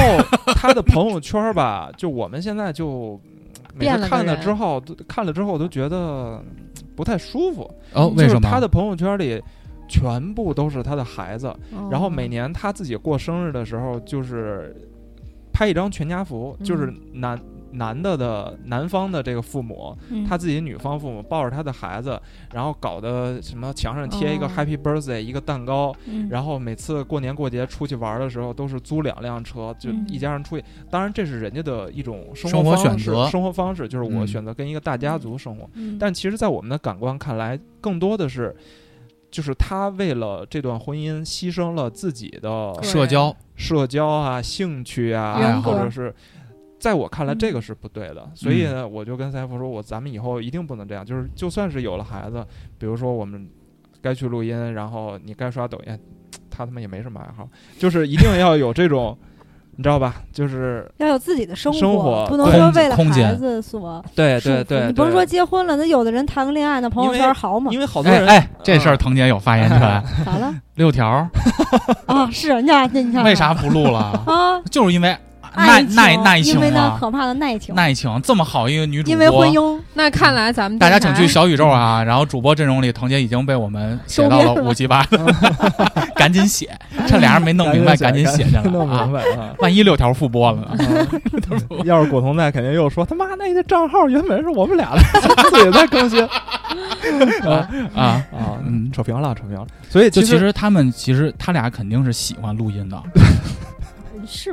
S4: 她的朋友圈吧，就我们现在就 每
S5: 变了
S4: 次
S5: 个
S4: 看了
S5: 人
S4: 之后，都看了之后都觉得不太舒服。
S3: 哦，
S4: 就
S3: 为
S4: 是
S3: 什么？
S4: 她的朋友圈里全部都是她的孩子，
S5: 哦
S4: 然后每
S5: 年
S4: 年他自己过生日的时候，就是拍一张全家福，就是
S5: 嗯
S4: 男男的的男方的这个父母，
S6: 嗯，
S4: 他自己女方父母抱着他的孩子，然后搞的什么墙上贴一个
S5: 哦
S4: Happy Birthday，一个蛋糕，
S6: 嗯
S4: 然后每次过年过节出去玩的时候，都是租两辆车，就
S6: 嗯
S4: 一家人出去。当然，这是人家的一种生
S3: 生
S4: 活
S3: 活
S4: 方
S3: 选
S4: 式
S3: 择
S4: 生活方式就是我
S3: 嗯
S4: 选择跟一个大家族生活。
S6: 嗯
S4: 但其实，在我们的感官看来，更多的是，就是他为了这段婚姻牺牲了自己的
S5: 对
S3: 社交，
S4: 社交啊、兴趣
S3: 人
S4: 啊，
S3: 格嗯
S4: 或者是，在我看来，这个是不对的。所以呢，我就跟赛夫说，我咱们以后一定不能这样。就是，就算是有了孩子，比如说我们该去录音，然后你该刷抖音，他他妈也没什么爱好，就是一定要有这种， 你知道吧？就是
S6: 要有自己的生
S4: 生活
S6: 不能
S3: 对
S6: 说为了
S3: 空间哎
S6: 孩子所
S4: 对
S6: 束缚你不是说结婚了，那有的人谈个恋爱，那朋友
S4: 因为
S6: 圈好嘛
S4: 因？为好多
S3: 哎
S4: 人嗯
S3: 哎，这事儿腾姐有发言权。
S6: 咋了？
S3: 六条
S6: 啊，是，你看，你看，
S3: 为啥不录了？
S6: 啊？
S3: 就是因为耐
S6: 爱情
S3: 耐耐
S6: 因
S3: 情
S6: 为那
S3: 啊，
S6: 可怕的耐情，
S3: 耐情这么好一个女主播，
S6: 因为婚姻
S5: 哦那看来咱们
S3: 大家
S5: 电
S3: 请
S5: 台
S3: 去小宇宙啊，然后主播阵容里，腾姐已经被我们写到
S6: 收
S3: 了
S6: 编了
S3: 五七八， 赶紧写，趁俩人没弄明白，赶紧写下
S4: 弄
S3: 来啊！
S4: 明白 啊。
S3: 万一六条复播了呢？
S4: 嗯要是果同在，肯定又说他妈那个账号原本是我们俩的，自己在更新
S3: 啊，
S4: 啊，
S3: 嗯
S4: 扯平了，扯平了。所以
S3: 就
S4: 其
S3: 其
S4: 实
S3: 实他们其实他俩肯定是喜欢录音的，
S6: 是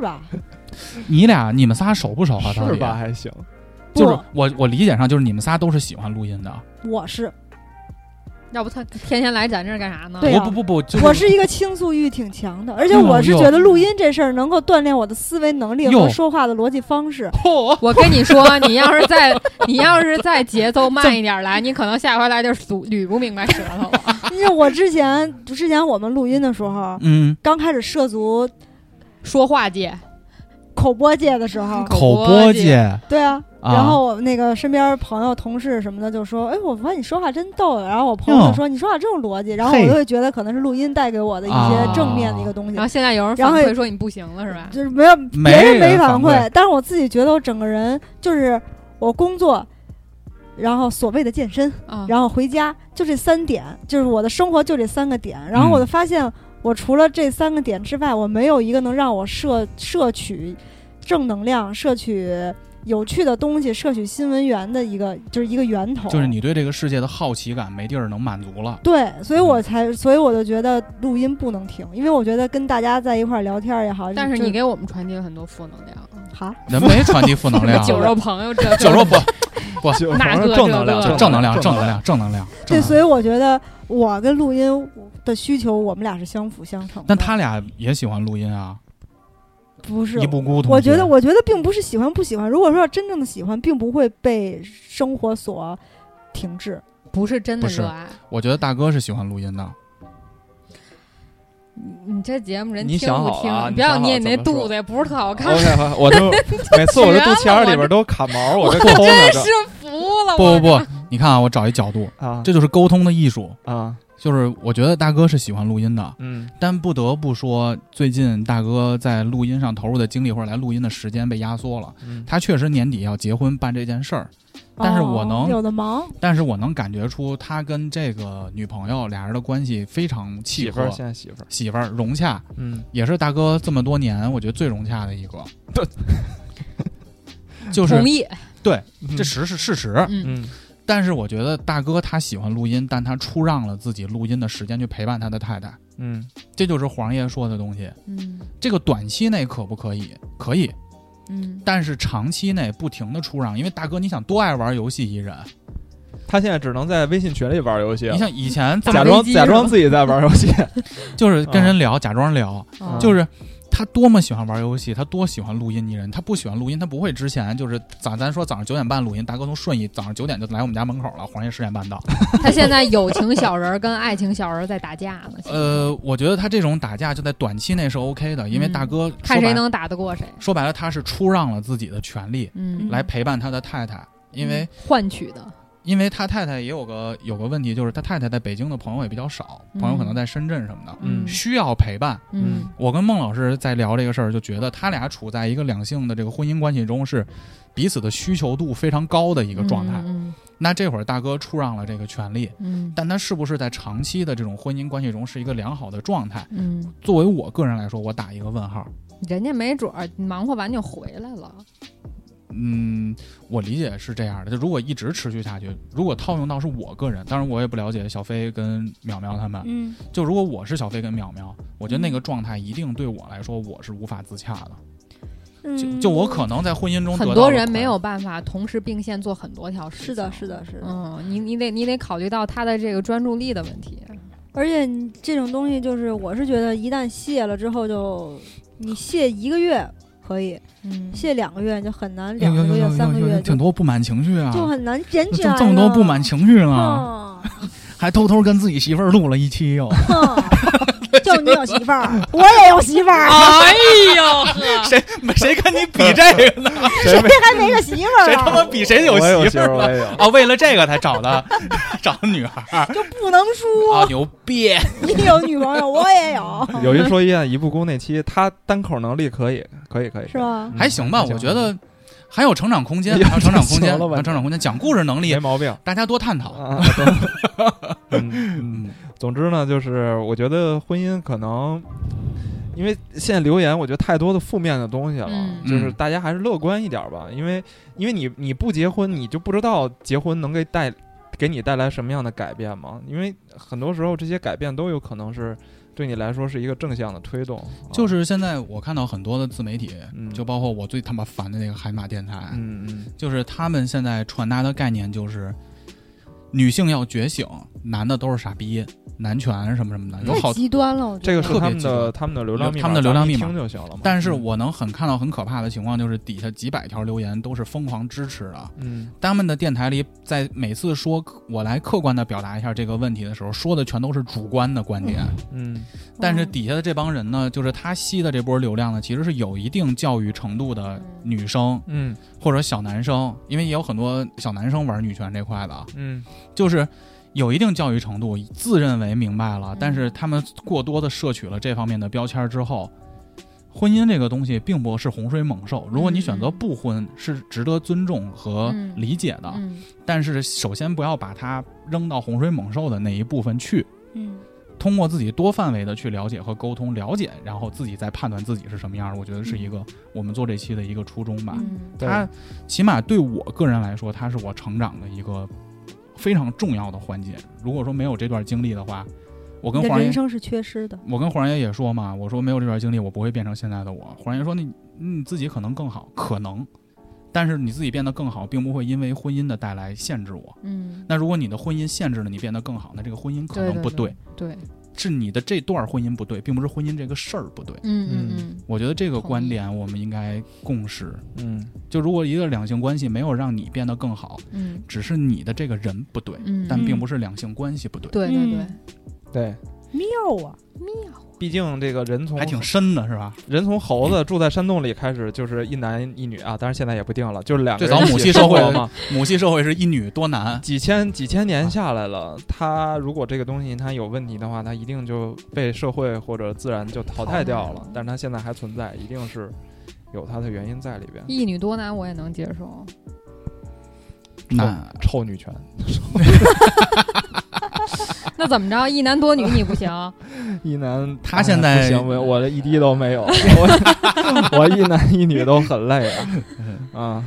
S6: 吧？
S3: 你俩你们仨熟不熟啊？到
S4: 是
S3: 底
S4: 吧？还行，
S3: 就是我我理解上就是你们仨都是喜欢录音的，
S6: 我是
S5: 要不他天天来咱这儿干啥呢？
S6: 对
S3: 不
S6: 啊
S3: 不不不，就嗯
S6: 我是一个倾诉欲挺强的，而且
S3: 哟
S6: 我是
S3: 哟
S6: 觉得录音这事儿能够锻炼我的思维能力
S3: 哟
S6: 和说话的逻辑方 式。
S5: 我跟你说，你要 是再你要是再节奏慢一点来，你可能下回来就捋捋不明白 舌头了。
S6: 因为我之前之前我们录音的时候，
S3: 嗯，
S6: 刚开始涉足
S5: 说话界，
S6: 口播界的 时候，
S3: 口
S5: 播
S3: 界，
S6: 对啊，
S3: 啊
S6: 然后我那个身边朋友、同事什么的就说：“哎，我发现你说话真逗。”然后我朋友
S3: 哟
S6: 就说：“你说话这种逻辑。”然后
S3: 嘿
S6: 我就会觉得可能是录音带给我的一
S3: 啊
S6: 些正面的一个东西
S5: 然后，现在有人
S6: 然
S5: 反
S6: 后
S5: 馈说你不行了是吧？
S6: 就是没有
S3: 没
S6: 别人
S3: 人
S6: 没
S3: 反馈
S6: 馈，但是我自己觉得我整个人就是我工作，然后所谓的健身，
S5: 啊，
S6: 然后回家就这三点，就是我的生活就这三个点。然后我就
S3: 嗯
S6: 发现，我除了这三个点之外，我没有一个能让我摄摄取正能量、摄取有趣的东西、摄取新闻源的一个就是一个源头。
S3: 就是你对这个世界的好奇感没地儿能满足 了，
S6: 对，所以
S3: 嗯
S6: 我才，所以我就觉得录音不能停，因为我觉得跟大家在一块儿聊天儿也好，
S5: 但是
S6: 就
S5: 你给我们传递了很多负能量，
S6: 好，
S3: 人没传递负能
S5: 什么
S3: 量，
S5: 酒肉朋友这
S3: 酒肉不
S4: 就
S5: 那
S4: 反正
S5: 个
S4: 正能
S5: 这
S4: 量
S5: 个，
S3: 正能量，
S4: 正
S3: 正能。量，正能量。
S6: 对，
S3: 正能量
S6: 所以我觉得我跟录音的需求，我们俩是相辅相成的。
S3: 但他俩也喜欢录音啊，
S6: 不是
S3: 一不孤同学。
S6: 我觉得，我觉得并不是喜欢不喜欢。如果说真正的喜欢，并不会被生活所停滞。
S5: 不是真的
S3: 不是
S5: 热爱。
S3: 我觉得大哥是喜欢录音的。
S5: 你你这节目人
S4: 你
S5: 听
S4: 想
S5: 不
S4: 好
S5: 听？
S4: 啊
S5: 你
S4: 你
S5: 不要
S4: 想好
S5: 你
S4: 怎
S5: 那
S4: 么
S5: 肚
S4: 说
S5: 子也不是特好看，
S4: OK，好 我都每次啊我这肚脐眼里边都卡毛，我就抠呢
S5: 是
S4: 这
S5: 服了我。
S3: 不不不，你看啊，我找一角度，
S4: 啊
S3: 这就是沟通的艺术。
S4: 啊
S3: 就是我觉得大哥是喜欢录音的，
S4: 嗯
S3: 但不得不说，最近大哥在录音上投入的精力或者来录音的时间被压缩了。
S4: 嗯，
S3: 他确实年底要结婚办这件事儿，但是我能
S6: 哦有的忙，
S3: 但是我能感觉出他跟这个女朋友俩人的关系非常契
S4: 媳妇
S3: 合
S4: 儿，现在媳妇儿，
S3: 媳妇儿融洽，
S4: 嗯，
S3: 也是大哥这么多年我觉得最融洽的一个。就是
S5: 同意，
S3: 这实是事实，
S5: 嗯，
S4: 嗯
S3: 但是我觉得大哥他喜欢录音，但他出让了自己录音的时间去陪伴他的太太，
S4: 嗯
S3: 这就是黄爷说的东西。
S5: 嗯
S3: 这个短期内可不可以？可以，
S5: 嗯，
S3: 但是长期内不停的出让，因为大哥你想多爱玩游戏一人，
S4: 他现在只能在微信群里玩游戏了
S3: 你，像以前这
S4: 假
S3: 么
S4: 装
S5: 打飞机
S4: 假
S5: 是吧
S4: 装自己在玩游戏，
S3: 就是跟人聊，假装聊，
S5: 哦
S3: 就是他多么喜欢玩游戏，他多喜欢录音一人，他不喜欢录音，他不会之前就是早咱说早上九点半录音，大哥从顺义早上九点就来我们家门口了，黄爷十点半 到。
S5: 他现在友情小人儿跟爱情小人儿在打架呢。现在，
S3: 呃，我觉得他这种打架就在短期内是 OK 的，因为大哥说白
S5: 嗯看谁能打得过谁。
S3: 说白了，他是出让了自己的权利
S5: 嗯，
S3: 来陪伴他的太太，因为、
S5: 换取的，
S3: 因为他太太也有个有个问题，就是他太太在北京的朋友也比较少，
S5: 嗯
S3: 朋友可能在深圳什么的，
S4: 嗯
S3: 需要陪伴。
S5: 嗯
S3: 我跟孟老师在聊这个事儿，就觉得他俩处在一个两性的这个婚姻关系中是彼此的需求度非常高的一
S5: 一
S3: 个状态。
S5: 嗯
S3: 那这会儿大哥出让了这个权利，
S5: 嗯
S3: 但他是不是在长期的这种婚姻关系中是一个良好的状态？
S5: 嗯，
S3: 作为我个人来说，我打一个问号。
S5: 人家没准儿忙活完就回来了。
S3: 嗯，我理解是这样的。就如果一直持续下去，如果套用到是我个人，当然我也不了解小飞跟淼淼他们。
S6: 嗯，
S3: 就如果我是小飞跟淼淼，我觉得
S5: 嗯
S3: 那个状态一定对我来说我是无法自洽的。就就我可能在婚姻中得
S5: 嗯很
S3: 到了
S5: 多人
S3: 快
S5: 没
S3: 乐
S5: 有办法同时并线做很多条事情。
S6: 是的，是的，是的。
S5: 嗯，你你得你得考虑到他的这个专注力的问题。
S6: 而且你这种东西，就是我是觉得一旦卸了之后就，你卸一个月可以，
S5: 嗯，
S6: 卸两个月就很难，
S3: 哎呦
S6: 两个
S3: 呦
S6: 月
S3: 呦、呦
S6: 三个
S3: 呦呦
S6: 月
S3: 挺
S6: 就
S3: 多不满情绪啊，
S6: 就很难捡
S3: 这
S6: 起来。
S3: 这么多不满情绪了，
S6: 啊！
S3: 还偷偷跟自己媳妇儿录了一期哟、
S6: 哼，就你有媳妇儿，我也有媳妇儿，
S5: 哎呦，
S3: 谁没谁跟你比这个呢？
S4: 谁没
S6: 还没个媳妇儿
S3: 谁他妈
S6: 呢，
S3: 比谁有
S4: 我有
S3: 媳
S4: 媳
S3: 妇
S4: 妇
S3: 儿
S4: 儿，
S3: 了？
S4: 我也有。
S3: 哦，为了这个才找的找的女孩儿
S6: 就不能
S3: 啊，
S6: 说
S3: 牛逼！
S6: 你有女朋友，我也有，
S4: 有一说一啊，一步姑那期他单口能力可以，可以，可以，
S6: 是吧？
S3: 还行吧，
S4: 还行
S3: 我觉得还有成长空间，
S4: 哎呀
S3: 还有成长空间，
S4: 行
S3: 还
S4: 了吧
S3: 有成长空间。讲故事能力
S4: 没，毛病。
S3: 大家多探讨。
S4: 啊，对 嗯，
S3: 嗯，
S4: 总之呢，就是我觉得婚姻可能，因为现在留言，我觉得太多的负面的东西了，
S5: 嗯
S4: 就是大家还是乐观一点吧，因为因为你你不结婚，你就不知道结婚能给带给你带来什么样的改变嘛，因为很多时候这些改变都有可能是对你来说是一个正向的推动，啊
S3: 就是现在我看到很多的自媒体，
S4: 嗯
S3: 就包括我最他妈烦的那个海马电台，
S4: 嗯嗯
S3: 就是他们现在传达的概念就是。女性要觉醒，男的都是傻逼，男权什么什么的，有
S5: 太
S3: 好
S5: 极端了，我觉
S4: 这个
S5: 得
S4: 是他们
S3: 特别
S4: 的他们的流量密码，
S3: 他们的流量密码
S4: 咱们一听就行了嘛。
S3: 但是
S5: 嗯
S3: 我能很看到很可怕的情况，就是底下几百条留言都是疯狂支持的。
S4: 嗯，
S3: 他们的电台里，在每次说我来客观的表达一下这个问题的时候，说的全都是主观的观点。
S4: 嗯
S3: 但是底下的这帮人呢，就是他吸的这波流量呢，其实是有一定教育程度的女生
S4: 嗯
S3: 或者小男生，因为也有很多小男生玩女权这块的啊，
S4: 嗯
S3: 就是有一定教育程度，自认为明白了
S5: 嗯，
S3: 但是他们过多的摄取了这方面的标签儿之后，婚姻这个东西并不是洪水猛兽。如果你选择不婚，是值得尊重和
S5: 嗯
S3: 理解的，
S5: 嗯
S3: 但是首先不要把它扔到洪水猛兽的那一部分去。
S6: 嗯，
S3: 通过自己多范围的去了解和沟通，了解，然后自己再判断自己是什么样儿，我觉得是一个我们做这期的一个初衷吧。
S5: 嗯
S4: 对
S3: 它起码对我个人来说，它是我成长的一个非常重要的环节。如果说没有这段经历的话，我跟
S6: 你的
S3: 黄
S6: 人
S3: 爷，
S6: 生是缺失的，
S3: 我跟黄爷也说嘛，我说没有这段经历，我不会变成现在的我。黄爷说你你自己可能更好，可能，但是你自己变得更好，并不会因为婚姻的带来限制我。
S5: 嗯，
S3: 那如果你的婚姻限制了你变得更好，那这个婚姻可
S5: 对
S3: 能不对，
S5: 对，
S3: 是你的这段婚姻不对，并不是婚姻这个事儿不对。
S5: 嗯嗯
S4: 嗯
S5: 嗯，
S3: 我觉得这个
S5: 同意
S3: 观点我们应该共识。
S4: 嗯，
S3: 就如果一个两性关系没有让你变得更好，
S5: 嗯
S3: 只是你的这个人不对，
S5: 嗯，
S3: 但并不是两性关系不对，
S5: 对对对，
S6: 嗯
S4: 对，
S6: 妙啊！
S5: 妙，
S4: 毕竟这个人从
S3: 还挺深的是吧？
S4: 人从猴子住在山洞里开始，就是一男一女啊，当然现在也不定了，就是两个
S3: 最早
S4: 人一
S3: 母
S4: 起
S3: 系社
S4: 生
S3: 会
S4: 活嘛，
S3: 母系社会是一女多男，
S4: 几千几千年下来了，他如果这个东西他有问题的话，他一定就被社会或者自然就淘汰掉
S5: 淘
S4: 了
S5: 汰了。
S4: 但是他现在还存在，一定是有他的原因在里边。
S5: 一女多男我也能接受，
S3: 那
S4: 臭女权，
S5: 那怎么着一男多女你不 行？嗯
S4: 一男
S3: 他现在
S4: 哎呀不行，我我这一滴都 没有，我我一男一女都很累啊。
S3: 嗯
S4: 啊，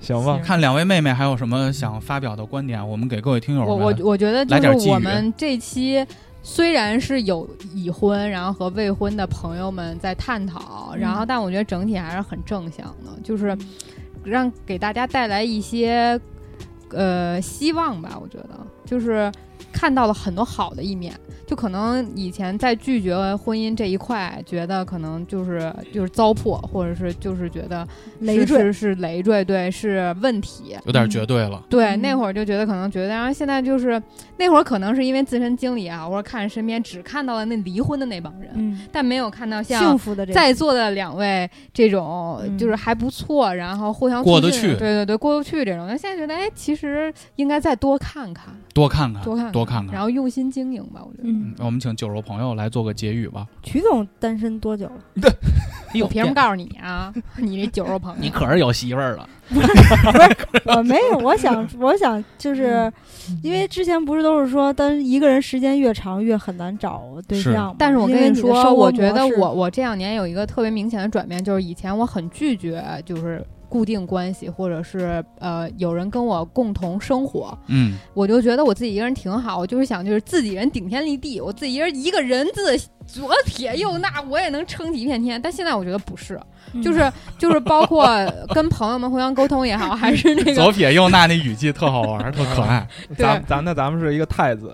S4: 行吧，
S3: 看两位妹妹还有什么想发表的观点，我们给各位听友
S5: 我我
S3: 们
S5: 我觉得
S3: 来点
S5: 就
S3: 寄
S5: 是
S3: 语
S5: 我们这期虽然是有已婚，然后和未婚的朋友们在探讨，然后
S6: 嗯
S5: 但我觉得整体还是很正向的，就是让给大家带来一些呃希望吧。我觉得就是看到了很多好的一面，就可能以前在拒绝婚姻这一块，觉得可能就是就是糟粕，或者是就是觉得
S6: 累
S5: 是
S6: 赘
S5: 是是累赘，对，是问题。
S3: 有点绝对了。
S5: 对，
S6: 嗯
S5: 那会儿就觉得可能觉得，然后现在就是那会儿可能是因为自身经历啊，或者看身边只看到了那离婚的那帮人，
S6: 嗯，
S5: 但没有看到
S6: 幸
S5: 像
S6: 福的这
S5: 在座的两位这种
S6: 嗯
S5: 就是还不错，然后互相
S3: 过得
S5: 促进
S3: 去
S5: 对对对，过得去这种。那现在觉得，哎，其实应该再多看看，
S3: 多看看，
S5: 多看看
S3: 多看看。
S5: 然后用心经营吧，我觉得。
S6: 嗯，
S3: 我们请酒肉朋友来做个结语吧。
S6: 曲总单身多久 了？
S3: 哎
S5: 我凭什么告诉你啊？ 你这酒肉朋友，
S3: 你可是有媳妇儿了，
S6: 我嗯没有，我想，我想就是因为之前不是都是说，但一个人时间越长越很难找对
S3: 是
S6: 象嘛。
S5: 但是我
S6: 因
S5: 跟
S6: 为
S5: 你
S6: 的
S5: 说，
S6: 生活
S5: 我觉
S6: 模
S5: 得
S6: 式
S5: 我我这两年有一个特别明显的转变，就是以前我很拒绝就是固定关系，或者是呃有人跟我共同生活，
S3: 嗯，
S5: 我就觉得我自己一个人挺好，我就是想就是自己人顶天立地，我自己一人一个人自左撇右捺，我也能撑起一片天。但现在我觉得不是，
S6: 嗯
S5: 就是就是包括跟朋友们互相沟通也好，还是那个
S3: 左撇右捺那语气特好玩儿，特可爱。
S4: 咱咱那咱们是一个太子，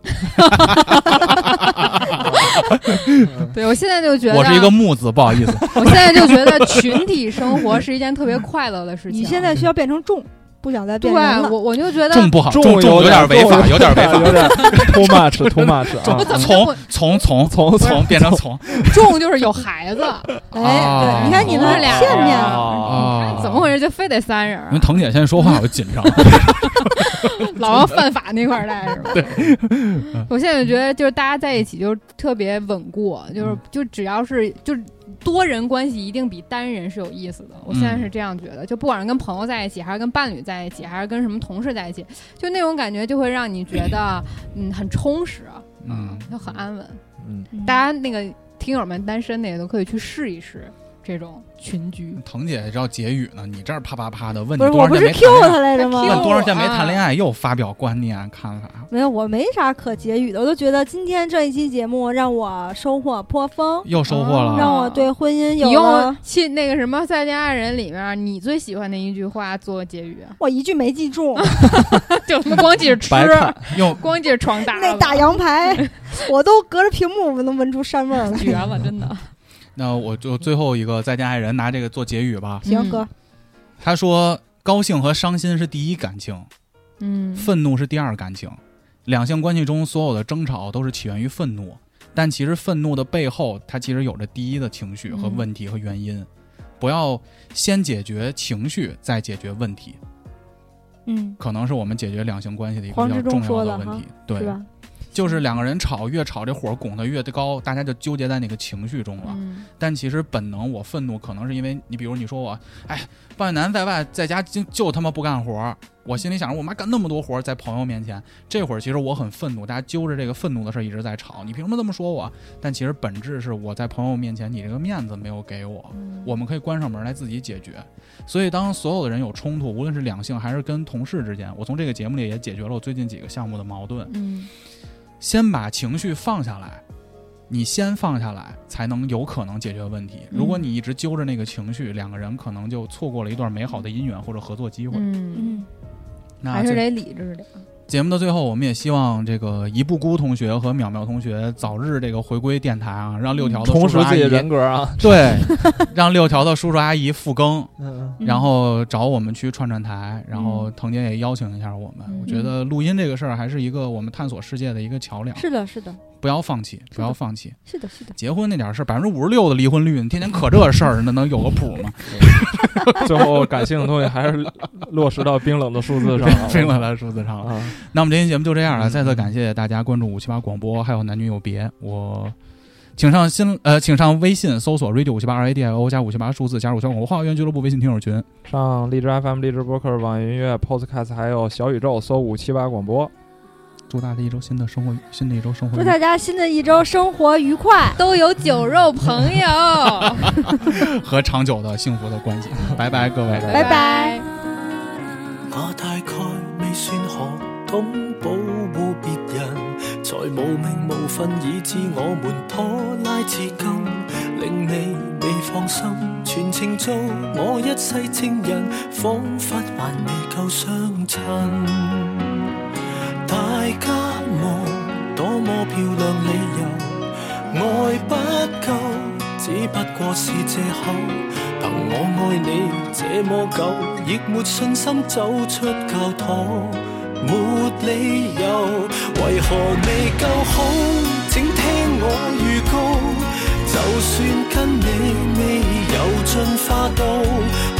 S5: 对我现在就觉得
S3: 我是一个木子，不好意思，
S5: 我现在就觉得群体生活是一件特别快乐的事情。
S6: 你现在需要变成重，不想再
S5: 对
S6: 变人了。
S5: 我我就觉得
S3: 重不好，重重有点违法，有点违
S4: 有
S3: 法。
S4: 点 too much too much
S5: 我
S4: 啊！
S5: 怎么
S3: 从从从从从变成从
S5: 重就是有 孩子，
S3: 啊
S6: 哎，对，你看你
S5: 我
S6: 们
S5: 们俩
S6: 骗骗了，
S4: 啊，
S3: 啊
S5: 哎怎么回事？就非得三人啊
S3: 因为？腾姐现在说话我就紧 张，
S5: 老往犯法那块儿 带是吧？对， 我现在就觉得就是大家在一起就是特别稳固，就是
S3: 嗯
S5: 就只要是就是多人关系一定比单人是有意思的。我
S3: 嗯
S5: 现在是这样觉得，就不管是跟朋友在一起，还是跟伴侣在一起，还是跟什么同事在一起，就那种感觉就会让你觉得嗯很充实，
S3: 嗯，
S5: 就很安稳。
S4: 嗯，
S5: 大家那个听友们单身的也都可以去试一试这种群居。
S3: 腾姐要结语呢，你这儿啪啪啪的问你
S6: 不是
S3: 多
S6: 我
S3: 少
S6: 不
S3: 天
S6: 是
S3: 没
S6: Q
S3: 谈恋
S6: 他来着吗
S3: 爱，？问多少天没谈
S5: 啊
S3: 恋爱又发表观念看啊法，
S6: 没有，我没啥可结语的，我就觉得今天这一期节目让我收获颇丰，
S3: 又收获
S5: 哦
S3: 了
S6: 让我对婚姻有
S5: 你
S6: 了
S5: 用。啊亲那个什么《再见爱人》里面你最喜欢的一句话做结语 啊，
S6: 我一句没 记住，
S5: 就他妈光记着吃，
S4: 白看
S3: 又
S5: 光记着床搭
S6: 那
S5: 了
S6: 打 羊排，我都隔着屏幕我能闻出膻味儿来。
S5: 绝了，真的。
S3: 那我就最后一个再见爱人拿这个做结语吧。
S6: 行
S5: 嗯
S6: 哥，
S3: 他说高兴和伤心是第一感情，
S5: 嗯，
S3: 愤怒是第二感情。两性关系中所有的争吵都是起源于愤怒，但其实愤怒的背后，它其实有着第一的情绪和
S5: 嗯
S3: 问题和原因。不要先解决情绪，再解决问题，
S6: 嗯，
S3: 可能是我们解决两性关系的一个
S6: 黄
S3: 比较
S6: 志忠
S3: 重要
S6: 说
S3: 的
S6: 的
S3: 问
S6: 哈
S3: 题。对
S5: 啊
S6: 是，吧？
S3: 就是两个人吵，越吵这火拱得越高，大家就纠结在那个情绪中了。
S5: 嗯
S3: 但其实本能，我愤怒可能是因为你，比如你说我，哎，半月男在外，在家就就他妈不干活儿。我心里想着，我妈干那么多活儿，在朋友面前，这会儿其实我很愤怒，大家揪着这个愤怒的事儿一直在吵。你凭什么这么说我？但其实本质是我在朋友面前，你这个面子没有给我。我们可以关上门来自己解决。所以，当所有的人有冲突，无论是两性还是跟同事之间，我从这个节目里也解决了我最近几个项目的矛盾。
S5: 嗯
S3: 先把情绪放下来，你先放下来，才能有可能解决问题。
S5: 嗯
S3: 如果你一直揪着那个情绪，两个人可能就错过了一段美好的姻缘或者合作机会。
S5: 嗯，
S6: 嗯，
S3: 那
S5: 还是
S3: 这
S5: 得理智点。
S3: 节目的最后，我们也希望这个一步姑同学和淼淼同学早日这个回归电台啊，让六条的叔
S4: 重
S3: 叔
S4: 拾
S3: 阿
S4: 自己
S3: 姨
S4: 人格啊！
S3: 对，让六条的叔叔阿姨复更。
S4: 嗯，
S3: 然后找我们去串串台，然后腾姐也邀请一下我们。
S5: 嗯
S3: 我觉得录音这个事儿还是一个我们探索世界的一个桥梁，
S6: 是的，是的，
S3: 不要放弃，不要放弃。
S6: 是的，是的。
S3: 结婚那点事儿，百分之五十六的离婚率，你天天可这事儿，那能有个谱 吗？
S4: 最后感性的东西还是落实到冰冷的数字 上了。
S3: 飞过来数字上了。
S4: 啊，
S3: 那我们这期节目就这样了，
S4: 嗯
S3: 再次感谢大家关注五七八广播，还有男女有别。我请上新呃，请上微信搜索 radio 五七八 r a d i o 加五七八数字加入小广播花园俱乐部微信听友群。
S4: 上荔枝 FM、荔枝播客、网易音乐、Podcast，还有小宇宙搜五七八广播。
S3: 祝大家一周新的生活，新的一周生活
S5: 嗯
S6: 祝
S3: 愉
S6: 大
S3: 快
S6: 家新的一周生活愉快。
S5: 都有酒肉朋友，
S3: 和长久的幸福的关系。拜拜，各位。
S6: 拜拜。
S8: 我大概未算學懂保護別人，才無名無份，以致我們拖拉至今，令你未放心，全程做我一世證人，彷彿還未夠相襯。大家望多麼漂亮理由，愛不夠，只不過是借口。憑我愛你這麼久，亦沒信心走出教堂，沒理由。為何未夠好？請聽我預告，就算跟你未有進化到，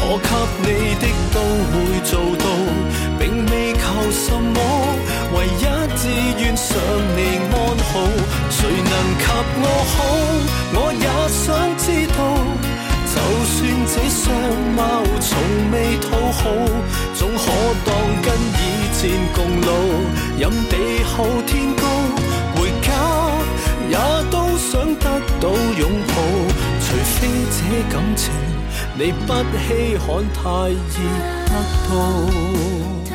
S8: 我給你的都會做到，並未求什麼。唯一志願想你安好，誰能及我好？我也想知道，就算這相貌從未討好，總可當跟以前共老，任地厚天高，回家也都想得到擁抱，除非這感情你不稀罕太易得到。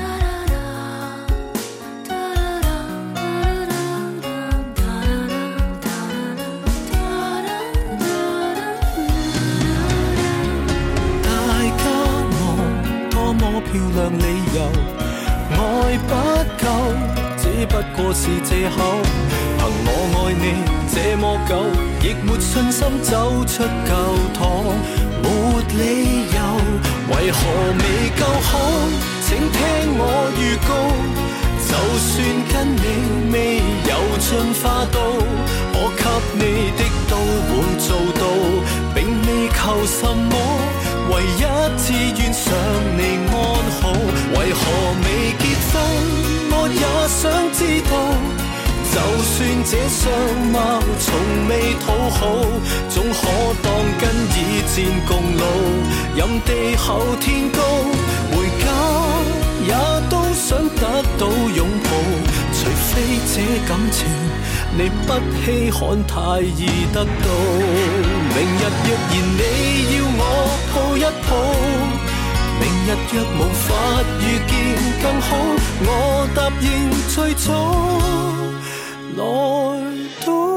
S8: 大家望多麼漂亮理由，愛不夠，只不過是借口。憑我愛你這麼久，亦沒信心走出教堂，沒理由，為何未夠好？請请听我预告，就算跟你未有進化到，我給你的都會做到，並未求什麼，唯一志願想你安好。為何未結婚，我也想知道。就算這相貌從未討好，總可當跟以前共老。任地厚天高，回家也都想得到擁抱。除非這感情你不稀罕，太易得到。明日若然你要我抱一抱。明日若無法遇見更好，我答應最早來到。